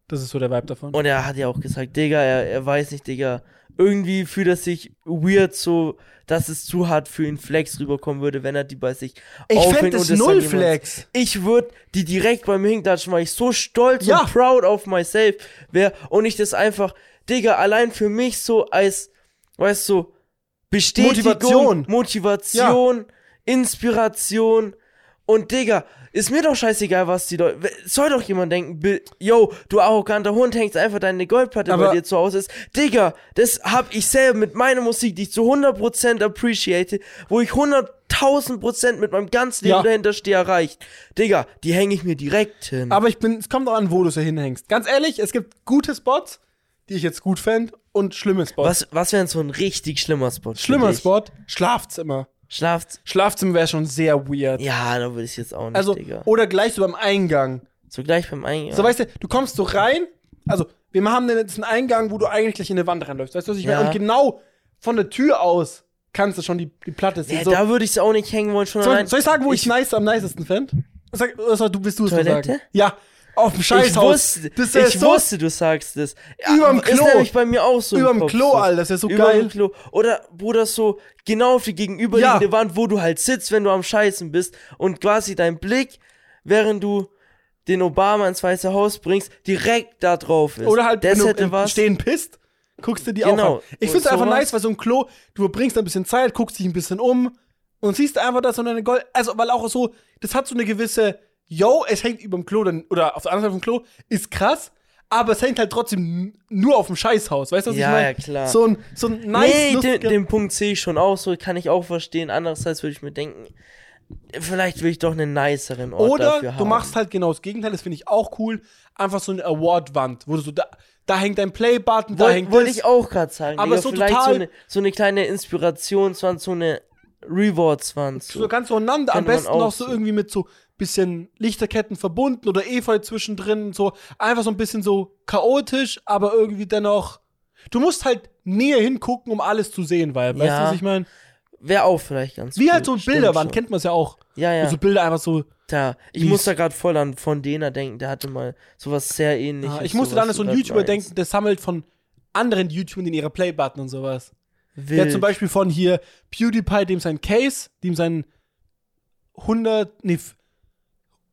Das ist so der Vibe davon.
Und er hat ja auch gesagt, Digga, er, er weiß nicht, Digga. Irgendwie fühlt er sich weird so, dass es zu hart für ihn Flex rüberkommen würde, wenn er die bei sich
fänd
aufhängt und dann jemand-
Flex.
Ich würde die direkt bei mir hinklatschen, weil ich so stolz
Ja.
und proud auf myself wäre und ich das einfach, Digga, allein für mich so als, weißt du, Bestätigung,
Motivation.
Motivation, Inspiration und Digga, ist mir doch scheißegal, was die Leute. Soll doch jemand denken, Bi- yo, du arroganter Hund hängst einfach deine Goldplatte
Aber-
bei dir zu Hause ist. Digga, das hab ich selber mit meiner Musik, die ich zu 100% appreciate, wo ich 100.000% mit meinem ganzen Leben
Ja.
dahinter stehe, erreicht. Digga, die hänge ich mir direkt hin.
Aber ich bin, es kommt auch an, wo du es hinhängst. Ganz ehrlich, es gibt gute Spots, die ich jetzt gut fänd, und schlimme Spots.
was was wäre denn so ein richtig schlimmer Spot? für
Schlimmer
dich?
Spot, Schlafzimmer.
Schlaft.
Schlafzimmer wäre schon sehr weird.
Ja, da würde ich jetzt auch nicht,
also,
Digga.
oder gleich so beim Eingang.
So gleich beim Eingang.
So, weißt du, du kommst so rein, also, wir haben denn jetzt einen Eingang, wo du eigentlich gleich in eine Wand reinläufst, weißt du, was ich
Ja.
meine? Und genau von der Tür aus kannst du schon die, die Platte sehen.
Ja,
so,
da würde ich es auch nicht hängen wollen, schon
soll,
allein.
soll ich sagen, wo ich, nice am nicesten fänd? Sag, oder soll, du bist du es mal
Toilette?
sagen. Ja, auf dem
ich
Scheißhaus.
wusste,
Das ist ja
ich
so
wusste, du sagst es. Ja,
Überm Klo.
Ist nämlich bei mir auch so. im
überm
Kopf
Klo,
so.
Alter, das ist ja so
Überm
geil.
Klo. Oder Bruder, so genau auf die gegenüberliegende
Ja.
Wand, wo du halt sitzt, wenn du am Scheißen bist und quasi dein Blick, während du den Obama ins Weiße Haus bringst, direkt da drauf ist.
Oder halt,
das
wenn du
hätte
im
was.
Stehen pisst, guckst du die
Genau.
auch an. Ich
Und
find's einfach
sowas.
nice, weil so ein Klo, du verbringst ein bisschen Zeit, guckst dich ein bisschen um und siehst einfach da so eine Gold... Also, weil auch so, das hat so eine gewisse... Yo, es hängt überm Klo, dann, oder auf der anderen Seite vom Klo, ist krass, aber es hängt halt trotzdem n- nur auf dem Scheißhaus. Weißt du, was ich
Ja,
meine?
ja, klar.
So ein, so ein nice...
nee, den,
lustiger-
den Punkt sehe ich schon auch so, kann ich auch verstehen. Andererseits würde ich mir denken, vielleicht will ich doch einen niceren Ort
Oder
dafür haben.
du machst halt genau das Gegenteil, das finde ich auch cool. Einfach so eine Award-Wand, wo du so da, da hängt dein Play-Button, da
Woll-
hängt
Wollte
das.
ich auch gerade sagen.
Aber
Digga,
so
vielleicht
total-
so eine, so eine kleine Inspirationswand, so eine Rewardswand.
so
So.
ganz zueinander, am
Kann man
besten noch
auch
so
so.
irgendwie mit so bisschen Lichterketten verbunden oder Efeu zwischendrin, und so einfach so ein bisschen so chaotisch, aber irgendwie dennoch. Du musst halt näher hingucken, um alles zu sehen, weil, weißt
Ja.
du, was ich meine?
Wäre auch vielleicht ganz
Wie
cool.
halt so ein
Stimmt
Bilderwand,
schon.
kennt Also, man es ja auch.
Ja, ja.
So Bilder einfach so.
da. Ich
Mies.
muss da gerade voll an von Dena denken, der hatte mal sowas sehr ähnliches.
Ah, ich musste
sowas
dann an so
du
einen
grad
YouTuber
meinst.
denken, der sammelt von anderen YouTubern in ihre Playbutton und sowas.
Wild.
Der hat zum Beispiel von hier PewDiePie, dem sein Case, dem sein 100, nee, f-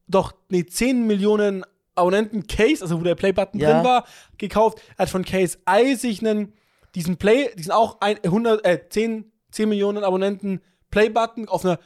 doch, nee, 10 Millionen Abonnenten Case, also wo der Play-Button
Ja.
drin war, gekauft. Er hat von Case Eisig einen, diesen Play, diesen auch ein, 100, äh, 10, 10 Millionen Abonnenten Play-Button auf einer,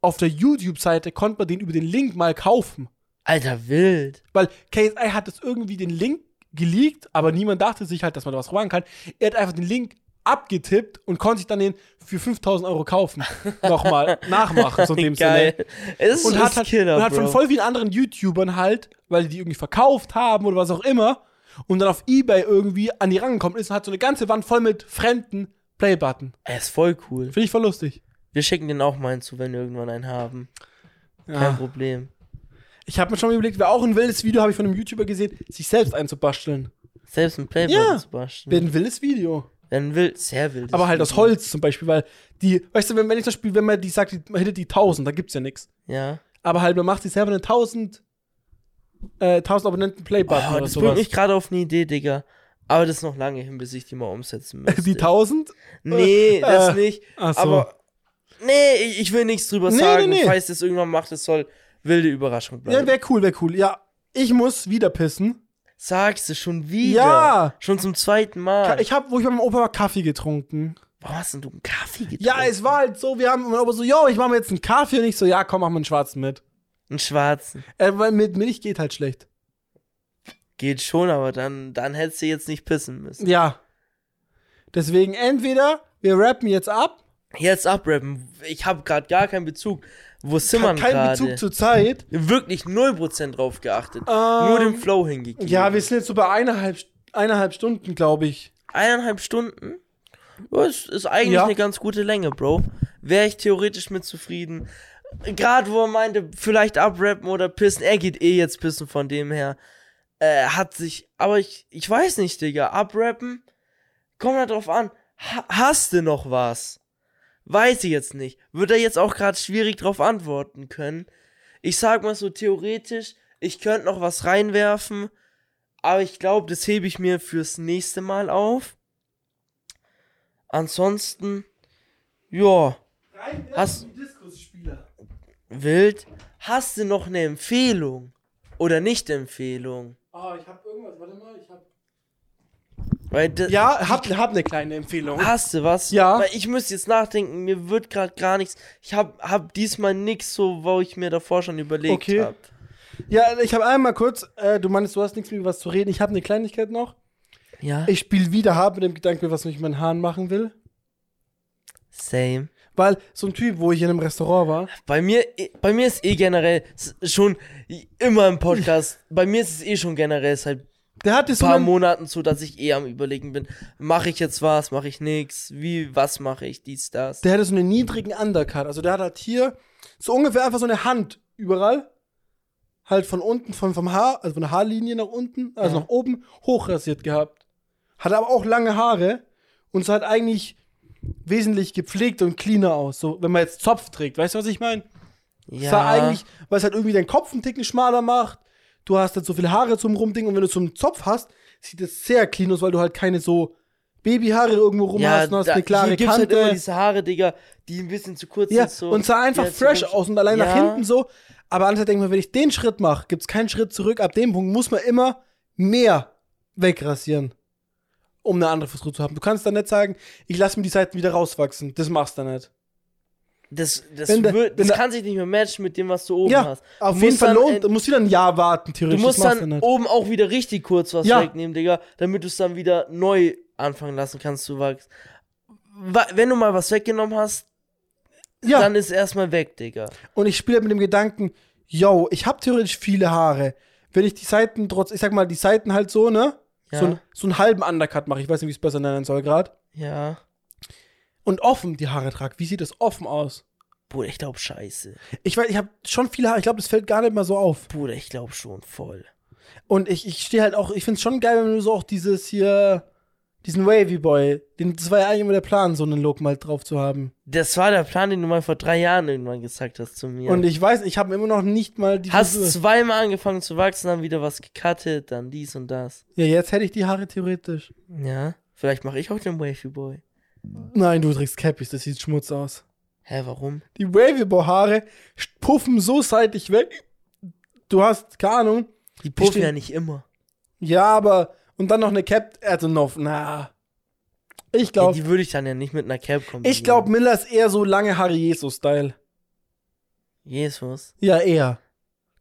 auf der YouTube-Seite konnte man den über den Link mal kaufen.
Alter, wild.
Weil KSI hat es irgendwie den Link geleakt, aber niemand dachte sich halt, dass man da was machen kann. Er hat einfach den Link abgetippt und konnte sich dann den für 5000 Euro
<laughs>
kaufen. Nochmal nachmachen, so in dem
Geil.
Sinne.
<laughs> Es ist
Und hat,
ein
halt,
Killer,
und hat
Bro.
von voll vielen anderen YouTubern halt, weil die die irgendwie verkauft haben oder was auch immer, und dann auf Ebay irgendwie an die rangekommen ist und hat so eine ganze Wand voll mit fremden Playbutton.
Er ist voll cool.
Finde ich voll lustig.
Wir schicken den auch mal zu, wenn wir irgendwann einen haben. Kein
Ja.
Problem.
Ich habe mir schon überlegt, wäre auch ein wildes Video, habe ich von einem YouTuber gesehen, sich selbst einzubasteln.
Selbst ein Playboy
Ja.
zu basteln.
Wäre ein wildes Video.
Wenn wild, sehr wild.
Aber halt aus Holz zum Beispiel, weil die, weißt du, wenn, wenn ich zum Beispiel, wenn man die sagt, die- man hittet die 1000, da gibt's ja nichts.
Ja.
Aber halt, man macht sich selber eine 1000, äh, 1000 Abonnenten Playbutton
Oh,
oder
das bringt
sowas.
mich gerade auf eine Idee, Digga. Aber das ist noch lange hin, bis ich die
<laughs>
mal umsetzen müsste.
Die 1000?
nee, das
Äh,
nicht.
ach so.
Aber nee, ich, ich will nichts drüber
Nee, nee,
sagen.
nee.
Falls das irgendwann macht, es soll wilde Überraschung
Ja,
bleiben.
wäre cool, wäre cool. Ja, ich muss wieder pissen.
Sagst du schon wieder?
Ja.
Schon zum zweiten Mal.
Ich hab, wo ich bei meinem Opa war, Kaffee getrunken.
Warum hast denn du einen Kaffee getrunken?
Ja, es war halt so, wir haben, mein Opa so, yo, ich mache mir jetzt einen Kaffee und ich so, ja, komm, mach mal einen schwarzen mit.
Einen schwarzen.
Äh, weil mit Milch geht halt schlecht.
Geht schon, aber dann, dann hättest du jetzt nicht pissen müssen.
Ja. Deswegen entweder wir rappen jetzt ab,
Jetzt abrappen. Ich habe gerade gar keinen Bezug. Wo sind wir
kein
gerade?
Bezug zur Zeit.
Wirklich 0% drauf geachtet.
Ähm,
Nur dem Flow hingegeben.
Ja, wir sind jetzt so bei eineinhalb, eineinhalb Stunden, glaube ich.
eineinhalb Stunden. Ja, Es ist eigentlich
Ja.
eine ganz gute Länge, Bro. Wäre ich theoretisch mit zufrieden. Gerade wo er meinte, vielleicht abrappen oder pissen. Er geht eh jetzt pissen von dem her. Äh, hat sich, aber ich, ich weiß nicht, Digga. Abrappen, kommt halt drauf an. Ha hast du noch was? Weiß ich jetzt nicht. Wird er jetzt auch gerade schwierig drauf antworten können. Ich sag mal so theoretisch, ich könnte noch was reinwerfen. Aber ich glaube, das hebe ich mir fürs nächste Mal auf. Ansonsten, ja, Hast-
Diskusspieler.
wild. Hast du noch eine Empfehlung? Oder nicht Empfehlung?
Oh, ich hab irgendwas, warte mal, ich hab.
Weil da-
Ja, hab, hab eine kleine Empfehlung.
Hast du was?
Ja.
Weil ich müsste jetzt nachdenken, mir wird gerade gar nichts. Ich hab, hab diesmal nichts so, wo ich mir davor schon überlegt
Okay.
hab.
Ja, ich hab einmal kurz, äh, du meinst, du hast nichts mehr über was zu reden. Ich hab eine Kleinigkeit noch.
Ja.
Ich spiele wieder hart mit dem Gedanken, was ich mit meinen Haaren machen will.
Same.
Weil so ein Typ, wo ich in einem Restaurant war,
Bei mir, bei mir ist eh generell s- schon immer
<laughs>
im Podcast. Bei mir ist es eh schon generell seit
der hatte so
paar
einen,
Monaten zu, dass ich eh am überlegen bin, mache ich jetzt was, mache ich nix, wie, was mache ich, dies, das.
der hatte so einen niedrigen Undercut. Also der hat halt hier so ungefähr einfach so eine Hand überall. Halt von unten, von, vom Haar, also von der Haarlinie nach unten, also
Ja.
nach oben, hochrasiert gehabt. Hatte aber auch lange Haare und so halt eigentlich wesentlich gepflegt und cleaner aus. So, wenn man jetzt Zopf trägt, weißt du, was ich meine?
Ja.
war eigentlich, weil es halt irgendwie deinen Kopf einen Ticken schmaler macht. Du hast halt so viele Haare zum Rumding und wenn du zum Zopf hast, sieht es sehr clean aus, weil du halt keine so Babyhaare irgendwo rum
ja,
hast und hast
da,
ne, eine klare
hier gibt's halt
Kante.
immer diese Haare, Digga, die ein bisschen zu kurz
ja,
sind. So.
und sah einfach
Ja, zu
fresh
kurz.
aus und allein nach
Ja.
hinten so. Aber andererseits denke ich mir, wenn ich den Schritt mache, gibt es keinen Schritt zurück. Ab dem Punkt muss man immer mehr wegrasieren, um eine andere Frisur zu haben. Du kannst dann nicht sagen, ich lasse mir die Seiten wieder rauswachsen. Das machst du dann nicht.
Das, das,
Wenn der-
wird-
wenn
das
der-
kann sich nicht mehr matchen mit dem, was du oben
ja,
hast. Du
auf
musst
jeden Fall
dann,
lohnt.
äh,
Du musst wieder ein Jahr warten,
Du
theoretisch.
musst
das machst
dann
nicht.
oben auch wieder richtig kurz was
ne? Ja.
wegnehmen, Digga, damit du es dann wieder neu anfangen lassen kannst zu wachsen. Wa- Wenn du mal was weggenommen hast,
ja.
dann ist erstmal weg, Digga.
Und ich spiele halt mit dem Gedanken, yo, ich habe theoretisch viele Haare. Wenn ich die Seiten trotz, ich sag mal, die Seiten halt so, ne?
Ja.
So, n- so einen halben Undercut mache, ich weiß nicht, wie ich es besser nennen soll gerade.
Ja.
Und offen die Haare trage. Wie sieht das offen aus?
Bruder, ich glaube scheiße.
Ich weiß, ich habe schon viele Haare, ich glaube, das fällt gar nicht mal so auf.
Bruder, ich glaube schon voll.
Und ich, ich stehe halt auch, ich find's schon geil, wenn du so auch dieses hier, diesen Wavy Boy, den, das war ja eigentlich immer der Plan, so einen Look mal drauf zu haben.
Das war der Plan, den du mal vor drei Jahren irgendwann gesagt hast zu mir.
Und ich weiß, ich habe immer noch nicht mal die
hast
Frisur.
zweimal angefangen zu wachsen, dann wieder was gecuttet, dann dies und das.
Ja, jetzt hätte ich die Haare theoretisch.
Ja. Vielleicht mache ich auch den Wavy Boy.
Nein, du trägst Cappies, das sieht schmutz aus.
Hä, warum?
Die Wavy-Haare puffen so seitlich weg. Du hast, keine Ahnung.
Die puffen
stehen-
ja nicht immer.
Ja, aber. Und dann noch eine Cap. Also, no, na. Ich
Ja,
glaube.
die würde ich dann ja nicht mit einer Cap kombinieren.
ich glaube, Miller ist eher so lange Haare Jesus-Style.
Jesus.
Ja, eher.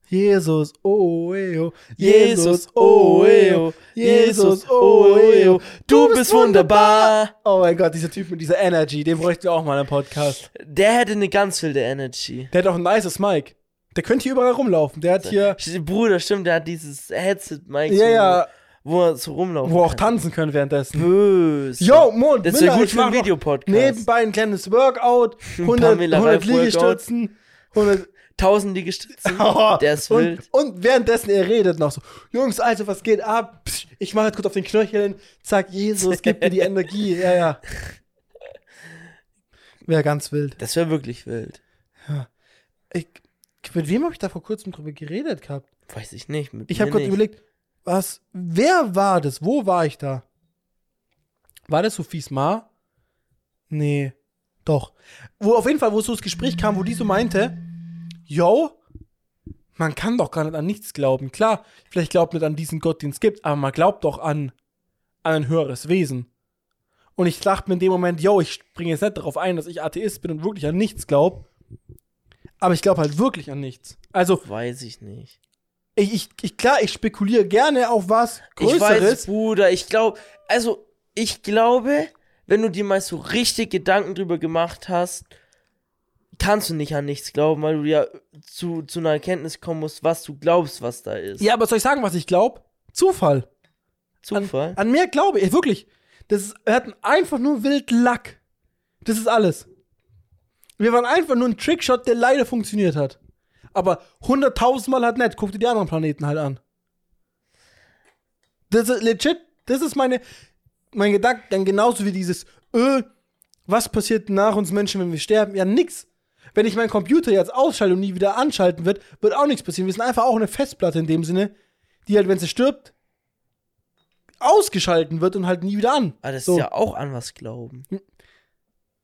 Jesus, oh, eh, oh.
Jesus, oh, eh, oh. Jesus, oh, eh, oh. Du bist wunderbar.
Oh mein Gott, dieser Typ mit dieser Energy, den bräuchten wir auch mal im Podcast.
Der hätte eine ganz wilde Energy.
Der hat auch ein nices Mic. Der könnte hier überall rumlaufen. Der hat hier,
Sch- Bruder, stimmt, der hat dieses Headset-Mic,
ja,
so,
ja,
wo er so rumlaufen
wo er auch
kann.
tanzen können währenddessen.
Böse.
Yo, Mond,
Das wäre
Miller,
gut
ich
für einen
mach noch
Videopodcast.
Nebenbei ein kleines Workout,
paar
100,
Miller
100
Live-Workout.
Liegestützen, 100, <laughs>
Tausend Liegestützen. Der ist wild.
Oh. Und, und währenddessen er redet noch so, Jungs, also was geht ab? Psch, ich mache jetzt kurz auf den Knöcheln, zack, Jesus, gib mir die Energie,
<laughs>
ja, ja. Wäre ganz wild.
Das wäre wirklich wild.
Ich, mit wem habe ich da vor kurzem drüber geredet gehabt?
Weiß ich nicht. Mit
Ich habe
mir
kurz
nicht.
überlegt, was, wer war das? Wo war ich da? War das Sophies Ma? Nee, doch. Wo auf jeden Fall, wo es so das Gespräch kam, wo die so meinte, yo, man kann doch gar nicht an nichts glauben. Klar, vielleicht glaubt nicht an diesen Gott, den es gibt, aber man glaubt doch an, an ein höheres Wesen. Und ich dachte mir in dem Moment, yo, ich springe jetzt nicht darauf ein, dass ich Atheist bin und wirklich an nichts glaube. Aber ich glaube halt wirklich an nichts. Also,
Weiß ich nicht.
ich, ich, ich klar, ich spekuliere gerne auf was
Ich weiß,
Größeres.
Bruder, ich glaube, also, ich glaube, wenn du dir mal so richtig Gedanken drüber gemacht hast, kannst du nicht an nichts glauben, weil du ja zu, zu einer Erkenntnis kommen musst, was du glaubst, was da ist.
ja, aber soll ich sagen, was ich glaube? Zufall.
Zufall.
An mehr glaube ich, wirklich. Das ist, wir hatten einfach nur wild Lack. Das ist alles. Wir waren einfach nur ein Trickshot, der leider funktioniert hat. Aber hunderttausendmal hat nicht. Guck dir die anderen Planeten halt an. Das ist legit. Das ist meine, mein Gedanke. Dann genauso wie dieses, äh, was passiert nach uns Menschen, wenn wir sterben? Ja, nix. Wenn ich meinen Computer jetzt ausschalte und nie wieder anschalten wird, wird auch nichts passieren. Wir sind einfach auch eine Festplatte in dem Sinne, die halt, wenn sie stirbt, ausgeschalten wird und halt nie wieder an.
Aber Ah, das
So.
ist ja auch an was glauben.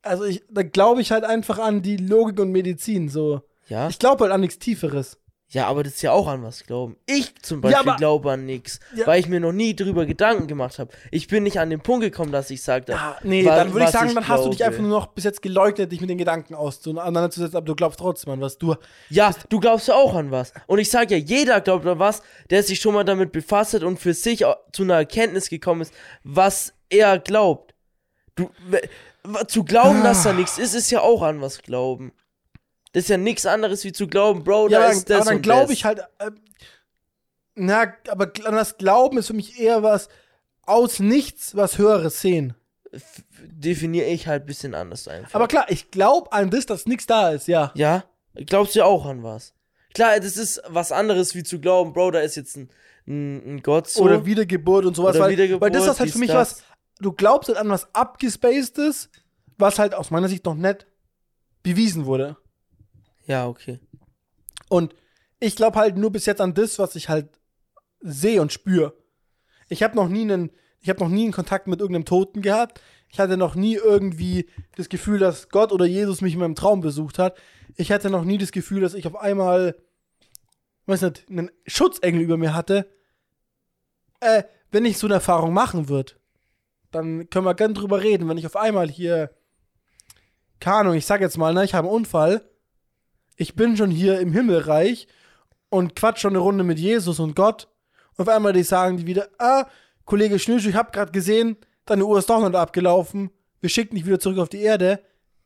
Also ich, da glaube ich halt einfach an die Logik und Medizin. So,
Ja?
ich glaube halt an nichts Tieferes.
Ja, aber das ist ja auch an was glauben. Ich zum
Ja,
Beispiel
aber-
glaube an nichts,
Ja.
weil ich mir noch nie drüber Gedanken gemacht habe. Ich bin nicht an den Punkt gekommen, dass ich sagte,
Ah, nee,
wa-
dann würde ich
was
sagen, dann hast du dich
glaube.
einfach nur noch bis jetzt geleugnet, dich mit den Gedanken auseinanderzusetzen, aber du glaubst trotzdem an was. Du,
Ja, du glaubst ja auch an was. Und ich sag ja, jeder glaubt an was, der sich schon mal damit befasst hat und für sich au- zu einer Erkenntnis gekommen ist, was er glaubt. Du, we- wa- zu glauben, dass
Ah.
da nichts ist, ist ja auch an was glauben. Das ist ja nichts anderes wie zu glauben, Bro,
ja,
da
dann,
ist das
aber dann
und
glaube
das.
ich halt. Äh, na, aber gl- an das Glauben ist für mich eher was aus nichts, was Höheres sehen.
F- Definiere ich halt ein bisschen anders einfach.
Aber klar, ich glaube an das, dass nichts da ist, ja.
Ja, glaubst du ja auch an was. Klar, das ist was anderes wie zu glauben, Bro, da ist jetzt ein, ein, ein Gott so.
Oder Wiedergeburt und sowas.
Oder
weil,
Wiedergeburt,
weil das ist halt
dies,
für mich
das.
was. Du glaubst halt an was abgespacedes, was halt aus meiner Sicht noch nicht bewiesen wurde.
Ja, okay.
Und ich glaube halt nur bis jetzt an das, was ich halt sehe und spüre. Ich habe noch nie einen, ich habe noch nie einen Kontakt mit irgendeinem Toten gehabt. Ich hatte noch nie irgendwie das Gefühl, dass Gott oder Jesus mich in meinem Traum besucht hat. Ich hatte noch nie das Gefühl, dass ich auf einmal, weiß nicht, einen Schutzengel über mir hatte. Äh, wenn ich so eine Erfahrung machen würde, dann können wir gern drüber reden. Wenn ich auf einmal hier, keine Ahnung, ich sag jetzt mal, ne, ich habe einen Unfall ich bin schon hier im Himmelreich und quatsch schon eine Runde mit Jesus und Gott. Und auf einmal die sagen die wieder, ah, Kollege Schnüsch, ich hab grad gesehen, deine Uhr ist doch nicht abgelaufen, wir schicken dich wieder zurück auf die Erde.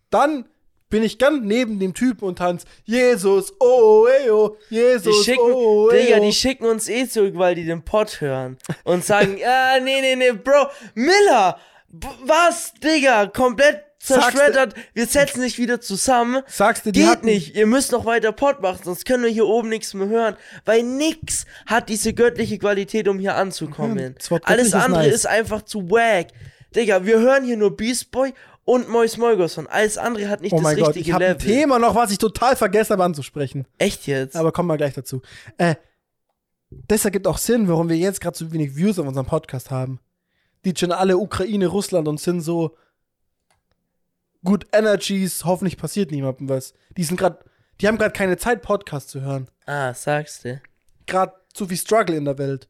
Dann bin ich ganz neben dem Typen und tanz, Jesus, oh, ey, oh,
Die
Jesus,
schicken,
oh, ey,
Digga,
oh.
die schicken uns eh zurück, weil die den Pott hören und sagen, <laughs> ah, nee, nee, nee, Bro, Miller, b- was, Digga, komplett
Sagst du-
zerschreddert, wir setzen dich wieder zusammen.
Sagst du, die
Geht
hatten-
nicht, ihr müsst noch weiter Pott machen, sonst können wir hier oben nichts mehr hören, weil nix hat diese göttliche Qualität, um hier
Ja,
anzukommen.
das Wort göttlich
Alles
ist
andere
nice.
ist einfach zu wack. Digga, wir hören hier nur Beast Boy und Mois Moigoson. Alles andere hat nicht
Oh
das
mein Gott,
richtige
ich habe ein
Level.
Thema noch, was ich total vergessen habe anzusprechen.
Echt jetzt?
Aber kommen wir gleich dazu. Äh, das ergibt auch Sinn, warum wir jetzt gerade so wenig Views auf unserem Podcast haben. Die schon alle Ukraine, Russland und sind so gut Energies, hoffentlich passiert niemandem was. Die sind gerade, die haben gerade keine Zeit, Podcast zu hören.
ah, sagst du.
Gerade zu viel Struggle in der Welt.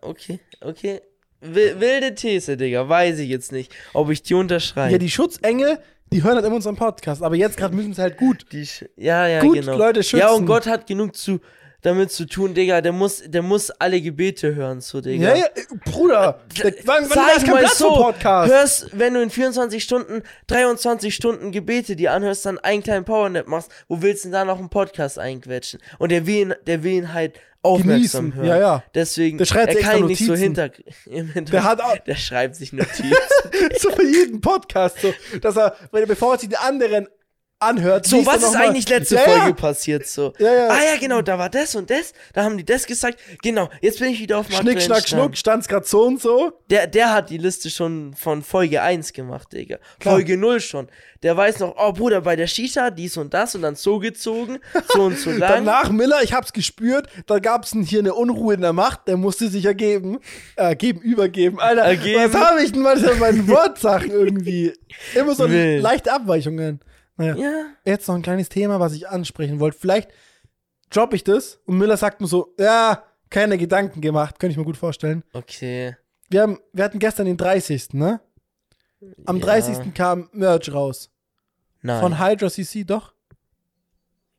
Okay, okay. Wi- Wilde These, Digga. Weiß ich jetzt nicht, ob ich die unterschreibe.
Ja, die Schutzengel, die hören halt immer unseren Podcast, aber jetzt gerade müssen sie halt gut.
Die sch- ja, ja,
Gut,
genau.
Leute,
Ja,
schützen.
und Gott hat genug zu, damit zu tun, Digga. Der muss, der muss alle Gebete hören, so, Digga. Äh,
Ja, ja, äh, Bruder, der, wann, wann da ist
Sag
kein
mal
Platz für
so,
Podcast?
hörst, wenn du in 24 Stunden, 23 Stunden Gebete dir anhörst, dann einen kleinen Powernap machst, wo willst du denn da noch einen Podcast einquetschen? Und der will ihn, der will ihn halt aufmerksam
Genießen,
hören.
ja, ja.
Deswegen,
Der schreibt
er
extra
kann ihn nicht so
Notizen.
hinter, <laughs> im Hintergrund.
Der hat auch-
der
<laughs>
schreibt sich Notizen.
so für jeden Podcast, so, dass er, wenn er- bevor er sich den anderen anhört,
So,
liest er
was
noch
ist
mal-
eigentlich letzte
ja,
Folge
Ja.
passiert so?
Ja, ja.
Ah ja, genau, da war das und das, da haben die das gesagt. Genau, jetzt bin ich wieder auf dem
Schnick,
aktuellen
schnack,
Stand.
schnuck, stand's grad so und so.
Der, der hat die Liste schon von Folge 1 gemacht, Digga.
Klar.
Folge 0 schon. Der weiß noch, oh Bruder, bei der Shisha dies und das und dann so gezogen, so
<laughs>
und so lang.
Danach Miller, ich hab's gespürt, da gab's n- hier eine Unruhe in der Macht, der musste sich ergeben. Ergeben, übergeben. Alter,
Ergeben.
was habe ich denn manchmal in
<laughs>
meinen Wortsachen irgendwie? Immer so
Wild.
leichte Abweichungen. Naja.
ja,
Jetzt noch ein kleines Thema, was ich ansprechen wollte. Vielleicht droppe ich das und Miller sagt mir so, ja, keine Gedanken gemacht, könnte ich mir gut vorstellen.
okay.
wir, haben, wir hatten gestern den 30. ne? Am
Ja.
30. kam Merch raus.
Nein,
Von Hydra CC, doch?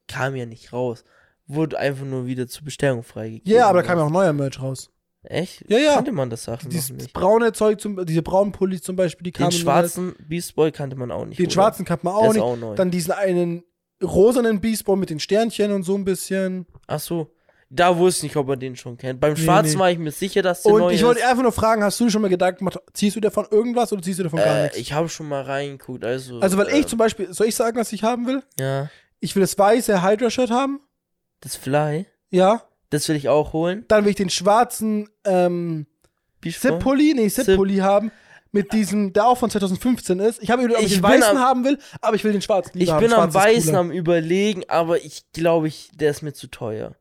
kam ja nicht raus. Wurde einfach nur wieder zur Bestellung freigegeben.
Ja, aber da kam ja auch neuer Merch raus.
Echt?
Ja, ja.
Kannte man das Sachen noch
Dieses
nicht.
braune Zeug, zum, diese braunen Pullis zum Beispiel, die kamen.
Den
nur
schwarzen Beast Boy kannte man auch
als-
nicht.
den
oder?
schwarzen kann man
Der
auch
ist
nicht.
auch neu.
Dann diesen einen rosanen Beastball mit den Sternchen und so ein bisschen.
Ach so. Da wusste ich nicht, ob man den schon kennt. Beim
Nee,
Schwarzen
nee.
war ich mir sicher, dass der
Und
neu
ich
ist.
wollte einfach nur fragen, hast du dir schon mal Gedanken gemacht, ziehst du davon irgendwas oder ziehst du davon gar
äh,
nichts?
ich habe schon mal reingeguckt. Also,
also, weil ich
ähm,
zum Beispiel, soll ich sagen, was ich haben will?
Ja.
Ich will das weiße Hydra-Shirt haben.
Das Fly,
Ja.
das will ich auch holen.
Dann will ich den schwarzen, ähm,
Beach Boy.
Zip-Pulli, nee,
Zip-
Zip-Pulli haben, mit diesem, der auch von 2015 ist. Ich habe überlegt, ob ich,
Ich
den
bin
weißen
am-
haben will, aber ich will den schwarzen lieber
Ich
haben.
bin am
Schwarz ist
Weißen
cooler.
am Überlegen, aber ich glaube, ich, der ist mir zu teuer.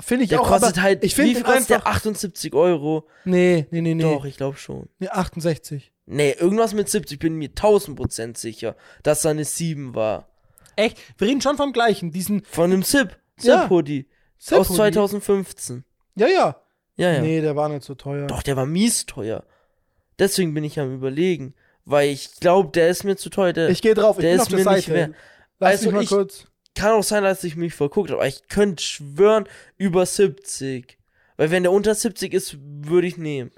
Finde ich
Der
auch,
kostet
aber
halt,
ich
wie
finde
viel
den
kostet der?
einfach...
78 Euro.
Nee, nee, nee, nee.
Doch, ich glaube schon.
nee 68.
Nee, irgendwas mit 70. Ich bin mir 1000% sicher, dass da eine 7 war.
Echt? Wir reden schon vom gleichen, diesen
Von einem Zip.
Ja.
Zip-Hoodie.
Zip-Pulli.
Aus 2015.
Ja, ja,
Ja, ja.
Nee, der war nicht so teuer.
Doch, der war mies teuer. Deswegen bin ich am überlegen. Weil ich glaube, der ist mir zu teuer. Der
Ich gehe drauf, ich
Der
bin
ist
auf der
mir nicht
Seite.
wert.
Lass
Also
mich mal
ich-
kurz.
kann auch sein, dass ich mich verguckt habe. Aber ich könnte schwören, über 70. Weil wenn der unter 70 ist, würde ich nehmen.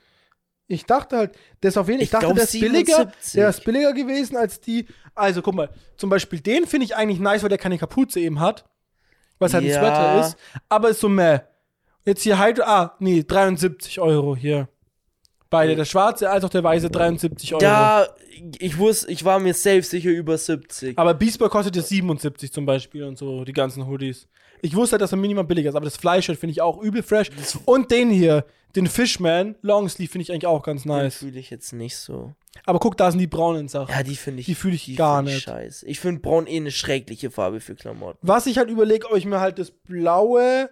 Ich dachte halt, der ist auf jeden Fall, ich,
Ich
dachte,
glaub,
der ist billiger,
77.
der ist billiger gewesen als die. Also guck mal, zum Beispiel den finde ich eigentlich nice, weil der keine Kapuze eben hat, was halt
Ja.
ein Sweater ist, aber ist so meh. Jetzt hier Hydro, ah, nee, 73 Euro hier. Beide, der schwarze als auch der weiße, 73 Euro.
Da, ich wusste, ich war mir safe sicher über 70.
Aber Beast Boy kostet jetzt 77 zum Beispiel und so, die ganzen Hoodies. Ich wusste halt, dass er minimal billiger ist, aber das Fleischshirt finde ich auch übel fresh. Und den hier, den Fishman, Longsleeve finde ich eigentlich auch ganz
Den
nice.
fühle ich jetzt nicht so.
Aber guck, da sind die braunen Sachen.
Ja, die finde ich.
Die fühl ich gar
find
nicht.
Scheiße. Ich finde braun eh eine schreckliche Farbe für Klamotten.
Was ich halt überlege, ob ich mir halt das blaue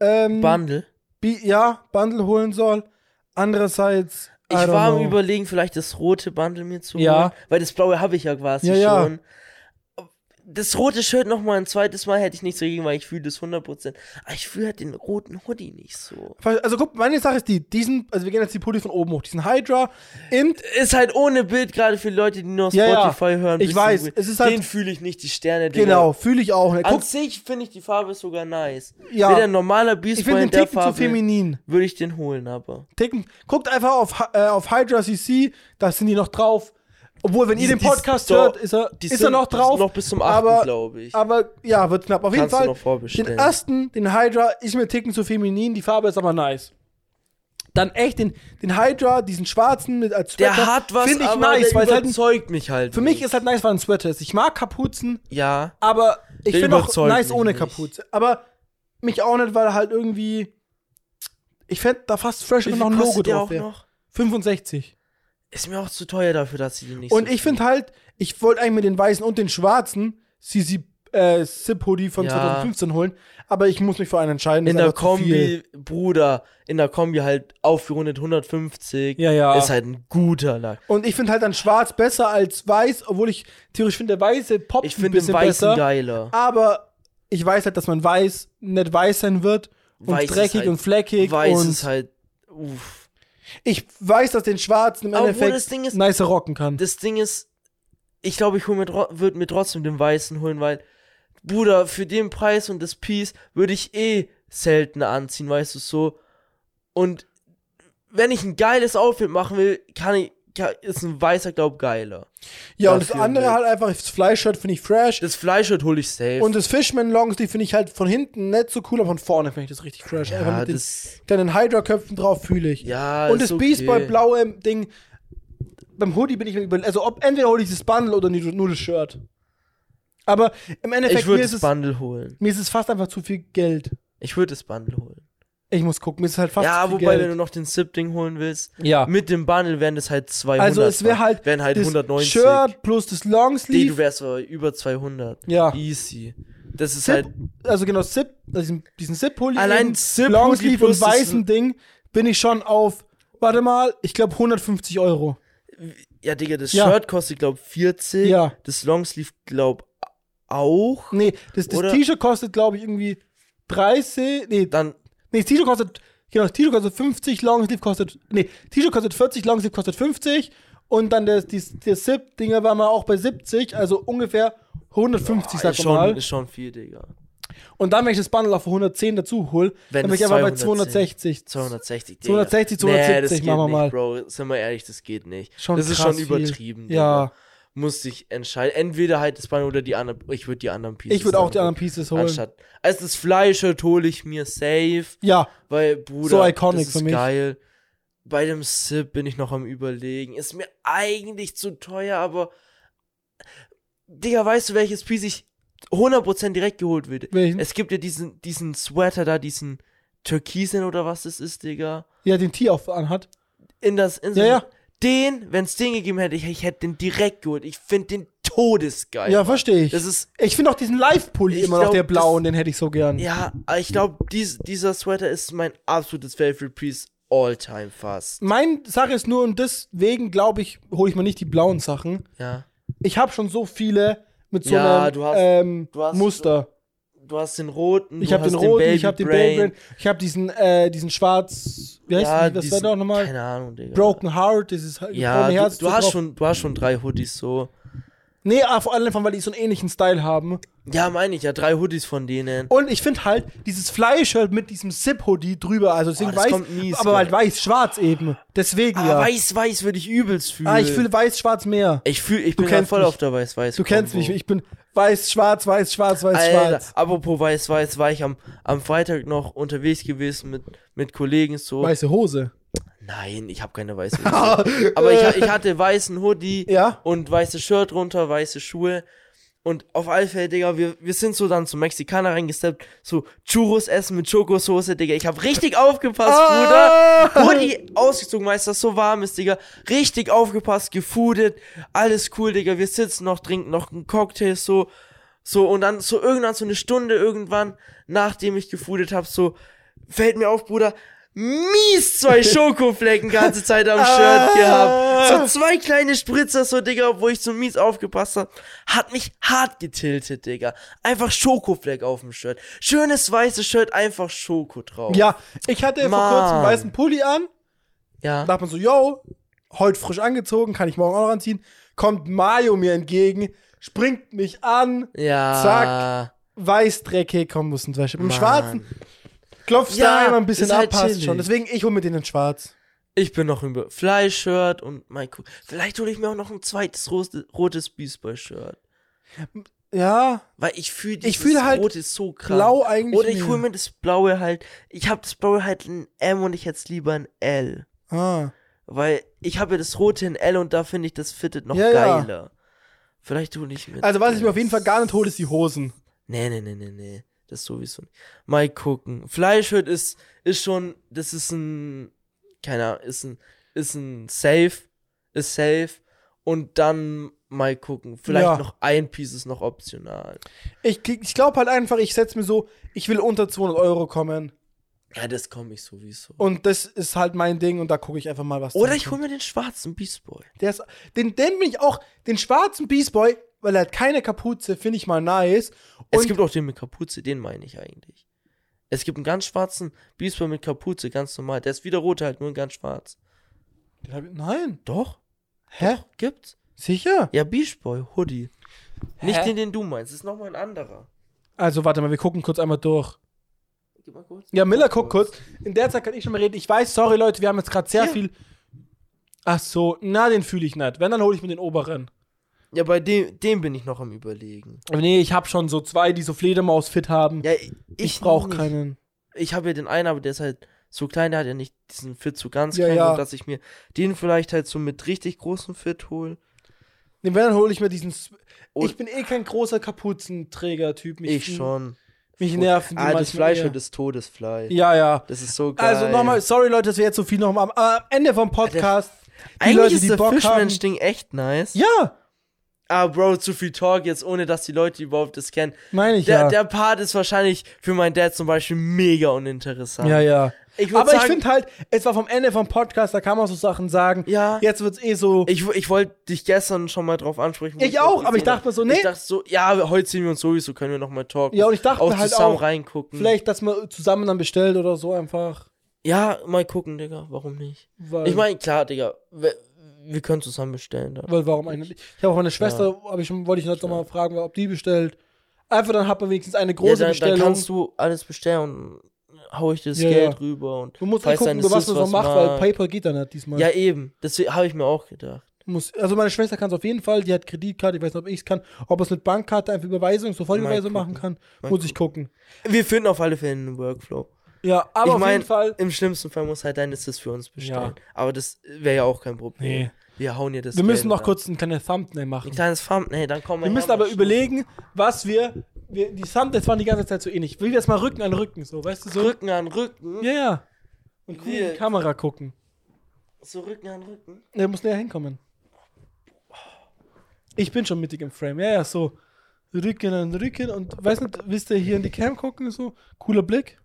ähm,
Bundle.
Bi ja, Bundle holen soll. Andererseits. I
Ich
don't
war am
know.
überlegen, vielleicht das rote Bundle mir zu
Ja.
holen, weil das blaue habe ich ja quasi
Ja, ja.
schon. Das rote Shirt noch mal ein zweites Mal hätte ich nichts dagegen, weil ich fühle das 100%. Aber ich fühle halt den roten Hoodie nicht so.
Also guck, meine Sache ist die, diesen, also wir gehen jetzt die Pulli von oben hoch, diesen Hydra, Int,
Ist halt ohne Bild gerade für Leute, die nur auf
Ja, ja.
Spotify hören.
Ich
bisschen
weiß,
weird.
es ist halt-
den fühle ich nicht, die Sterne. Digga.
genau, fühle ich auch. Ne?
An
Guck,
sich finde ich die Farbe sogar nice.
Ja.
Wäre ein normaler Beast
ich
Boy
finde
in
den
der
Ticken zu
Farbe,
feminin.
würde ich den holen, aber.
Ticken. Guckt einfach auf, Hy- äh, auf Hydra CC, da sind die noch drauf. Obwohl, wenn ihr den
die
Podcast
sind
hört,
doch-
ist er,
die
ist er
sind-
noch
die
drauf.
sind noch bis zum 8.,
aber-
glaube ich.
Aber ja, wird knapp. Auf jeden
Kannst du
Fall,
noch vorbestellen.
den ersten, den Hydra, ist mir Ticken zu feminin, die Farbe ist aber nice. Dann echt den, den Hydra, diesen schwarzen mit als
Der
Sweater,
hat was,
find ich
aber
nice,
der
weil es halt ein
überzeugt mich halt.
Für mich
nicht.
ist halt nice, weil ein Sweater ist. Ich mag Kapuzen,
Ja.
aber ich
Der
finde auch
überzeugt
nice
mich
ohne
nicht.
Kapuze. Aber mich auch nicht, weil halt irgendwie. Ich fände da fast fresh,
Wie
wenn
viel
noch ein Logo
kostet der
drauf
auch
wäre.
noch?
65.
Ist mir auch zu teuer dafür, dass sie den nicht
Und
so
ich finde halt, ich wollte eigentlich mit den weißen und den schwarzen CC äh, Sip Hoodie von
Ja.
2015 holen, aber ich muss mich für einen entscheiden. das
in
ist
der
einfach zu viel.
Kombi, Bruder, in der Kombi halt aufgerundet 150.
Ja, ja.
Ist halt ein guter Lack.
Und ich finde halt dann schwarz besser als weiß, obwohl ich theoretisch finde, der weiße poppt
Ich
ein
finde den
bisschen
weißen
besser.
geiler.
Aber ich weiß halt, dass man weiß nicht weiß sein wird und
Weiß ist
dreckig
halt-
und fleckig
Weiß
und
ist halt. Uff.
ich weiß, dass den Schwarzen im
Obwohl
Endeffekt
das Ding ist-
nice rocken kann.
Das Ding ist, ich glaube, ich hol mir würde mir trotzdem den weißen holen, weil, Bruder, für den Preis und das Piece würde ich eh selten anziehen, weißt du so. Und wenn ich ein geiles Outfit machen will, kann ich. Kann, ist ein weißer, glaub geiler.
Ja, und das
dafür
andere
nicht.
halt einfach, das Fleischshirt finde ich fresh.
Das Fleischhut hole ich safe.
und das Fishman Longs, die finde ich halt von hinten nicht so cool, aber von vorne finde ich das richtig fresh. einfach
ja,
mit den
das,
kleinen Hydra-Köpfen drauf fühle ich.
ja,
und
ist
das
okay.
Beast Boy blaue Ding. Beim Hoodie bin ich mir über. Also ob, entweder hole ich das Bundle oder nur nur das Shirt. Aber im Endeffekt,
Ich
mir
würde
ist,
das
es,
Bundle holen.
mir ist es fast einfach zu viel Geld.
Ich würde das Bundle holen.
Ich muss gucken, mir ist es halt fast zu
ja,
viel
wobei, wenn
Geld.
du noch den Sip-Ding holen willst,
ja.
mit dem Bundle wären das halt 200.
Also es wäre halt,
wären halt
das
190.
Shirt plus das
Nee, du
Longsleeve.
wärst aber über 200.
Ja.
Easy. Das ist
Zip,
halt.
also genau, Zip, also diesen, diesen Zip-Pulli.
Allein
eben,
Zip-Hoodie
Longsleeve
plus
und
das-
weißen Ding bin ich schon auf, warte mal, ich glaube 150 Euro.
Ja, Digga, das
Ja.
Shirt kostet, glaub 40.
Ja.
Das Longsleeve, glaub auch.
Nee, das, das
Oder-
T-Shirt kostet glaube ich irgendwie 30, nee,
Dann.
nee das T-Shirt kostet, genau, das T-Shirt kostet 50, Longsleeve kostet, nee, T-Shirt kostet 40, Longsleeve kostet 50 und dann der, die, der Zip-Dinger war mal auch bei 70, also ungefähr 150,
Ah,
sag
ist,
ich
schon,
mal.
ist schon viel, Digga.
Und dann, wenn ich das Bundle auf 110 dazu hole,
Wenn
dann bin
es
ich einfach bei
210.
260.
260, Digga.
260,
nee, das
270
geht
machen wir
nicht,
mal.
Bro, sind wir ehrlich, das geht nicht.
Schon
das ist
krass
schon übertrieben,
Viel. Ja,
Digga. Muss ich entscheiden. Entweder halt das Bein oder die anderen. Ich würde die anderen Pieces.
ich würde auch
dann
die anderen Pieces holen.
Anstatt. Also das Fleisch hole ich mir safe.
Ja,
Weil, Bruder,
So iconic
das ist
für mich.
geil. Bei dem Sip bin ich noch am überlegen. Ist mir eigentlich zu teuer, aber Digga, weißt du, welches Piece ich 100% direkt geholt würde?
welchen?
Es gibt ja diesen, diesen Sweater da, diesen Türkisen oder was das ist, Digga.
Ja, den Tee auf anhat.
In das Insel.
Ja, ja.
Den, wenn es den gegeben hätte, ich, ich hätte den direkt geholt. Ich finde den todesgeil.
Ja, verstehe ich.
Das ist,
ich finde auch diesen Live-Pulli
Ich
immer noch
glaub,
der
das-
blauen, den hätte ich so gern.
ja, aber ich glaube, dies, dieser Sweater ist mein absolutes Favorite Piece all time fast.
Mein Sache ist nur, und deswegen glaube ich, hole ich mir nicht die blauen Sachen.
Ja.
Ich habe schon so viele mit so
Ja,
einem
du hast-
ähm,
du hast
Muster.
Du hast den roten,
ich
du
habe
hast
den roten,
Baby
ich habe den
Brain.
Baby, ich habe diesen, äh, diesen schwarz, wie heißt
ja,
denn das
diesen,
war doch nochmal?
Keine Ahnung, Digga.
Broken Heart, dieses halt
Ja,
gebrochene
du,
Herz
du,
so
hast
drauf.
schon, du hast schon drei Hoodies so.
Nee, ah, vor allem, weil die so einen ähnlichen Style haben.
Ja, meine ich, ja, drei Hoodies von denen.
Und ich finde halt dieses Fleischshirt mit diesem Zip-Hoodie drüber, also deswegen
Oh, das kommt mies,
weiß, aber halt
gell?
weiß-schwarz eben. Deswegen
ah,
ja.
weiß, weiß würde ich übelst fühlen.
ah, ich fühle weiß-schwarz mehr.
Ich fühl, ich
Du
bin grad
kennst
voll
mich.
auf der weiß, weiß.
Du kennst mich, ich bin weiß-schwarz, weiß-schwarz,
Alter,
weiß-schwarz.
apropos weiß, weiß, war ich am, am Freitag noch unterwegs gewesen mit, mit Kollegen so.
Weiße
<laughs>
Hose.
Nein, ich habe keine weiße
<laughs>
Hose. Aber ich, ich hatte weißen Hoodie
Äh. Ja?
und weißes Shirt runter, weiße Schuhe. Und auf alle Fälle, Digga, wir, wir sind so dann zum Mexikaner reingesteppt, so Churros essen mit Schokosoße, Digga. Ich habe richtig aufgepasst, Bruder. Hoodie ausgezogen, weil es das so warm ist, Digga. Richtig aufgepasst, gefoodet, alles cool, Digga. Wir sitzen noch, trinken noch einen Cocktail, so. So, und dann so irgendwann, so eine Stunde irgendwann, nachdem ich gefoodet habe, so, fällt mir auf, Bruder,
<laughs>
mies zwei Schokoflecken ganze Zeit am
Ah.
Shirt gehabt. So zwei kleine Spritzer, so, Digga, wo ich so mies aufgepasst hab. Hat mich hart getiltet, Digga. Einfach Schokofleck auf dem Shirt. Schönes weißes Shirt, einfach Schoko drauf.
<laughs> Ja, ich hatte vor kurzem einen
Mann.
weißen Pulli an.
Ja.
Dachte man so, yo, heute frisch angezogen, kann ich morgen auch noch anziehen. Kommt Mario mir entgegen, springt mich an,
Ja.
Zack. Weißdrecke, komm, muss ein Wäsche. Im
Mann.
Schwarzen klopfst
Ja,
da einmal ein bisschen
ist halt
ab, passt
chillig.
schon. Deswegen, ich hol mir den in Schwarz.
Ich bin noch über Fleischshirt und mein Kuh. Vielleicht hole ich mir auch noch ein zweites rotes, rotes Beastboy-Shirt.
Ja,
Weil ich fühle
Ich fühl halt
Rot ist so krank.
blau eigentlich.
Oder ich
mehr.
hole mir das Blaue halt. Ich habe das Blaue halt in M und ich hätte es lieber in L.
Ah.
Weil ich habe ja das Rote in L und da finde ich das Fitted noch
Ja, ja.
geiler. Vielleicht hole ich mir.
Also, was ich mir auf jeden
das.
Fall gar nicht hole, ist die Hosen.
Nee, nee, nee, nee, nee. Das sowieso nicht. Mal gucken. Fleischhüt ist, ist schon, das ist ein, keine Ahnung, ist ein, ist ein Safe, ist safe. Und dann mal gucken. Vielleicht
Ja.
noch ein Piece ist noch optional.
Ich, ich glaube halt einfach, ich setze mir so, ich will unter 200 Euro kommen.
Ja, das komme ich sowieso.
Und das ist halt mein Ding und da gucke ich einfach mal, was
Oder
da
ich
kommt.
hole mir den schwarzen Beast Boy.
Der ist, den, den bin ich auch, den schwarzen Beast Boy, weil er hat keine Kapuze, finde ich mal nice.
Es
Und-
gibt auch den mit Kapuze, den meine ich eigentlich. Es gibt einen ganz schwarzen Beast Boy mit Kapuze, ganz normal. Der ist wieder rot halt, nur in ganz schwarz.
Den hab ich, nein.
Doch,
Hä?
gibt's.
Sicher?
Ja, Beast Boy, Hoodie. Nicht
Hä?
den, den du meinst, das ist nochmal ein anderer.
Also, warte mal, wir gucken kurz einmal durch.
Gib mal kurz.
Ja, Miller guckt kurz. In der Zeit kann ich schon mal reden. Ich weiß, sorry Leute, wir haben jetzt gerade sehr
Ja.
viel. Ach so, na, den fühle ich nicht. Wenn, dann hole ich mir den oberen.
Ja, bei dem, dem bin ich noch am überlegen.
Aber nee, ich habe schon so zwei, die so Fledermaus-Fit haben.
Ja, ich,
ich brauche
nicht.
keinen.
Ich habe ja den einen, aber der ist halt so klein, der hat ja nicht diesen Fit so ganz
Ja,
klein,
ja.
und dass ich mir den vielleicht halt so mit richtig großem Fit hole.
Nee, wenn, dann hole ich mir diesen. Sw-
Und-
ich bin eh kein großer Kapuzenträger-Typ. Mich-
Ich schon.
Mich nerven die
Ah, das
manchmal
Fleisch
eher.
und das Todesfleisch.
Ja, ja.
Das ist so geil.
Also nochmal, sorry Leute, dass wir jetzt so viel noch am, am Ende vom Podcast. Die
Eigentlich
Leute,
ist
die
der
Bock haben.
Fischmensch-Ding echt nice.
Ja,
Ah, Bro, zu viel Talk jetzt, ohne dass die Leute überhaupt das kennen.
meine ich
Der,
ja.
der Part ist wahrscheinlich für meinen Dad zum Beispiel mega uninteressant.
ja, ja.
Ich würd
Aber ich
sagen-
finde halt, es war vom Ende vom Podcast, da kann man so Sachen sagen.
Ja.
Jetzt wird's eh so.
Ich, w- ich wollte dich gestern schon mal drauf ansprechen. wo
Ich auch,
das
aber ich
gesehen
dachte mir so,
hab.
nee.
Ich dachte so, ja, heute sehen wir uns sowieso, können wir nochmal talken.
Ja, und ich dachte
auch
mir halt
zusammen
auch,
reingucken.
Vielleicht, dass man zusammen dann bestellt oder so einfach.
Ja, mal gucken, Digga, warum nicht?
Weil,
Ich meine, klar, Digga, wir, wir können zusammen bestellen. Dann.
weil warum eigentlich? nicht? Ich habe auch meine Schwester, hab ich schon, wollte ich jetzt noch mal fragen, ob die bestellt. Einfach dann hat man wenigstens eine große
ja, dann,
Bestellung.
dann kannst du alles bestellen und hau ich das
Ja,
Geld
ja.
rüber und
du musst eh
falls
gucken,
deine
was man
Sis
so
was
macht, weil
mag.
PayPal geht dann nicht diesmal.
Ja, eben. Deswegen habe ich mir auch gedacht.
Muss, also meine Schwester kann es auf jeden Fall, die hat Kreditkarte, ich weiß nicht, ob ich es kann, ob es mit Bankkarte einfach Überweisung, Sofortüberweisung
Mal
machen
gucken.
kann,
Mal
muss ich gucken.
Wir finden auf alle Fälle einen Workflow.
Ja, aber
ich
auf
mein,
jeden Fall.
Im schlimmsten Fall muss halt deine Sis für uns bestellen.
Ja.
Aber das wäre ja auch kein Problem.
Nee.
Wir hauen dir das
Wir müssen
Geld
noch
rein.
kurz ein kleines Thumbnail machen.
Ein kleines Thumbnail, dann kommen
Wir müssen aber überlegen, was wir, wir die Thumbnails waren die ganze Zeit so ähnlich. Ich will jetzt mal Rücken an Rücken, so, weißt du, so.
Rücken an Rücken.
Ja, ja. Und cool in die
Wir-
Kamera gucken.
So Rücken an Rücken.
Der muss näher hinkommen. Ich bin schon mittig im Frame. Ja, ja, so. Rücken an Rücken und weiß nicht, willst du hier in die Cam gucken? So, cooler Blick.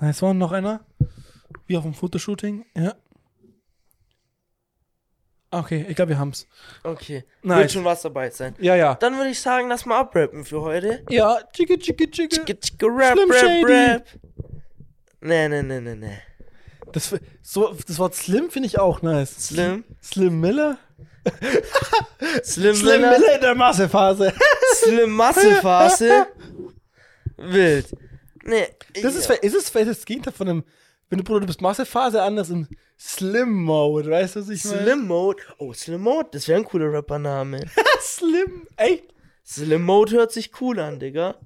Na, es war noch einer. Wie auf dem Fotoshooting. Ja. Ah, Okay, ich glaube, wir haben's.
Okay.
Nice.
Wird schon was dabei sein.
Ja, ja.
Dann würde ich sagen, lass mal abrappen für heute.
Ja, tschicke, tschicke, tschicke.
Tschicke, tschicke, rap,
Slim
rap,
Shady.
rap. Nee, nee, nee, nee, nee.
Das, f- so, das Wort Slim finde ich auch nice.
Slim.
Slim Miller?
Slim,
Slim
Miller.
Miller in der Massephase. <laughs>
Slim Massephase. Wild. Nee.
Das ist, ist, es, vielleicht das Gegenteil von einem, wenn du Bruder, du bist Massephase anders im Slim Mode, weißt du, was ich meine?
Slim Mode. Oh, Slim Mode, das wäre ein cooler Rappername.
Slim, echt?
Slim Mode hört sich cool an, Digga.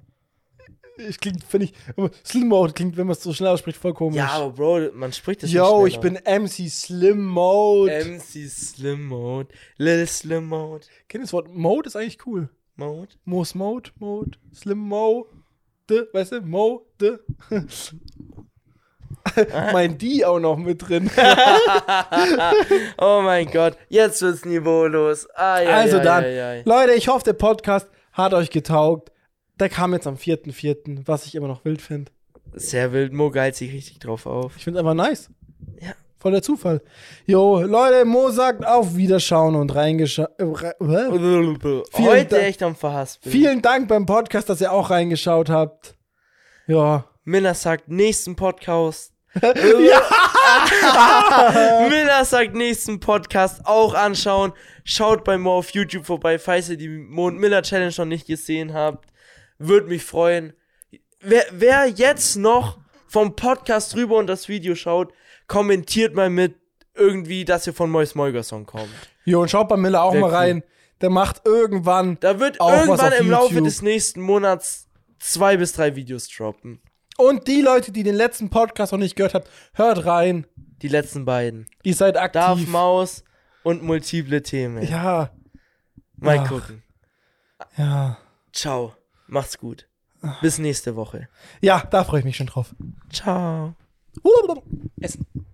Ich klingt, finde ich, aber Slim Mode klingt, wenn man es so schnell ausspricht, voll komisch.
Ja, aber Bro, man spricht das
Yo,
nicht
ich bin MC Slim Mode.
MC Slim Mode, Lil Slim Mode,
Kennt das Wort Mode ist eigentlich cool.
Mode.
Mo's Mode, Mode, Slim Mo, de, weißt du, Mo, de.
<laughs>
mein Die auch noch mit drin.
Oh mein Gott, jetzt wird's niveaulos. Ai, ai,
Also
ai,
dann,
ai, ai.
Leute, ich hoffe, der Podcast hat euch getaugt. Der kam jetzt am 4.4., was ich immer noch wild finde.
Sehr wild, Mo geilt sich richtig drauf auf.
Ich finde es einfach nice.
Ja.
Voll der Zufall. Jo, Leute, Mo sagt auf Wiederschauen und äh, reingeschaut.
Heute
Dank.
echt am Verhaspeln.
Vielen Dank beim Podcast, dass ihr auch reingeschaut habt. Ja.
Minna sagt
<laughs>
nächsten Podcast. <laughs> ja! Minna sagt nächsten Podcast auch anschauen. Schaut bei Mo auf YouTube vorbei, falls ihr die Mo und Miller Challenge noch nicht gesehen habt. Würde mich freuen. Wer, wer jetzt noch vom Podcast rüber und das Video schaut, kommentiert mal mit irgendwie, dass ihr von Mois Moiger Song kommt.
Jo, und schaut bei Miller auch
Sehr
mal
cool.
rein. Der macht irgendwann.
Da wird
Auch was
irgendwann
auf
im Laufe
YouTube.
des nächsten Monats zwei bis drei Videos droppen.
Und die Leute, die den letzten Podcast noch nicht gehört habt, hört rein.
Die letzten beiden.
Ihr seid aktiv.
Darf Maus und multiple Themen.
Ja,
Mal
Ach.
gucken.
ja.
Ciao. Macht's gut. Bis nächste Woche.
Ja, da freue ich mich schon drauf.
Ciao.
Essen.